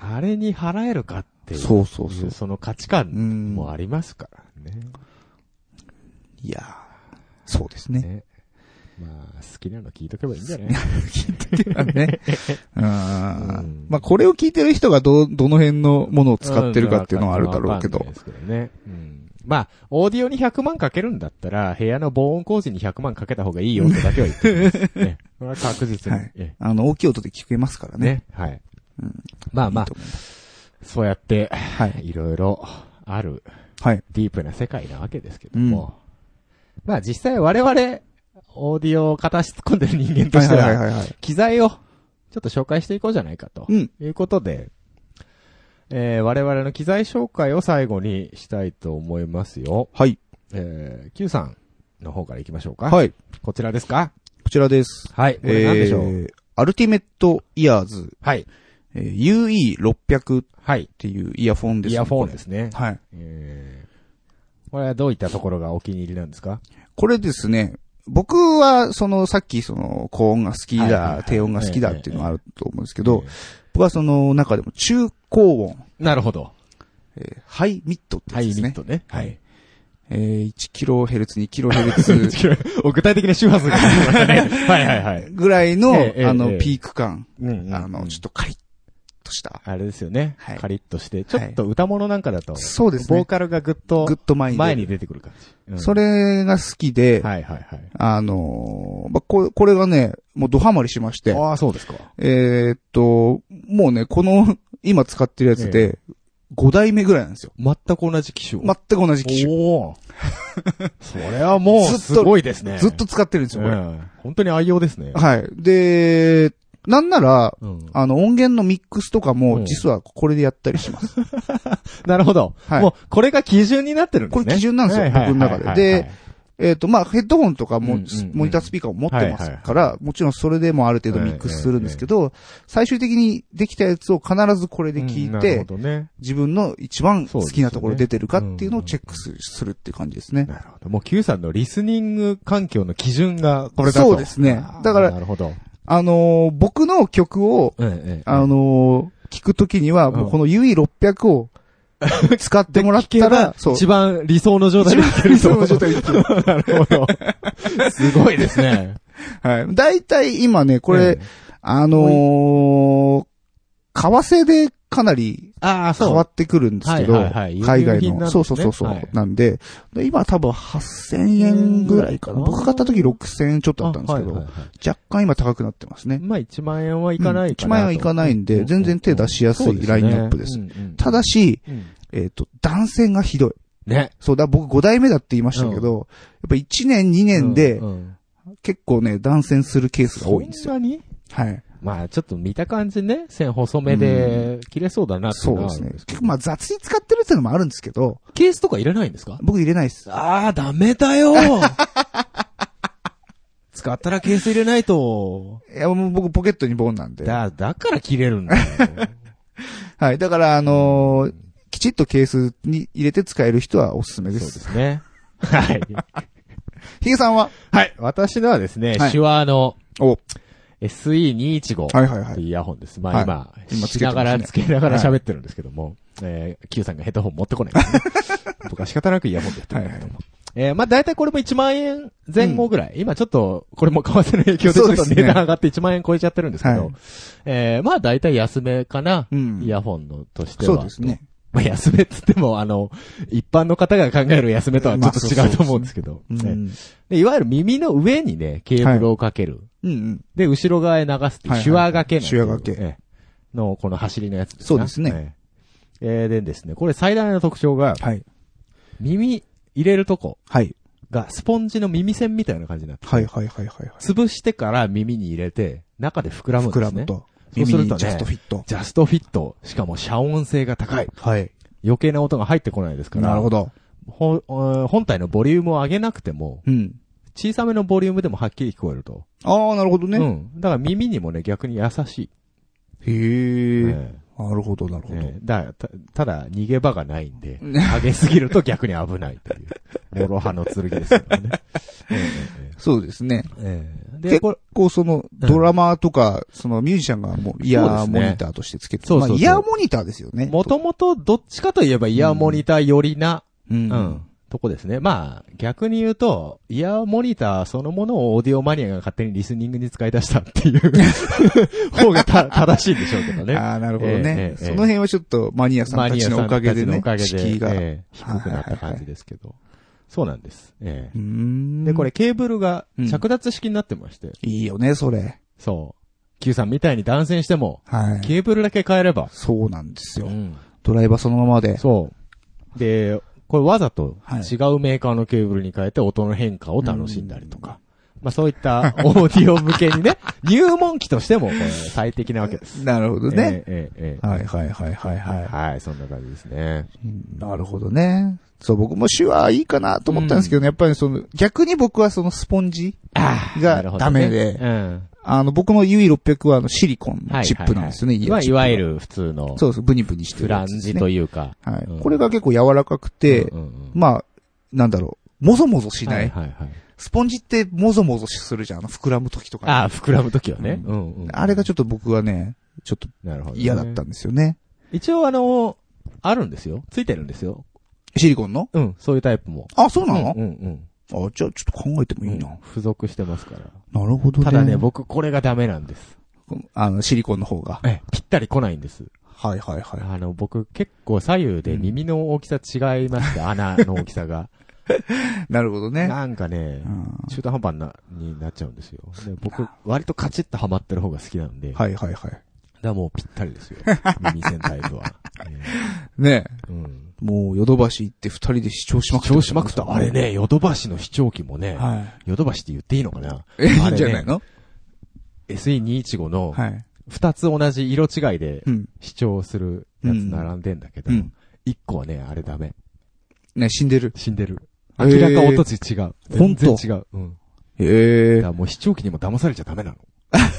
[SPEAKER 1] あれに払えるかっていう。
[SPEAKER 2] そうそうそう。
[SPEAKER 1] その価値
[SPEAKER 2] う
[SPEAKER 1] 観
[SPEAKER 2] ん。
[SPEAKER 1] もありますからね。
[SPEAKER 2] いやーそうですね。
[SPEAKER 1] ねまあ、好きなの聞いとけばいいんじゃない
[SPEAKER 2] ね。 うん。
[SPEAKER 1] ん
[SPEAKER 2] まあ、これを聞いてる人がど、どの辺のものを 使ってるかっていうのはあるだろうけど
[SPEAKER 1] んわかんない。ですけどね。うんまあ、オーディオに100万かけるんだったら、部屋の防音工事に100万かけた方がいいよとだけは言っ てます。ね。これは確実に。
[SPEAKER 2] はい
[SPEAKER 1] え
[SPEAKER 2] あの、大きい音で聞けますから
[SPEAKER 1] え
[SPEAKER 2] ね。
[SPEAKER 1] ね。はい。
[SPEAKER 2] うん
[SPEAKER 1] まあま
[SPEAKER 2] いい
[SPEAKER 1] あ
[SPEAKER 2] と、思います
[SPEAKER 1] そうやって、
[SPEAKER 2] はい。
[SPEAKER 1] いろいろある
[SPEAKER 2] はい。
[SPEAKER 1] ディープな世界なわけですけども。まあ実際我々、オーディオを片足突っ込んでる人間として
[SPEAKER 2] はい
[SPEAKER 1] は、
[SPEAKER 2] はいはいはい。
[SPEAKER 1] 機材をちょっと紹介していこうじゃないかと。
[SPEAKER 2] うん。
[SPEAKER 1] いうことで、えー我々の機材紹介を最後にしたいと思いますよ。
[SPEAKER 2] はい。
[SPEAKER 1] えー、Q さんの方から行きましょうか。い。
[SPEAKER 2] はい。
[SPEAKER 1] こちらですか
[SPEAKER 2] こちらです。
[SPEAKER 1] はい。これ何でしょう、
[SPEAKER 2] ーアルティメットイヤーズ、
[SPEAKER 1] はい。
[SPEAKER 2] えー UE600 っ
[SPEAKER 1] はい。
[SPEAKER 2] ていうイヤフォンです、。
[SPEAKER 1] イヤフォンですすね。
[SPEAKER 2] はい。
[SPEAKER 1] えー、これはどういったところがお気に入りなんですか
[SPEAKER 2] これですね、僕は、その、さっき、その、高音が好き
[SPEAKER 1] はいはいは
[SPEAKER 2] だ
[SPEAKER 1] い、
[SPEAKER 2] 低音が好きだっていうのがあると思うんですけ
[SPEAKER 1] け
[SPEAKER 2] ど、、僕はその中でも中高音、
[SPEAKER 1] なるほど。
[SPEAKER 2] えーハイミッドって
[SPEAKER 1] ハ
[SPEAKER 2] や
[SPEAKER 1] イ
[SPEAKER 2] つ
[SPEAKER 1] ミ
[SPEAKER 2] です
[SPEAKER 1] ット
[SPEAKER 2] ね。
[SPEAKER 1] ね。はい。
[SPEAKER 2] えー 1kHz、2kHz
[SPEAKER 1] お具体的な周波数が出てきましたね。はいはいはい。
[SPEAKER 2] ぐらい の、
[SPEAKER 1] ええええ
[SPEAKER 2] あの、
[SPEAKER 1] ええ
[SPEAKER 2] ピーク感、
[SPEAKER 1] うん
[SPEAKER 2] あの、ちょっ
[SPEAKER 1] と。
[SPEAKER 2] とカリッとした。
[SPEAKER 1] あれですよね。
[SPEAKER 2] はい
[SPEAKER 1] カリッとして、ちょっと歌物なんかだと、
[SPEAKER 2] そうです
[SPEAKER 1] ボー
[SPEAKER 2] ね。
[SPEAKER 1] カルがぐっと
[SPEAKER 2] ぐっと前に。
[SPEAKER 1] 前に出てくる感じ。うん
[SPEAKER 2] そ、れが好きで、
[SPEAKER 1] はいはいはい。
[SPEAKER 2] あのーまあ、ここれがね、もうドハマりしまして、
[SPEAKER 1] ああ、そうですか。
[SPEAKER 2] えーっと、もうね、この、 今使ってるやつで、5代目ぐらいなんですよ。
[SPEAKER 1] 全く同じ機種を。
[SPEAKER 2] 全く同じ機種。
[SPEAKER 1] おお。 それはもう、
[SPEAKER 2] ずっと
[SPEAKER 1] すごいですね。
[SPEAKER 2] ずっと使ってるんですよ、これ。
[SPEAKER 1] うん本当に愛用ですね。
[SPEAKER 2] はい。で、なんなら、
[SPEAKER 1] うん
[SPEAKER 2] あの、音源のミックスとか
[SPEAKER 1] う
[SPEAKER 2] も、
[SPEAKER 1] ん
[SPEAKER 2] 実はこれでやったりし ます。
[SPEAKER 1] なるほど。
[SPEAKER 2] はい
[SPEAKER 1] もう、これが基準になってるんですね。
[SPEAKER 2] これ基準なんですよ
[SPEAKER 1] はいはいはいはい
[SPEAKER 2] 僕の中でで、えーっと、まあ、ヘッドホンとかも、
[SPEAKER 1] うんうんうん
[SPEAKER 2] モニタースピーカーも持ってます
[SPEAKER 1] はい
[SPEAKER 2] から、もちろんそれでもある程度ミックスするんですけど、最終的にできたやつを必ずこれで聞
[SPEAKER 1] う
[SPEAKER 2] いて、
[SPEAKER 1] んなるほどね。
[SPEAKER 2] 自分の一番好きなところ出てるかっていうのを
[SPEAKER 1] そう
[SPEAKER 2] チ
[SPEAKER 1] です
[SPEAKER 2] ェックする,、っていう感じですね。
[SPEAKER 1] なるほど。もう Q さんのリスニング環境の基準がこれだと。
[SPEAKER 2] そうですね
[SPEAKER 1] あー
[SPEAKER 2] だから
[SPEAKER 1] なるほど。
[SPEAKER 2] あのー僕の曲を、
[SPEAKER 1] ええええ
[SPEAKER 2] あのー聞くときには、
[SPEAKER 1] うん
[SPEAKER 2] もうこの UE600 を使ってもらっ
[SPEAKER 1] 聞け
[SPEAKER 2] た
[SPEAKER 1] ば
[SPEAKER 2] ら、そう。
[SPEAKER 1] 一番理想の状態で聞ける
[SPEAKER 2] 理
[SPEAKER 1] と
[SPEAKER 2] 想の状態で 聞
[SPEAKER 1] なるほど。すごいですね。
[SPEAKER 2] く。 はい。大体今ね、これ、
[SPEAKER 1] ええ、
[SPEAKER 2] あのー為替でかなり
[SPEAKER 1] ああ、
[SPEAKER 2] 変
[SPEAKER 1] そ
[SPEAKER 2] わ
[SPEAKER 1] う。
[SPEAKER 2] ってくるんですけど、
[SPEAKER 1] はいはいはい
[SPEAKER 2] 海
[SPEAKER 1] 輸入
[SPEAKER 2] 外
[SPEAKER 1] 品なんで
[SPEAKER 2] の、
[SPEAKER 1] すね
[SPEAKER 2] そうそうそうそう、
[SPEAKER 1] はい
[SPEAKER 2] なんで、で今多分8000円ぐらいかな。
[SPEAKER 1] うん
[SPEAKER 2] 僕買った時6000円ちょっとだったんですけど、
[SPEAKER 1] あはいはいはい
[SPEAKER 2] 若干今高くなってますね。
[SPEAKER 1] まあ1万円はいかないか
[SPEAKER 2] うん1万円はいかないんで全然手出しやすいラインナップですただ
[SPEAKER 1] し、
[SPEAKER 2] し、
[SPEAKER 1] うん
[SPEAKER 2] えっ、と、断線がひどい。
[SPEAKER 1] ね。
[SPEAKER 2] そうだ、僕5代目だって言いましたけど、やっぱ1年2年で
[SPEAKER 1] う、んうん
[SPEAKER 2] 結構ね、断線するケースが多いんです
[SPEAKER 1] そ
[SPEAKER 2] よ。
[SPEAKER 1] んなに
[SPEAKER 2] はい。
[SPEAKER 1] まあちょっと見た感じね、線細めで切れそうだなってい
[SPEAKER 2] そう
[SPEAKER 1] のは
[SPEAKER 2] で
[SPEAKER 1] あ
[SPEAKER 2] す
[SPEAKER 1] るん
[SPEAKER 2] ね
[SPEAKER 1] で。すけ
[SPEAKER 2] 結
[SPEAKER 1] ど
[SPEAKER 2] 構まあ雑に使ってるっていうのもあるんですけど、
[SPEAKER 1] ケースとか入れないんですか
[SPEAKER 2] 僕入れないです。
[SPEAKER 1] ああ、ダメだ よ使ったらケース入れないと。
[SPEAKER 2] いや、もう僕ポケットにボンなんで。
[SPEAKER 1] だ、だから切れるんだよ。
[SPEAKER 2] はい。だから、あのーきちっとケースに入れて使える人はおすすめ
[SPEAKER 1] そう
[SPEAKER 2] で。
[SPEAKER 1] ですすね。はい。
[SPEAKER 2] ヒゲさんは
[SPEAKER 1] はい。私のはですね、
[SPEAKER 2] はい
[SPEAKER 1] シュワーの
[SPEAKER 2] お。は
[SPEAKER 1] SE215。
[SPEAKER 2] いはいは
[SPEAKER 1] って
[SPEAKER 2] い。
[SPEAKER 1] イヤホンです。ま
[SPEAKER 2] は
[SPEAKER 1] あ
[SPEAKER 2] い
[SPEAKER 1] 今、
[SPEAKER 2] 今
[SPEAKER 1] し
[SPEAKER 2] つけてま
[SPEAKER 1] な
[SPEAKER 2] すね
[SPEAKER 1] がら、つけながら喋ってるんですけども、えー、Q さんがヘッドホン持ってこない からね、僕は仕方なくイヤホンでやってるんだけども。えー、まあ大体これも1万円前後ぐらい。今ちょっと、これも為替の影響でちょっ
[SPEAKER 2] そう
[SPEAKER 1] と
[SPEAKER 2] です
[SPEAKER 1] 値
[SPEAKER 2] ね
[SPEAKER 1] 段上がって1万円超えちゃってるんですけど、
[SPEAKER 2] はい
[SPEAKER 1] えー、まあ大体安めかな。
[SPEAKER 2] うん
[SPEAKER 1] イヤホンのとしては。
[SPEAKER 2] そうですね。。
[SPEAKER 1] まあ安めっつっても、あの、一般の方が考える安めとはちょっと違うと思うんですけど。
[SPEAKER 2] うん。う
[SPEAKER 1] ね
[SPEAKER 2] ん
[SPEAKER 1] でいわゆる耳の上にね、ケーブルをかける。
[SPEAKER 2] うん。
[SPEAKER 1] で、後ろ側へ流すっていう、
[SPEAKER 2] はいはい
[SPEAKER 1] シュワー掛けなんていう
[SPEAKER 2] シュワー掛け
[SPEAKER 1] ええの、この走りのやつですな
[SPEAKER 2] そうですね。
[SPEAKER 1] えええーでですね、これ最大の特徴が、
[SPEAKER 2] はい。
[SPEAKER 1] 耳入れるとこ
[SPEAKER 2] はい。
[SPEAKER 1] がスポンジの耳栓みたいな感じになってて
[SPEAKER 2] はいはいはいはい。
[SPEAKER 1] 潰してから耳に入れて、中で膨らむんで
[SPEAKER 2] 膨
[SPEAKER 1] すね。
[SPEAKER 2] らむ。と。
[SPEAKER 1] そうす
[SPEAKER 2] 耳
[SPEAKER 1] る
[SPEAKER 2] に
[SPEAKER 1] とね
[SPEAKER 2] ジャストフィット。
[SPEAKER 1] ジャストフィット。しかも遮音性が高い。
[SPEAKER 2] はい。
[SPEAKER 1] 余計な音が入ってこないですから。
[SPEAKER 2] なるほ
[SPEAKER 1] ど。
[SPEAKER 2] ど。
[SPEAKER 1] 本体のボリュームを上げなくても、
[SPEAKER 2] うん。
[SPEAKER 1] 小さめのボリュームでもはっきり聞こえると。
[SPEAKER 2] ああ、なるほどね。
[SPEAKER 1] うん。だから耳にもね、逆に優しい。
[SPEAKER 2] へえ。
[SPEAKER 1] え
[SPEAKER 2] なるほど、なる
[SPEAKER 1] え
[SPEAKER 2] ほど
[SPEAKER 1] ええ。だからたただ、逃げ場がないんで、
[SPEAKER 2] ね
[SPEAKER 1] 上げすぎると逆に危ないと いう。諸刃の剣ですからね。ええ
[SPEAKER 2] そうですね。
[SPEAKER 1] ええええで、
[SPEAKER 2] 結
[SPEAKER 1] これ、
[SPEAKER 2] 構その、ドラマーとか、そのミュージシャンがもうイヤーモニターとしてつけて
[SPEAKER 1] そうですねそうそうそ
[SPEAKER 2] まあ
[SPEAKER 1] う
[SPEAKER 2] イヤーモニターですよね。
[SPEAKER 1] もともとどっちかといえばイヤーモニター寄りな、
[SPEAKER 2] う
[SPEAKER 1] うんん。。とこですね。まあ、逆に言うと、イヤーモニターそのものをオーディオマニアが勝手にリスニングに使い出したって いう方がた正しいんでしょうけどね。
[SPEAKER 2] ああ、なるほど
[SPEAKER 1] えええ
[SPEAKER 2] ね
[SPEAKER 1] え。
[SPEAKER 2] その辺はちょっとマニアさ
[SPEAKER 1] マ
[SPEAKER 2] んた
[SPEAKER 1] ニア
[SPEAKER 2] ち
[SPEAKER 1] さん
[SPEAKER 2] のおかげで
[SPEAKER 1] たちの
[SPEAKER 2] ね
[SPEAKER 1] おか、げで
[SPEAKER 2] 敷居が。う
[SPEAKER 1] ええ低くなった感じですけど。そうなんです。ええ
[SPEAKER 2] ーん。
[SPEAKER 1] で、これ。ケーブルが
[SPEAKER 2] うん
[SPEAKER 1] 着脱式になってまして、
[SPEAKER 2] いいよね、それ。
[SPEAKER 1] そう。Q さんみたいに断線しても、
[SPEAKER 2] はい。
[SPEAKER 1] ケーブルだけ変えれば。
[SPEAKER 2] そうなんですよ
[SPEAKER 1] う。ん
[SPEAKER 2] ドライバーそのままで。
[SPEAKER 1] そう。で、これわざと
[SPEAKER 2] はい
[SPEAKER 1] 違うメーカーのケーブルに変えて音の変化を楽しんだりとか。まあそういった オーディオ向けにね、入門機としてもこれ最適なわけです。
[SPEAKER 2] なるほどね。
[SPEAKER 1] ええ。えええ
[SPEAKER 2] はいはいはいはい
[SPEAKER 1] え
[SPEAKER 2] は
[SPEAKER 1] はい、そんな感じですね。
[SPEAKER 2] い。なるほどね。そう、僕も手話いいかなと思ったんですけどね、やっぱりその、逆に僕はそのスポンジ
[SPEAKER 1] な
[SPEAKER 2] が
[SPEAKER 1] るほど
[SPEAKER 2] ダ
[SPEAKER 1] ね
[SPEAKER 2] メで、
[SPEAKER 1] うん。
[SPEAKER 2] あの、僕の UI600 はあのシリコン
[SPEAKER 1] は
[SPEAKER 2] の
[SPEAKER 1] い
[SPEAKER 2] チップなんですよね、
[SPEAKER 1] はいはい
[SPEAKER 2] イヤーチップ
[SPEAKER 1] まあいわゆる普通の
[SPEAKER 2] そうです、ブニブニして
[SPEAKER 1] フ
[SPEAKER 2] る
[SPEAKER 1] ラ
[SPEAKER 2] や
[SPEAKER 1] ン
[SPEAKER 2] つです
[SPEAKER 1] ジ
[SPEAKER 2] ね。
[SPEAKER 1] というか。
[SPEAKER 2] はい、
[SPEAKER 1] うん
[SPEAKER 2] これが結構柔らかくて、
[SPEAKER 1] うんうんうん
[SPEAKER 2] まあ、なんだろう、もぞもぞしない。
[SPEAKER 1] はいはいはい。
[SPEAKER 2] スポンジってもぞもぞするじゃん、あの膨らむ時とか。あ
[SPEAKER 1] ああ、膨らむときはね。
[SPEAKER 2] う
[SPEAKER 1] うんうん
[SPEAKER 2] れがちょっと僕はね、ちょっと
[SPEAKER 1] なるほどね
[SPEAKER 2] 嫌だったんですよね。
[SPEAKER 1] 一応あの、あるんですよ。ついてるんですよ。
[SPEAKER 2] シリコンの
[SPEAKER 1] うん、そういうタイプも。
[SPEAKER 2] あ、そうなの、
[SPEAKER 1] うんうん
[SPEAKER 2] あ、じゃあちょっと考えても
[SPEAKER 1] うん。
[SPEAKER 2] いいな。
[SPEAKER 1] 付属してますから。
[SPEAKER 2] なるほどね。
[SPEAKER 1] ただね、僕これがダメなんです。
[SPEAKER 2] あの、シリコンの方が。
[SPEAKER 1] ぴったり来ないんです。
[SPEAKER 2] はいはいはい。
[SPEAKER 1] あの、僕結構左右で耳の大きさ違いま して、穴の大きさが。
[SPEAKER 2] なるほどね。
[SPEAKER 1] なんかね
[SPEAKER 2] う、ん
[SPEAKER 1] 中途半端な、になっちゃうんですよ。で僕、割とカチッとハマってる方が好きなんで。だか
[SPEAKER 2] はいはいはい。
[SPEAKER 1] らもうぴったりです よ。耳栓タイプは。
[SPEAKER 2] ね
[SPEAKER 1] えーうん。
[SPEAKER 2] えもう、ヨドバシ行って二人で主張しまくった。
[SPEAKER 1] 主張しまくった。あれ。ね、ヨドバシの視聴器もね、
[SPEAKER 2] は。
[SPEAKER 1] ヨドバシって言っていいのかない
[SPEAKER 2] え、いい
[SPEAKER 1] あれ
[SPEAKER 2] ん
[SPEAKER 1] ね
[SPEAKER 2] じゃないの
[SPEAKER 1] ?SE215 の
[SPEAKER 2] はい。
[SPEAKER 1] 2つ同じ色違いで
[SPEAKER 2] うん。
[SPEAKER 1] 視聴するやつ並んでんだけど
[SPEAKER 2] う、ん。
[SPEAKER 1] 1個はね、あれダメ。
[SPEAKER 2] ね、死んでる。
[SPEAKER 1] 死んでる。
[SPEAKER 2] へ
[SPEAKER 1] 明
[SPEAKER 2] ー
[SPEAKER 1] らか音違う。
[SPEAKER 2] 本
[SPEAKER 1] 全
[SPEAKER 2] 当
[SPEAKER 1] 然違う。うん。
[SPEAKER 2] へ
[SPEAKER 1] だからもう視聴器にも騙されちゃダメなの。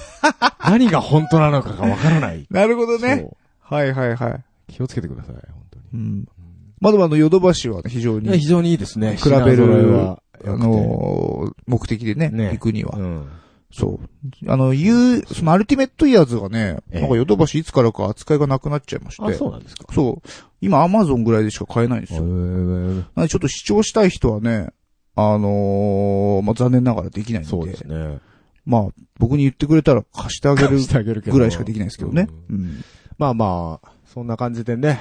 [SPEAKER 1] 何が本当なのかがわからない。
[SPEAKER 2] なるほど
[SPEAKER 1] そ
[SPEAKER 2] ね。
[SPEAKER 1] う
[SPEAKER 2] はいはいはい。
[SPEAKER 1] 気をつけてください、本当に。
[SPEAKER 2] うん。まだまだヨドバシはね非常
[SPEAKER 1] いや
[SPEAKER 2] に、
[SPEAKER 1] 非常にいいですね。
[SPEAKER 2] 比べ
[SPEAKER 1] 品
[SPEAKER 2] る
[SPEAKER 1] 揃えは
[SPEAKER 2] あ
[SPEAKER 1] 良くて。
[SPEAKER 2] のー、目的でね、
[SPEAKER 1] ね
[SPEAKER 2] 行くには
[SPEAKER 1] う。ん。
[SPEAKER 2] そう。あの、言う、そのアルティメットイヤーズがね、
[SPEAKER 1] ええ
[SPEAKER 2] なんかヨドバシいつからか扱いがなくなっちゃいまして。
[SPEAKER 1] あ、そうなんですか。
[SPEAKER 2] そう。今アマゾンぐらいでしか買えないんです
[SPEAKER 1] へ
[SPEAKER 2] よ。
[SPEAKER 1] ー
[SPEAKER 2] なのでちょっと視聴したい人はね、あのー、まあ、残念ながらできないん
[SPEAKER 1] そう
[SPEAKER 2] で
[SPEAKER 1] で、すね。
[SPEAKER 2] まあ、僕に言ってくれたら貸してあげ る
[SPEAKER 1] してあげるけど
[SPEAKER 2] ぐらいしかできないですけどね。
[SPEAKER 1] う
[SPEAKER 2] うんん。
[SPEAKER 1] まあまあ、そんな感じでね、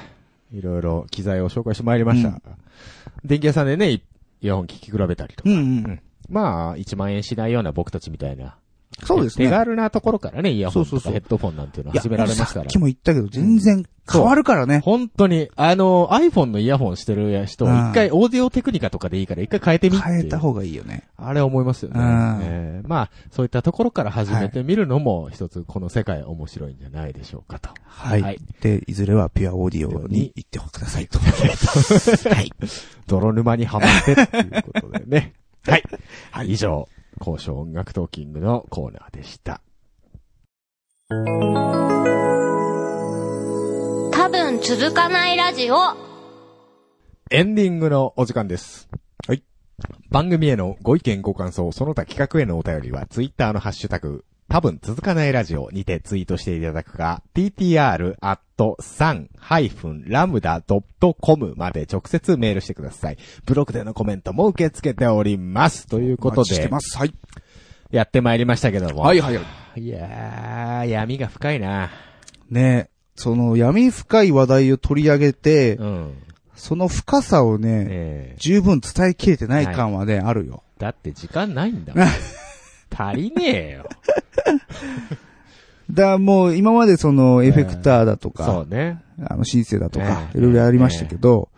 [SPEAKER 1] いろいろ機材を紹介してまいりまし
[SPEAKER 2] うん
[SPEAKER 1] た。電気屋さんでね、イイヤホン聞き比べたりとか
[SPEAKER 2] うん、うん。
[SPEAKER 1] まあ、1万円しないような僕たちみたいな。
[SPEAKER 2] そうですね。
[SPEAKER 1] 手軽なところからね、イヤホン
[SPEAKER 2] そ
[SPEAKER 1] と
[SPEAKER 2] うそうそ
[SPEAKER 1] か
[SPEAKER 2] う
[SPEAKER 1] ヘッドフォンなんていうの
[SPEAKER 2] いや
[SPEAKER 1] 始められますか
[SPEAKER 2] さっ
[SPEAKER 1] ら
[SPEAKER 2] き。も言ったけど、全然変わるからね。
[SPEAKER 1] 本当に、あの、iPhone のイヤホンしてる人、
[SPEAKER 2] うん
[SPEAKER 1] 一回オーディオテクニカとかでいいから一回変えてみっていう。
[SPEAKER 2] 変えた方がいいよね。
[SPEAKER 1] あれ思いますよね。
[SPEAKER 2] うん
[SPEAKER 1] えーまあ、そういったところから始めてみるのも、一つこの世界面白いんじゃないでしょうかと。
[SPEAKER 2] はいで、いずれはピュアオーディオに行ってくださいと。はい。
[SPEAKER 1] 泥沼にはまってっていうことでね。 はい。以上、交渉音楽トーキングのコーナーでした。
[SPEAKER 3] 多分続かないラジオ
[SPEAKER 1] エンディングのお時間です。
[SPEAKER 2] はい。
[SPEAKER 1] 番組へのご意見ご感想、その他企画へのお便りは、ツイッターのハッシュタグ、多分続かないラジオにてツイートしていただくか、ttr.san-lambda.com まで直接メールしてください。ブログでのコメントも受け付けております。という
[SPEAKER 2] お
[SPEAKER 1] こ
[SPEAKER 2] 待
[SPEAKER 1] と
[SPEAKER 2] ちして
[SPEAKER 1] で、
[SPEAKER 2] ます。はい。
[SPEAKER 1] やってまいりましたけども。
[SPEAKER 2] はいはいはい。
[SPEAKER 1] いやー、闇が深いな。
[SPEAKER 2] ねその闇深い話題を取り上げて、
[SPEAKER 1] うん。
[SPEAKER 2] その深さをね、
[SPEAKER 1] ええ
[SPEAKER 2] 十分伝えきれてない感はね、あるよ。
[SPEAKER 1] だって時間ないんだ もん。足りねえよ。
[SPEAKER 2] だからもう今までそのエフェクターだと
[SPEAKER 1] そ
[SPEAKER 2] か、
[SPEAKER 1] うね。
[SPEAKER 2] あのシンセだとか、
[SPEAKER 1] ええ
[SPEAKER 2] いろいろありましたけど、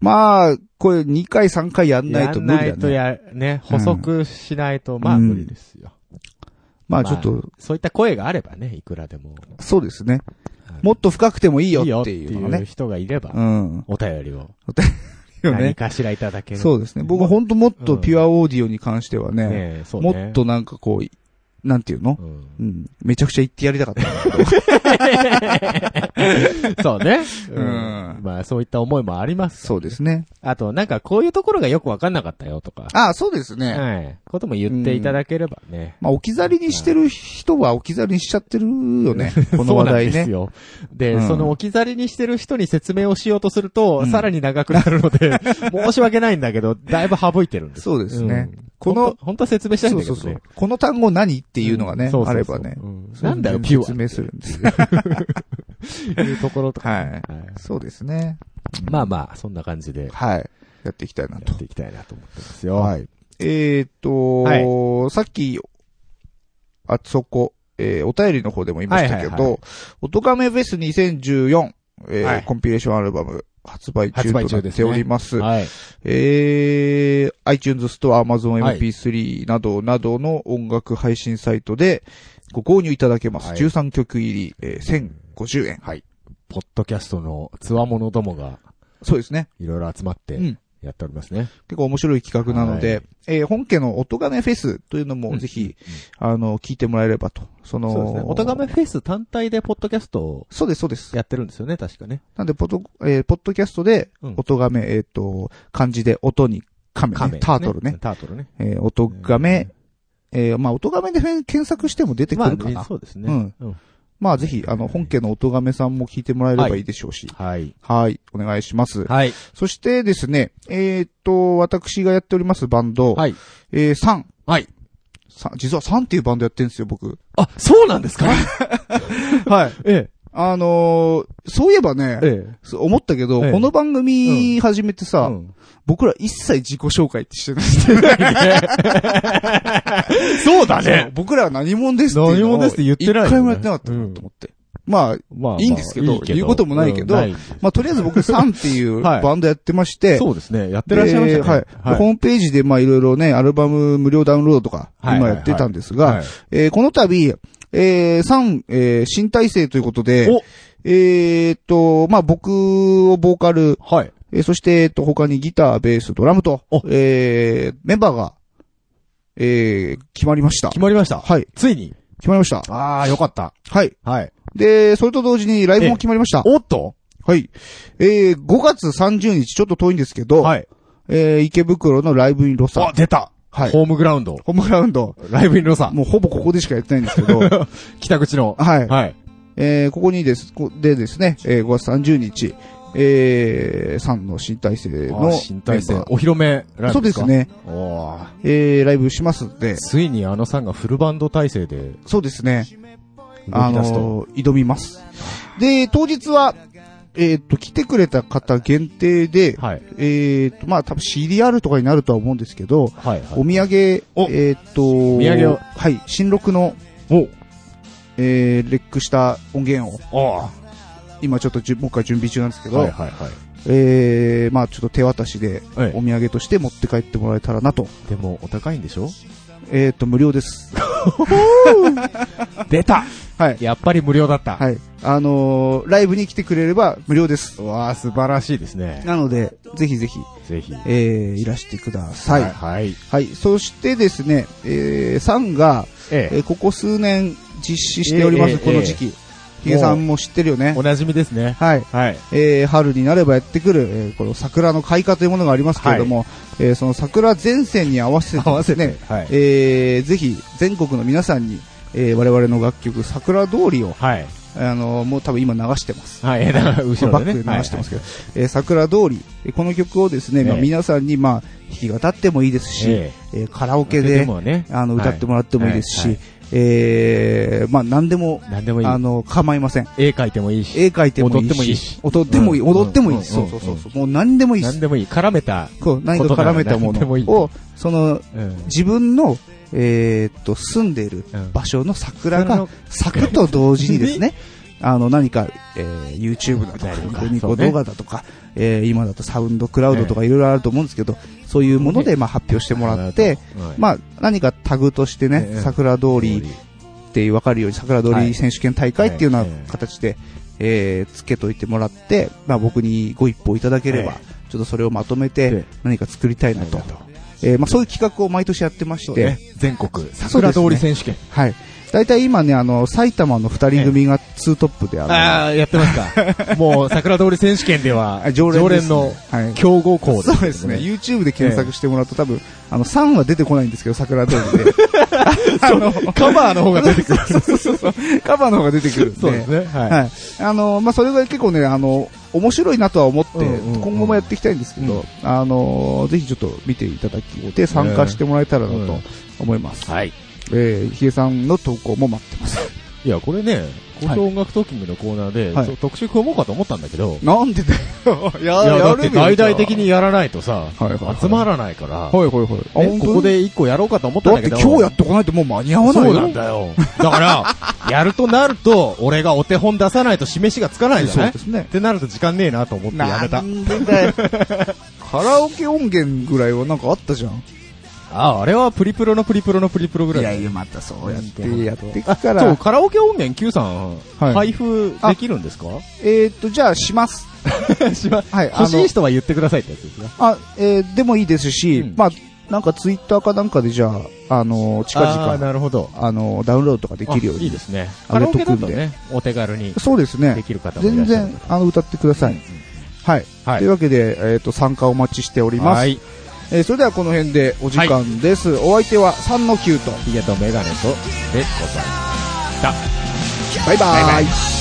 [SPEAKER 2] まあ、これ2回3回やんないと無理だ
[SPEAKER 1] や
[SPEAKER 2] ね。
[SPEAKER 1] んないとや、ね、補足しないと、まあ
[SPEAKER 2] うん
[SPEAKER 1] 無理ですよ。
[SPEAKER 2] まあちょっと、
[SPEAKER 1] そういった声があればね、いくらでも。
[SPEAKER 2] そうですね。もっと深くてもいいよっていうのが
[SPEAKER 1] いいよっていう
[SPEAKER 2] ね。
[SPEAKER 1] 人がいれば、
[SPEAKER 2] うん。
[SPEAKER 1] お便りを
[SPEAKER 2] よ
[SPEAKER 1] 何
[SPEAKER 2] ね。
[SPEAKER 1] かしらいただける。
[SPEAKER 2] そうですね。僕ほんともっとピュアオーディオに関しては
[SPEAKER 1] ね
[SPEAKER 2] ね、
[SPEAKER 1] えそう
[SPEAKER 2] も
[SPEAKER 1] ね。
[SPEAKER 2] っとなんかこう、なんていうの
[SPEAKER 1] う。
[SPEAKER 2] うんん。めちゃくちゃ言ってやりたかったんだけど。
[SPEAKER 1] そうね。
[SPEAKER 2] うん
[SPEAKER 1] まあ、そういった思いもあります。
[SPEAKER 2] そうですね。
[SPEAKER 1] あと、なんか、こういうところがよくわかんなかったよとか、
[SPEAKER 2] ああ、そうですね。
[SPEAKER 1] はい。ことも言っていただければね。
[SPEAKER 2] まあ置き去りにしてる人は置き去りにしちゃってるよ ね。この
[SPEAKER 1] そう
[SPEAKER 2] 話
[SPEAKER 1] なん
[SPEAKER 2] 題
[SPEAKER 1] です
[SPEAKER 2] ね。
[SPEAKER 1] よ。で、
[SPEAKER 2] うん
[SPEAKER 1] その置き去りにしてる人に説明をしようとすると、
[SPEAKER 2] うん
[SPEAKER 1] さらに長くなるの で、申し訳ないんだけど、だいぶ省いてるんです。
[SPEAKER 2] そうですね
[SPEAKER 1] ん。
[SPEAKER 2] こ
[SPEAKER 1] ほん
[SPEAKER 2] の
[SPEAKER 1] と、本当は説明したいん
[SPEAKER 2] そう
[SPEAKER 1] だけ
[SPEAKER 2] そ
[SPEAKER 1] ど
[SPEAKER 2] う
[SPEAKER 1] ね。
[SPEAKER 2] そう。この単語何っていうのがね
[SPEAKER 1] そ、うそ
[SPEAKER 2] あ
[SPEAKER 1] う
[SPEAKER 2] れ
[SPEAKER 1] そう
[SPEAKER 2] ばね。
[SPEAKER 1] うんなんだよ、ピュア。
[SPEAKER 2] 説明する んです。
[SPEAKER 1] いうところとか。
[SPEAKER 2] はい。
[SPEAKER 1] はい
[SPEAKER 2] そうですね。
[SPEAKER 1] まあまあ、そんな感じで、や
[SPEAKER 2] はい。やっていきたいなと
[SPEAKER 1] っ。ていきたいなと思ってますよ。
[SPEAKER 2] はい。えーっと、さっき、あそこ、えーお便りの方でも言いましたけ
[SPEAKER 1] はいはいは
[SPEAKER 2] ど、オトガメフェス2014、えー
[SPEAKER 1] はい
[SPEAKER 2] コンピレーションアルバム発売
[SPEAKER 1] 発
[SPEAKER 2] 中と
[SPEAKER 1] 売
[SPEAKER 2] なっ
[SPEAKER 1] 中です
[SPEAKER 2] て
[SPEAKER 1] ね
[SPEAKER 2] おります。
[SPEAKER 1] はい。
[SPEAKER 2] えー、iTunes ストア、Amazon
[SPEAKER 1] はい
[SPEAKER 2] MP3 などなどの音楽配信サイトでご購入いただけます。
[SPEAKER 1] はい
[SPEAKER 2] 13曲入り、えー1050円。
[SPEAKER 1] はい。ポッドキャストのつわものどもが、
[SPEAKER 2] そうですね。
[SPEAKER 1] いろいろ集まって
[SPEAKER 2] うん、
[SPEAKER 1] やっておりますね。
[SPEAKER 2] 結構面白い企画なので、
[SPEAKER 1] はい
[SPEAKER 2] えー本家の音亀フェスというの
[SPEAKER 1] う
[SPEAKER 2] も
[SPEAKER 1] ん
[SPEAKER 2] ぜひ、あの、聞いてもらえればと。その、
[SPEAKER 1] そうですね。おとがめフェス単体でポッドキャストを
[SPEAKER 2] そうです、そうです。
[SPEAKER 1] やってるんですよね、確かね。
[SPEAKER 2] なんで、ポト、えーポッドキャストで
[SPEAKER 1] うん、
[SPEAKER 2] 音亀、えっ、と、漢字で音に亀、ね
[SPEAKER 1] カメ、
[SPEAKER 2] タートルね。
[SPEAKER 1] タートルね。
[SPEAKER 2] えー音亀、えーまあ、音亀で検索しても出てくるかな。ま
[SPEAKER 1] まあ
[SPEAKER 2] あ、
[SPEAKER 1] そうですね。
[SPEAKER 2] うん
[SPEAKER 1] うん。
[SPEAKER 2] ぜひ、あの、本家の音亀さんも聞いてもらえればいいでしょうし。
[SPEAKER 1] はい。
[SPEAKER 2] はい、お願いします。
[SPEAKER 1] はい。
[SPEAKER 2] そしてですね、えっ、と、私がやっておりますバンド、
[SPEAKER 1] はい。
[SPEAKER 2] えー、サン。
[SPEAKER 1] はい。
[SPEAKER 2] さ実はサンっていうバンドやってるんですよ、僕。
[SPEAKER 1] あ、そうなん ですか
[SPEAKER 2] はい。
[SPEAKER 1] え
[SPEAKER 2] あのーそういえばね
[SPEAKER 1] え。、え
[SPEAKER 2] そう思ったけど、
[SPEAKER 1] ええ
[SPEAKER 2] この番組始めて
[SPEAKER 1] え
[SPEAKER 2] さ、
[SPEAKER 1] うん
[SPEAKER 2] 僕ら一切自己紹介ってしてないしてない。
[SPEAKER 1] そうだ
[SPEAKER 2] そう。僕らは何者ですっていうのを。
[SPEAKER 1] 何者ですって言ってないよね
[SPEAKER 2] 一回もやってなかった
[SPEAKER 1] う
[SPEAKER 2] なんと思って。まあ、
[SPEAKER 1] まあまあ
[SPEAKER 2] いいんですけど言うこともないけど
[SPEAKER 1] うんんです
[SPEAKER 2] まあとりあえず僕サンってい う
[SPEAKER 1] はい
[SPEAKER 2] バンドやってまして、
[SPEAKER 1] そうですね。やってらっしゃいましたね。
[SPEAKER 2] ではい。ホームページでまあいろいろね、アルバム無料ダウンロードとか、
[SPEAKER 1] はい
[SPEAKER 2] 今やってたんですが、
[SPEAKER 1] はい
[SPEAKER 2] えーこの度、えー、サン、えー、新体制ということで、
[SPEAKER 1] お
[SPEAKER 2] えーっと、まあ僕をボーカル、
[SPEAKER 1] はい。
[SPEAKER 2] えーそして、えっと、他にギター、ベース、ドラムと
[SPEAKER 1] お、
[SPEAKER 2] えー、メンバーが、えー、決まりました
[SPEAKER 1] 決。まりました。
[SPEAKER 2] はい。
[SPEAKER 1] ついに。
[SPEAKER 2] 決まりました。
[SPEAKER 1] ああ、よかった。
[SPEAKER 2] はい。
[SPEAKER 1] はい。
[SPEAKER 2] で、それと同時にライブも決まりました。
[SPEAKER 1] おっと
[SPEAKER 2] はい。えー、5月30日、ちょっと遠いんですけど、
[SPEAKER 1] はい。
[SPEAKER 2] えー、池袋のライブインロサ
[SPEAKER 1] あ、出た
[SPEAKER 2] はい。
[SPEAKER 1] ホームグラウンド。
[SPEAKER 2] ホームグラウンド。
[SPEAKER 1] ライブインロサ。
[SPEAKER 2] もうほぼここでしかやってないんですけ ど、は
[SPEAKER 1] 北口の。
[SPEAKER 2] い。
[SPEAKER 1] はい。
[SPEAKER 2] えー、ここにです、こでですね、えー、5月30日、えー、サンの新体制の
[SPEAKER 1] あ新体制
[SPEAKER 2] メン。バ
[SPEAKER 1] お披露目ラ
[SPEAKER 2] ー
[SPEAKER 1] イ
[SPEAKER 2] そ
[SPEAKER 1] ブ
[SPEAKER 2] うで
[SPEAKER 1] ですか
[SPEAKER 2] す。ね。
[SPEAKER 1] おー
[SPEAKER 2] えー、ライブしますんで、
[SPEAKER 1] ついにあのさんがフルバンド体制で
[SPEAKER 2] そうですね。
[SPEAKER 1] 動
[SPEAKER 2] あ
[SPEAKER 1] き出すと。
[SPEAKER 2] のー挑みます。で、当日は、えっ、と、来てくれた方限定で、
[SPEAKER 1] はい。
[SPEAKER 2] えっ、と、まあ、多分 CDR とかになるとは思うんですけど、
[SPEAKER 1] はい。
[SPEAKER 2] お土産、えっ、
[SPEAKER 1] お
[SPEAKER 2] と、
[SPEAKER 1] 土産を
[SPEAKER 2] はい、新録の、
[SPEAKER 1] お
[SPEAKER 2] えー、レックした音源を、
[SPEAKER 1] お
[SPEAKER 2] 今ちょっとじゅもう一回準備中なんですけど、
[SPEAKER 1] はいはいはい。
[SPEAKER 2] えー、まあ、ちょっと手渡しで、
[SPEAKER 1] ええ
[SPEAKER 2] お土産として持って帰ってもらえたらなと。
[SPEAKER 1] でも、お高いんでしょ
[SPEAKER 2] えっ、と、無料 です。
[SPEAKER 1] 出た
[SPEAKER 2] はい。
[SPEAKER 1] やっぱり無料だった。
[SPEAKER 2] はい。あのーライブに来てくれれば無料です。
[SPEAKER 1] うわー、素晴らしいですね。
[SPEAKER 2] なので、ぜひぜひ、
[SPEAKER 1] ぜひ。は
[SPEAKER 2] えー、いらしてください。
[SPEAKER 1] はい。
[SPEAKER 2] はい。そしてですね、えー、サンが、
[SPEAKER 1] え
[SPEAKER 2] えーここ数年実施しております、
[SPEAKER 1] ええ
[SPEAKER 2] この時期。ヒゲさんも知ってるよね
[SPEAKER 1] え。お。なじみですね。
[SPEAKER 2] はい。
[SPEAKER 1] はい。
[SPEAKER 2] えー、春になればやってくる、えー、この桜の開花というものがありますけれども、えー、その桜前線に合わせて
[SPEAKER 1] 合わ
[SPEAKER 2] で
[SPEAKER 1] せ
[SPEAKER 2] す
[SPEAKER 1] て
[SPEAKER 2] ね、。
[SPEAKER 1] はい。
[SPEAKER 2] えー、ぜひ全国の皆さんに、えー、我々の楽曲、桜通りを、
[SPEAKER 1] はい。
[SPEAKER 2] あのーもう多分今流してます。
[SPEAKER 1] はい。えー後
[SPEAKER 2] まあ
[SPEAKER 1] ろ
[SPEAKER 2] バ
[SPEAKER 1] で
[SPEAKER 2] ッ
[SPEAKER 1] ね。
[SPEAKER 2] クで流してますけど、えー桜通り、えーこの曲をですね、まあ、
[SPEAKER 1] ええ
[SPEAKER 2] 皆さんに、まあ、弾き語ってもいいですし、
[SPEAKER 1] はいはいえ
[SPEAKER 2] えーカラオ
[SPEAKER 1] え
[SPEAKER 2] ケ
[SPEAKER 1] で
[SPEAKER 2] で、
[SPEAKER 1] もね。
[SPEAKER 2] あの、
[SPEAKER 1] はい
[SPEAKER 2] 歌ってもらってもいいですし、
[SPEAKER 1] はいはい
[SPEAKER 2] えーまあ、何でも、
[SPEAKER 1] 何でもいい。
[SPEAKER 2] あの、構いません。
[SPEAKER 1] 絵描いてもいいし。
[SPEAKER 2] 絵描いてもい
[SPEAKER 1] 踊ってもい
[SPEAKER 2] い
[SPEAKER 1] い
[SPEAKER 2] し
[SPEAKER 1] し、
[SPEAKER 2] 踊ってもいい、
[SPEAKER 1] うん
[SPEAKER 2] 踊ってもいいし、
[SPEAKER 1] うん
[SPEAKER 2] そうそうそうそう、もう何でもいいで
[SPEAKER 1] 何
[SPEAKER 2] す。
[SPEAKER 1] でもいい。絡めた。
[SPEAKER 2] こう、何か絡めたも
[SPEAKER 1] ことなら何でもいい
[SPEAKER 2] のを、その、
[SPEAKER 1] うん
[SPEAKER 2] 自分の、えーっと、住んでいる
[SPEAKER 1] うん
[SPEAKER 2] 場所の桜が咲くと同時にですね、あの、何か、えー YouTube だとか、ニコニ
[SPEAKER 1] そう
[SPEAKER 2] コ
[SPEAKER 1] ね
[SPEAKER 2] 動画だとか、えー今だとサウンドクラウドとかいろいろあると思うんですけど、そういうもので、まあ、発表してもらって、、まあ、何かタグとして
[SPEAKER 1] え
[SPEAKER 2] ね
[SPEAKER 1] え、
[SPEAKER 2] 桜通
[SPEAKER 1] あ
[SPEAKER 2] りって分かるように、桜通り選手権大会っていうよう
[SPEAKER 1] はいえ
[SPEAKER 2] な
[SPEAKER 1] え
[SPEAKER 2] 形で、えーつけといてもらって、まあ、僕にご一報いただければ
[SPEAKER 1] え、
[SPEAKER 2] ちょっとそれをまとめ
[SPEAKER 1] え
[SPEAKER 2] て
[SPEAKER 1] え、
[SPEAKER 2] 何か作りたいなと。えーまあ、そういう企画を毎年やってまし、
[SPEAKER 1] してて、全国、桜通り選手権。
[SPEAKER 2] はい。大体今ね、あの、埼玉の二人組がツートップで、あの、
[SPEAKER 1] ああ、やってます か。もう、桜通り選手権では、
[SPEAKER 2] あ常
[SPEAKER 1] 常
[SPEAKER 2] 連です
[SPEAKER 1] 連
[SPEAKER 2] ね
[SPEAKER 1] の
[SPEAKER 2] はい
[SPEAKER 1] 強豪校
[SPEAKER 2] そうですね。。YouTube で検索してもらうと多分、あの、3は出てこないんですけど、桜通りで。あの、
[SPEAKER 1] カバーの方が出てくる。
[SPEAKER 2] そうそうそうそう。カバーの方が出てくるんで。
[SPEAKER 1] そうですね。は
[SPEAKER 2] はい。あの、まあ、それが結構ね、あの、面白いなとは思って、
[SPEAKER 1] うんうんうん
[SPEAKER 2] 今後もやっていきたいんですけど、
[SPEAKER 1] う
[SPEAKER 2] あの、ぜひちょっと見ていただきて、参加してもらえたらな
[SPEAKER 1] う
[SPEAKER 2] と
[SPEAKER 1] ん
[SPEAKER 2] 思います。
[SPEAKER 1] い。はい。
[SPEAKER 2] えー、ヒゲさんの投稿も待ってます。
[SPEAKER 1] いや、これね、今
[SPEAKER 2] はい
[SPEAKER 1] 週音楽トーキングのコーナーで、
[SPEAKER 2] はい
[SPEAKER 1] ちょ特集組もうかと思ったんだけど、
[SPEAKER 2] なんでだよ。
[SPEAKER 1] い
[SPEAKER 2] や
[SPEAKER 1] や、だって
[SPEAKER 2] べよじゃあ
[SPEAKER 1] 大々的にやらないとさ
[SPEAKER 2] はいはいはい、
[SPEAKER 1] 集まらないから、
[SPEAKER 2] はいはいはい。あ、
[SPEAKER 1] ねここで一個やろうかと思ったん
[SPEAKER 2] だ
[SPEAKER 1] だ
[SPEAKER 2] って
[SPEAKER 1] けど、
[SPEAKER 2] 今日やっとかないともう間に合わない
[SPEAKER 1] そ
[SPEAKER 2] よ。
[SPEAKER 1] うなんだよ。だから、 やるとなると、俺がお手本出さないと示しがつかないじゃ
[SPEAKER 2] そ
[SPEAKER 1] な
[SPEAKER 2] う
[SPEAKER 1] いっ
[SPEAKER 2] ですね。
[SPEAKER 1] てなると時間ねえなと思ってやめた。
[SPEAKER 2] な
[SPEAKER 1] あ
[SPEAKER 2] んでだよ。カラオケ音源ぐらいはなんかあったじゃん。
[SPEAKER 1] あ、あれはプリプロのプリプロのプリプロぐらい。
[SPEAKER 2] いや、またそう
[SPEAKER 1] やって
[SPEAKER 2] やっていくか
[SPEAKER 1] そう、
[SPEAKER 2] ら。
[SPEAKER 1] カラオケ音源 Q さん、
[SPEAKER 2] は
[SPEAKER 1] 配
[SPEAKER 2] い
[SPEAKER 1] 布できるんですか
[SPEAKER 2] えーっと、じゃあします。
[SPEAKER 1] し ま
[SPEAKER 2] はい。あ
[SPEAKER 1] 欲し
[SPEAKER 2] の
[SPEAKER 1] い、人は言ってくださいってやつですね。
[SPEAKER 2] あ、えーでもいいですし
[SPEAKER 1] うん、
[SPEAKER 2] まあ、なんかツイッターかなんかでじゃあ、あの、近
[SPEAKER 1] あー
[SPEAKER 2] 々、
[SPEAKER 1] なるほど。
[SPEAKER 2] あの、ダウンロードとかできるよう
[SPEAKER 1] あいい
[SPEAKER 2] に
[SPEAKER 1] で。すね。
[SPEAKER 2] あ
[SPEAKER 1] カ
[SPEAKER 2] げ
[SPEAKER 1] ラオ
[SPEAKER 2] とくんで
[SPEAKER 1] ケだとね、お手軽に
[SPEAKER 2] そうです
[SPEAKER 1] で
[SPEAKER 2] ね。
[SPEAKER 1] きる方もいら
[SPEAKER 2] 全
[SPEAKER 1] っしゃる
[SPEAKER 2] 然、あの、歌ってください。はい。
[SPEAKER 1] はい
[SPEAKER 2] というわけで、えーっと、参加お待ちしており
[SPEAKER 1] うん。は
[SPEAKER 2] ます。
[SPEAKER 1] い。
[SPEAKER 2] えーそれではこの辺でお時間です。お相手は3の9と。
[SPEAKER 1] ヒゲとメガネと、でございました。
[SPEAKER 2] バイバイ。